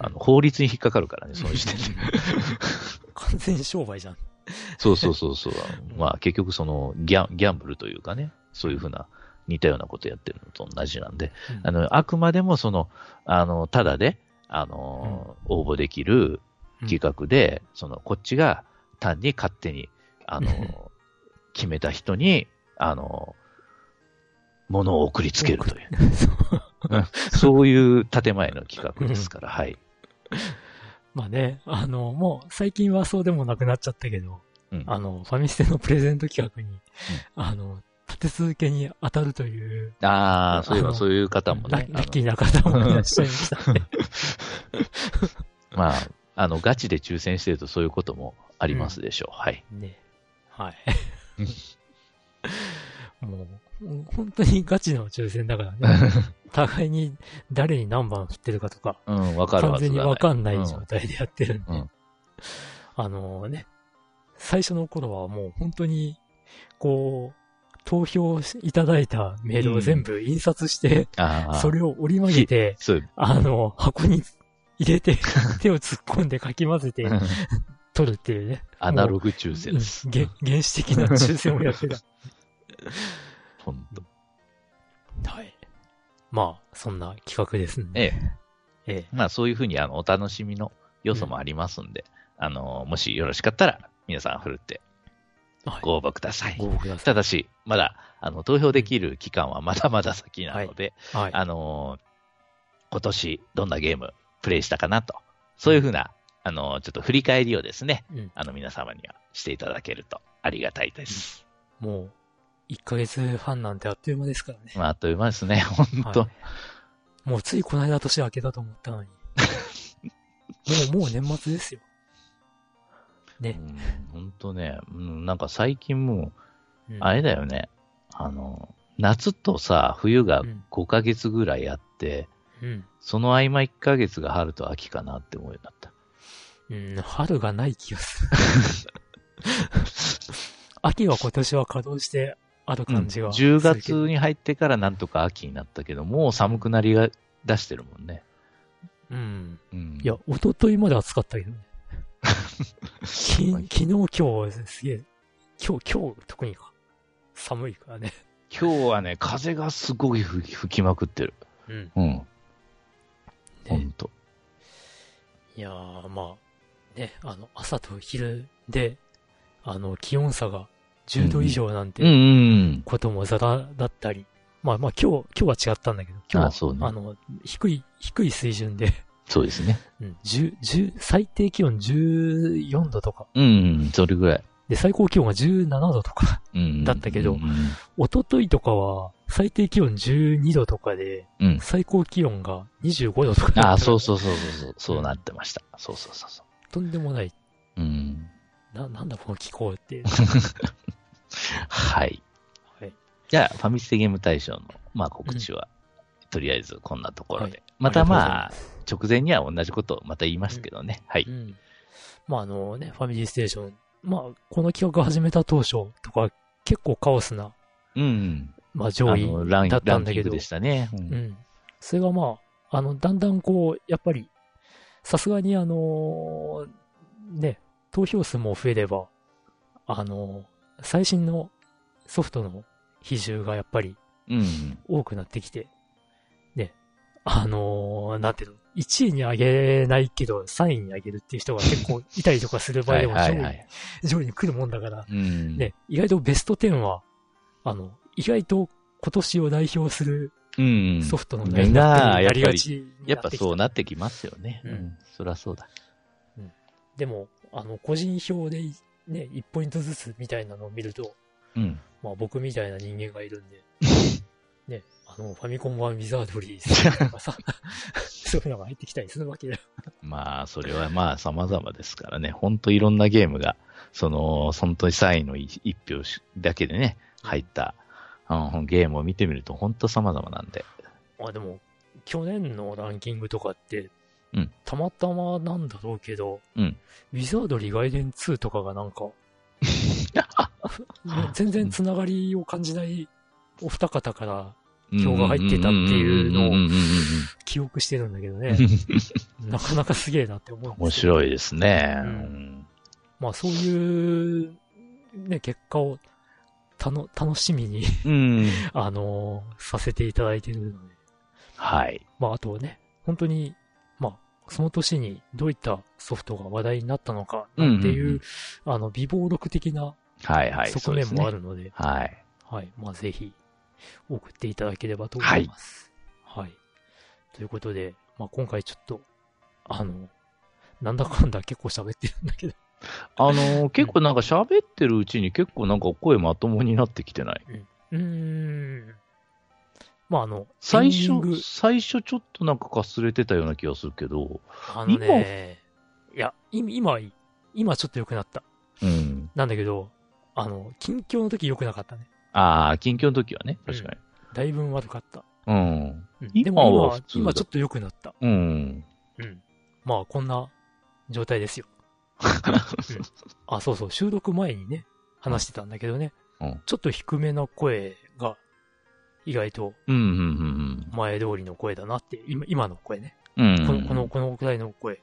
[SPEAKER 2] あの、法律に引っかかるからね、その時点で。
[SPEAKER 1] 完全商売じゃん。
[SPEAKER 2] そうそうそうそう。まあ結局その、ギャン、ギャンブルというかね、そういうふうな、似たようなことやってるのと同じなんで、あの、あくまでもその、あの、ただで、あの、応募できる 企画で、その、こっちが単に勝手に、あの、決めた人に、あの、ものを送りつけるという。うんそういう建前の企画ですから、はい。
[SPEAKER 1] まあね、あの、もう最近はそうでもなくなっちゃったけど、
[SPEAKER 2] うん
[SPEAKER 1] あの、ファミステのプレゼント企画に、あの、立て続けに当たるという、
[SPEAKER 2] ああ、そういえ
[SPEAKER 1] あ
[SPEAKER 2] ば
[SPEAKER 1] の
[SPEAKER 2] そういう方も
[SPEAKER 1] ラ
[SPEAKER 2] ね
[SPEAKER 1] ッ。ラッキーな方もいらっしゃいました。
[SPEAKER 2] あのまあ、あの、ガチで抽選してるとそういうこともありますでしょう。はい。
[SPEAKER 1] ね。はい。もう、もう本当にガチの抽選だから ね。互いに誰に何番振ってるかとか、
[SPEAKER 2] うん、わかる
[SPEAKER 1] 完
[SPEAKER 2] はず
[SPEAKER 1] 全に
[SPEAKER 2] が
[SPEAKER 1] わかんない
[SPEAKER 2] うん
[SPEAKER 1] 状態でやってるんで、
[SPEAKER 2] うん
[SPEAKER 1] あのね、最初の頃はもう本当に、こう、投票しいただいたメールを全部印刷して、
[SPEAKER 2] ああ、
[SPEAKER 1] それを折り曲げて、
[SPEAKER 2] そう。
[SPEAKER 1] あの、箱に入れて、手を突っ込んでかき混ぜ て取るっていうね。
[SPEAKER 2] アナログ抽選です。
[SPEAKER 1] げ 原始的な抽選をや ってた。
[SPEAKER 2] ほんと。
[SPEAKER 1] はい。まあ、そんな企画ですね。
[SPEAKER 2] ええ。
[SPEAKER 1] ええ。
[SPEAKER 2] まあ、そういうふうに、あの、お楽しみの要素もありますんで、あの、もしよろしかったら、皆さん振るって
[SPEAKER 1] はい
[SPEAKER 2] ご応募ください。
[SPEAKER 1] ご応募くださ
[SPEAKER 2] ただし、まだ、あの、投票できる期間はまだまだ先なので、
[SPEAKER 1] い。はい。
[SPEAKER 2] あのー今年どんなゲームプレイしたかなと、そういうふうな、あのーちょっと振り返りをですね、
[SPEAKER 1] うん
[SPEAKER 2] あの、皆様にはしていただけるとありがたいです。
[SPEAKER 1] もう、1ヶ月半なんてあっという間ですからね。
[SPEAKER 2] まあ、あっという間ですね、本当、
[SPEAKER 1] はいもうついこの間年明けたと思 ったのに。もう、もう年末ですよ。
[SPEAKER 2] うん本当ね、うん、なんか最近も
[SPEAKER 1] う
[SPEAKER 2] う、
[SPEAKER 1] ん
[SPEAKER 2] あれだよね、あの、夏とさ、冬が
[SPEAKER 1] うん
[SPEAKER 2] 5ヶ月ぐらいあって、
[SPEAKER 1] うん。
[SPEAKER 2] その合間1ヶ月が春と秋かなって思うようになった。
[SPEAKER 1] うん、春がない気がする。 秋は今年は稼働してある感じ
[SPEAKER 2] うん
[SPEAKER 1] がする
[SPEAKER 2] 10
[SPEAKER 1] けど。
[SPEAKER 2] 月に入ってからなんとか秋になったけど、もう寒くなりが出してるもんね。
[SPEAKER 1] うん。
[SPEAKER 2] うん、
[SPEAKER 1] いや、一昨日まで暑かったけどね。き
[SPEAKER 2] まあ
[SPEAKER 1] 昨日、今日、すげえ、今日、今日、特にか。寒いからね。
[SPEAKER 2] 今日はね、風がすごい吹き吹きまくってる。
[SPEAKER 1] うん。
[SPEAKER 2] うん。ほ
[SPEAKER 1] ね
[SPEAKER 2] ん、と。
[SPEAKER 1] いやー、まあ、ね、あの、朝と昼で、あの、気温差が10度以上なん
[SPEAKER 2] うんう
[SPEAKER 1] て
[SPEAKER 2] ん。
[SPEAKER 1] こともざらだったり、まあまあ、今日、今日は違ったんだけど、今日は、
[SPEAKER 2] あそうね
[SPEAKER 1] の、低い、低い水準で、
[SPEAKER 2] そうですね。
[SPEAKER 1] うん、10、10最低気温14度とか、
[SPEAKER 2] うん、うん。それぐらい。
[SPEAKER 1] で、最高気温が17度とか、
[SPEAKER 2] うん。
[SPEAKER 1] だったけど
[SPEAKER 2] うん。
[SPEAKER 1] 一昨日とかは、最低気温12度とかで、
[SPEAKER 2] うん
[SPEAKER 1] 最高気温が25度とかだったから
[SPEAKER 2] ああ、そうそうそうそうそう。そうなってました。そうそうそうそ
[SPEAKER 1] とんでもない。
[SPEAKER 2] う。うん。
[SPEAKER 1] な、なんだこの気候っ て。
[SPEAKER 2] はい。
[SPEAKER 1] はい。
[SPEAKER 2] じゃあ、ファミステゲーム大賞の、まあ、告知は、とりあえずこんなところで。
[SPEAKER 1] はい
[SPEAKER 2] またま
[SPEAKER 1] あ
[SPEAKER 2] あ、直前には同じことをまた言いますけどね。はい。
[SPEAKER 1] うん。まあ、あのね、ファミリーステーション。まあ、この企画始めた当初とか、結構カオスな、
[SPEAKER 2] うん。
[SPEAKER 1] まあ、上
[SPEAKER 2] あ
[SPEAKER 1] 位
[SPEAKER 2] のラン
[SPEAKER 1] だっ
[SPEAKER 2] ラ
[SPEAKER 1] たん
[SPEAKER 2] ン
[SPEAKER 1] だ
[SPEAKER 2] キ
[SPEAKER 1] け
[SPEAKER 2] ング
[SPEAKER 1] ど
[SPEAKER 2] で。したね。うん
[SPEAKER 1] うん。それがまあ、あの、だんだんこう、やっぱり、さすがにあのね、投票数も増えれば、あの最新のソフトの比重がやっぱり
[SPEAKER 2] うん。
[SPEAKER 1] 多くなってきて、ね、あのなんていうの、1位に上げないけど、3位に上げるっていう人が結構いたりとかする場合
[SPEAKER 2] は
[SPEAKER 1] で
[SPEAKER 2] い
[SPEAKER 1] も
[SPEAKER 2] は
[SPEAKER 1] 上
[SPEAKER 2] いは
[SPEAKER 1] 位、
[SPEAKER 2] い。
[SPEAKER 1] 上位に来るもんだから、
[SPEAKER 2] うん。
[SPEAKER 1] ね、意外とベスト10は、あの、意外と今年を代表する
[SPEAKER 2] うん。
[SPEAKER 1] ソフトの
[SPEAKER 2] み
[SPEAKER 1] ライン
[SPEAKER 2] ん
[SPEAKER 1] ナップ
[SPEAKER 2] な、
[SPEAKER 1] に
[SPEAKER 2] や
[SPEAKER 1] な
[SPEAKER 2] っぱ
[SPEAKER 1] りが
[SPEAKER 2] り、
[SPEAKER 1] ちに
[SPEAKER 2] や
[SPEAKER 1] な
[SPEAKER 2] っ
[SPEAKER 1] って
[SPEAKER 2] ぱ
[SPEAKER 1] き
[SPEAKER 2] そう
[SPEAKER 1] た。
[SPEAKER 2] なってきますよね。
[SPEAKER 1] う
[SPEAKER 2] うんん。そりゃそうだ。
[SPEAKER 1] でも、あの、個人票でい、ね、1ポイントずつみたいなのを見ると、
[SPEAKER 2] うん。
[SPEAKER 1] まあ僕みたいな人間がいるん で、ね、あの、ファミコン版ウィザードリーとか さ、そういうのが入ってきたりするわけだよ。
[SPEAKER 2] まあ、それはまあ、様々ですからね。ほんといろんなゲームが、その、本当に3位の一一票しだけでね、入った、うん、ゲームを見てみると、ほんと様々なんで。
[SPEAKER 1] あ、でも、去年のランキングとかって、
[SPEAKER 2] うん
[SPEAKER 1] たまたまなんだろうけど、
[SPEAKER 2] うん
[SPEAKER 1] ウィザードリーガイデン2とかがなん か、ね全然つながりを感じないお二方から票が入ってたっていうのを
[SPEAKER 2] んんんんんんん
[SPEAKER 1] 記憶してるんだけどね。なかなかすげえなって思うん
[SPEAKER 2] 面
[SPEAKER 1] ですよ。
[SPEAKER 2] 白いですね。
[SPEAKER 1] う
[SPEAKER 2] うんん
[SPEAKER 1] まあそういう、ね、結果をたの楽しみに、
[SPEAKER 2] うん。
[SPEAKER 1] あのーさせていただいてるので。
[SPEAKER 2] はい。
[SPEAKER 1] まああとね、本当に、まあその年にどういったソフトが話題になったのか、なんていう、
[SPEAKER 2] うんうんうん
[SPEAKER 1] あの、微暴録的な
[SPEAKER 2] はいはい。
[SPEAKER 1] 側面もあ
[SPEAKER 2] そうですね。
[SPEAKER 1] るので、
[SPEAKER 2] はい。
[SPEAKER 1] はい。まあ、ぜひ、送っていただければと思います。はい。ということで、まあ、今回ちょっと、あの、なんだかんだ結構喋ってるんだけど、
[SPEAKER 2] あのー結構なんか喋ってるうちに結構なんか声まともになってきてない。
[SPEAKER 1] うーん。まあ、あの、
[SPEAKER 2] 最
[SPEAKER 1] エンディング
[SPEAKER 2] 初、最初ちょっとなんかかすれてたような気がするけど。
[SPEAKER 1] あのね、いや、今、今はいい、今ちょっと良くなった。
[SPEAKER 2] うん。
[SPEAKER 1] なんだけど、あの、近況の時良くなかったね。
[SPEAKER 2] ああ、近況の時はね、確かに。
[SPEAKER 1] だいぶ悪かった。
[SPEAKER 2] うん。
[SPEAKER 1] うんで
[SPEAKER 2] 今
[SPEAKER 1] も
[SPEAKER 2] は普通だ
[SPEAKER 1] 今、今ちょっと良くなった。
[SPEAKER 2] うん。
[SPEAKER 1] うん。まあ、こんな状態 ですよ。あ、そうそう、収録前にね、話してたんだけどね、
[SPEAKER 2] うん
[SPEAKER 1] ちょっと低めの声が、意外と
[SPEAKER 2] うん、うん、
[SPEAKER 1] 前通りの声だなって、今今の声ね、
[SPEAKER 2] うん、うん。
[SPEAKER 1] この、この、このくらいの声っ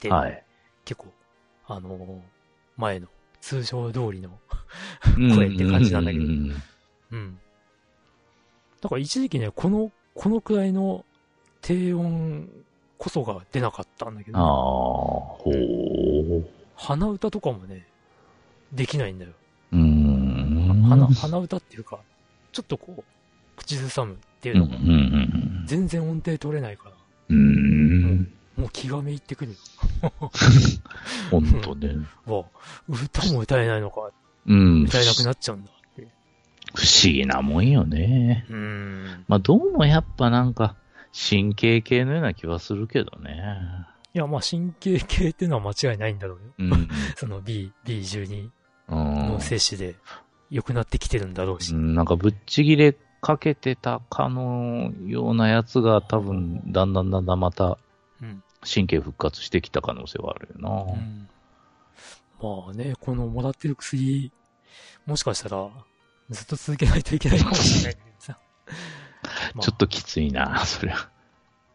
[SPEAKER 1] て、
[SPEAKER 2] はい。
[SPEAKER 1] 結構、あのー前の、通常通りの、声って感じなんだけど
[SPEAKER 2] うううん
[SPEAKER 1] うん。だから一時期ね、この、このくらいの低音こそが出なかったんだけ
[SPEAKER 2] ああ、
[SPEAKER 1] ど、
[SPEAKER 2] ほう。
[SPEAKER 1] 鼻歌とかもね、できないんだよ。
[SPEAKER 2] うーん。
[SPEAKER 1] 鼻、鼻歌っていうか、ちょっとこう、口ずさむっていう
[SPEAKER 2] うん、
[SPEAKER 1] の
[SPEAKER 2] うん
[SPEAKER 1] が、
[SPEAKER 2] うん
[SPEAKER 1] 全然音程取れないから、
[SPEAKER 2] うん、うん。
[SPEAKER 1] もう気がめいってくるよ。
[SPEAKER 2] ほんとね。
[SPEAKER 1] わあ、歌も歌えないのか、
[SPEAKER 2] う ん。
[SPEAKER 1] 歌えなくなっちゃうんだって。
[SPEAKER 2] 不思議なもんよね。
[SPEAKER 1] うーん。
[SPEAKER 2] まあ、どうもやっぱなんか、神経系のような気はするけどね。
[SPEAKER 1] いや、まあ、神経系っていうのは間違いないんだろうよ。
[SPEAKER 2] うん。
[SPEAKER 1] その B、B12
[SPEAKER 2] うん
[SPEAKER 1] の摂取で良くなってきてるんだろうし
[SPEAKER 2] う。んなんかぶっちぎれかけてたかのようなやつが多分、だんだんだんだんまた
[SPEAKER 1] うん。
[SPEAKER 2] 神経復活してきた可能性はあるよな。
[SPEAKER 1] うんまあね、このもらってる薬、もしかしたら、ずっと続けないといけないかもしれないけどさ。まあ
[SPEAKER 2] ちょっときついな、そりゃ。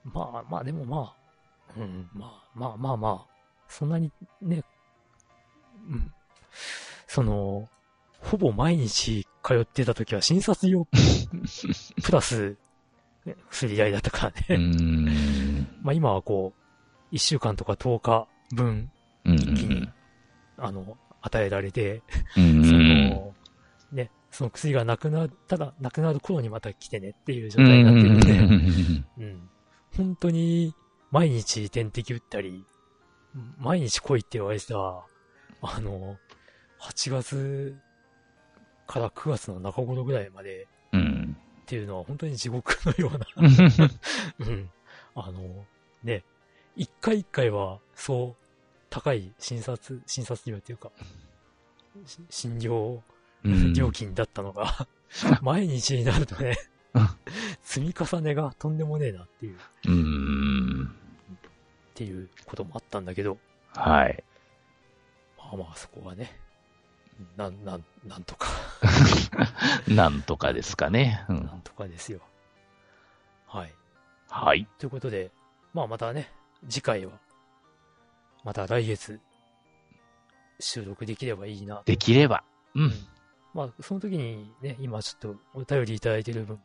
[SPEAKER 1] まあまあ、でもまあ、うん、まあまあまあまあ、そんなにね、うん、その、ほぼ毎日通ってた時は診察 用プラスね薬代だったからね。
[SPEAKER 2] うん。
[SPEAKER 1] まあ今はこう、1週間とか10日分、
[SPEAKER 2] うん
[SPEAKER 1] 一気にあの、与えられて、
[SPEAKER 2] うんうん
[SPEAKER 1] そ
[SPEAKER 2] うん
[SPEAKER 1] の、ね、その薬がなくなったら、なくなる頃にまた来てねっていう状
[SPEAKER 2] うん
[SPEAKER 1] 態に
[SPEAKER 2] う
[SPEAKER 1] なってるん
[SPEAKER 2] ん
[SPEAKER 1] で、
[SPEAKER 2] うんうん
[SPEAKER 1] うん。本当に、毎日点滴打ったり、毎日来いって言われてた、あの、8月から9月の中頃ぐらいまで
[SPEAKER 2] うん
[SPEAKER 1] っていうのは本当に地獄のよう な、
[SPEAKER 2] うん
[SPEAKER 1] うん。あの、ね、一回一回は、そう、高い診察、診察料っていうか、し診療
[SPEAKER 2] うん
[SPEAKER 1] 料金だったの が、毎日になるとね、積み重ねがとんでもねえなっていう。
[SPEAKER 2] うん
[SPEAKER 1] っていうこともあったんだけど、
[SPEAKER 2] はい。
[SPEAKER 1] まあまあそこはね、なん、なん、なんとか、
[SPEAKER 2] なんとかですかね。う
[SPEAKER 1] なん
[SPEAKER 2] ん
[SPEAKER 1] とかですよ。はい。
[SPEAKER 2] はい。
[SPEAKER 1] ということで、まあまたね、次回は、また来月、収録できればいいなと。
[SPEAKER 2] できれば。うん。
[SPEAKER 1] まあ、その時にね、今ちょっとお便りいただいてる分、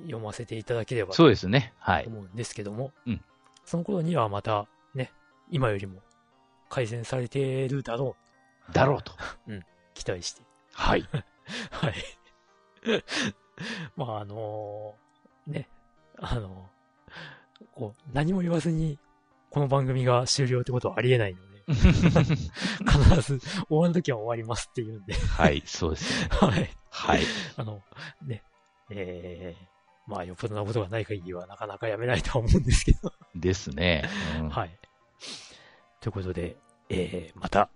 [SPEAKER 1] 読ませていただければ
[SPEAKER 2] そ
[SPEAKER 1] と
[SPEAKER 2] うですね。はい。
[SPEAKER 1] 思うんですけども、
[SPEAKER 2] うん
[SPEAKER 1] その頃にはまたね、今よりも改善されてるだろう、
[SPEAKER 2] だろうと。
[SPEAKER 1] 期待して
[SPEAKER 2] はい。
[SPEAKER 1] はい。 まあ、あのね、あのこう、何も言わずに、この番組が終了ってことはありえないの で、必ず終わるときは終わりますっていうんで、
[SPEAKER 2] はい、そうですね。
[SPEAKER 1] はい。
[SPEAKER 2] はい。
[SPEAKER 1] あの、ね、えー、まあ、よっぽどなことがない限りはなかなかやめないとは思うんですけど、
[SPEAKER 2] ですね。うん
[SPEAKER 1] はい。ということで、えー、また、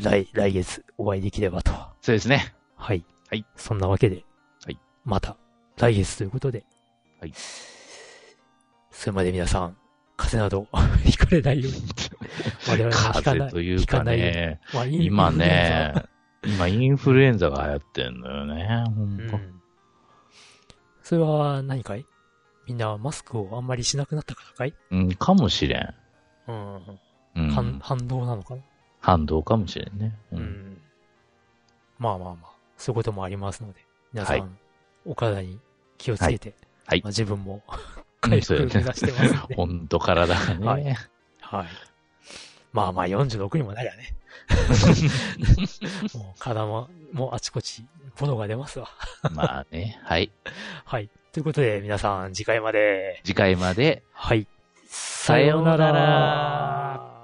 [SPEAKER 1] 来、来月お会いできればと。
[SPEAKER 2] そうですね。
[SPEAKER 1] はい。
[SPEAKER 2] はい
[SPEAKER 1] そんなわけで、
[SPEAKER 2] はい
[SPEAKER 1] また来月ということで、
[SPEAKER 2] はい
[SPEAKER 1] それまで皆さん、風邪など ひかれない ように、我々はひか
[SPEAKER 2] 風
[SPEAKER 1] ない
[SPEAKER 2] 邪。というか
[SPEAKER 1] 引かないよ
[SPEAKER 2] ね、
[SPEAKER 1] まあイン
[SPEAKER 2] 今
[SPEAKER 1] インフルエン
[SPEAKER 2] ね
[SPEAKER 1] ザ、
[SPEAKER 2] 今インフルエンザが流行ってんのよね、ほん
[SPEAKER 1] う
[SPEAKER 2] と。
[SPEAKER 1] んそれは何かいみんなマスクをあんまりしなくなったからかい
[SPEAKER 2] うん、かもしれん。
[SPEAKER 1] うん。
[SPEAKER 2] うん
[SPEAKER 1] 反反動なのかな
[SPEAKER 2] 反動かもしれんね。う
[SPEAKER 1] うんん。まあまあまあ、そういうこともありますので、皆さん、
[SPEAKER 2] はい
[SPEAKER 1] お体に気をつけて、
[SPEAKER 2] はい
[SPEAKER 1] まあ、自分も回復を目指してますんで、
[SPEAKER 2] ほんと体がね。
[SPEAKER 1] はいはい。まあまあ46にもなりゃ ね。もう体も、もうあちこち、炎が出ますわ。
[SPEAKER 2] まあね、はい。
[SPEAKER 1] はい。ということで、皆さん、次回まで。
[SPEAKER 2] 次回まで、
[SPEAKER 1] はい。さ
[SPEAKER 2] ようなら
[SPEAKER 1] ようなら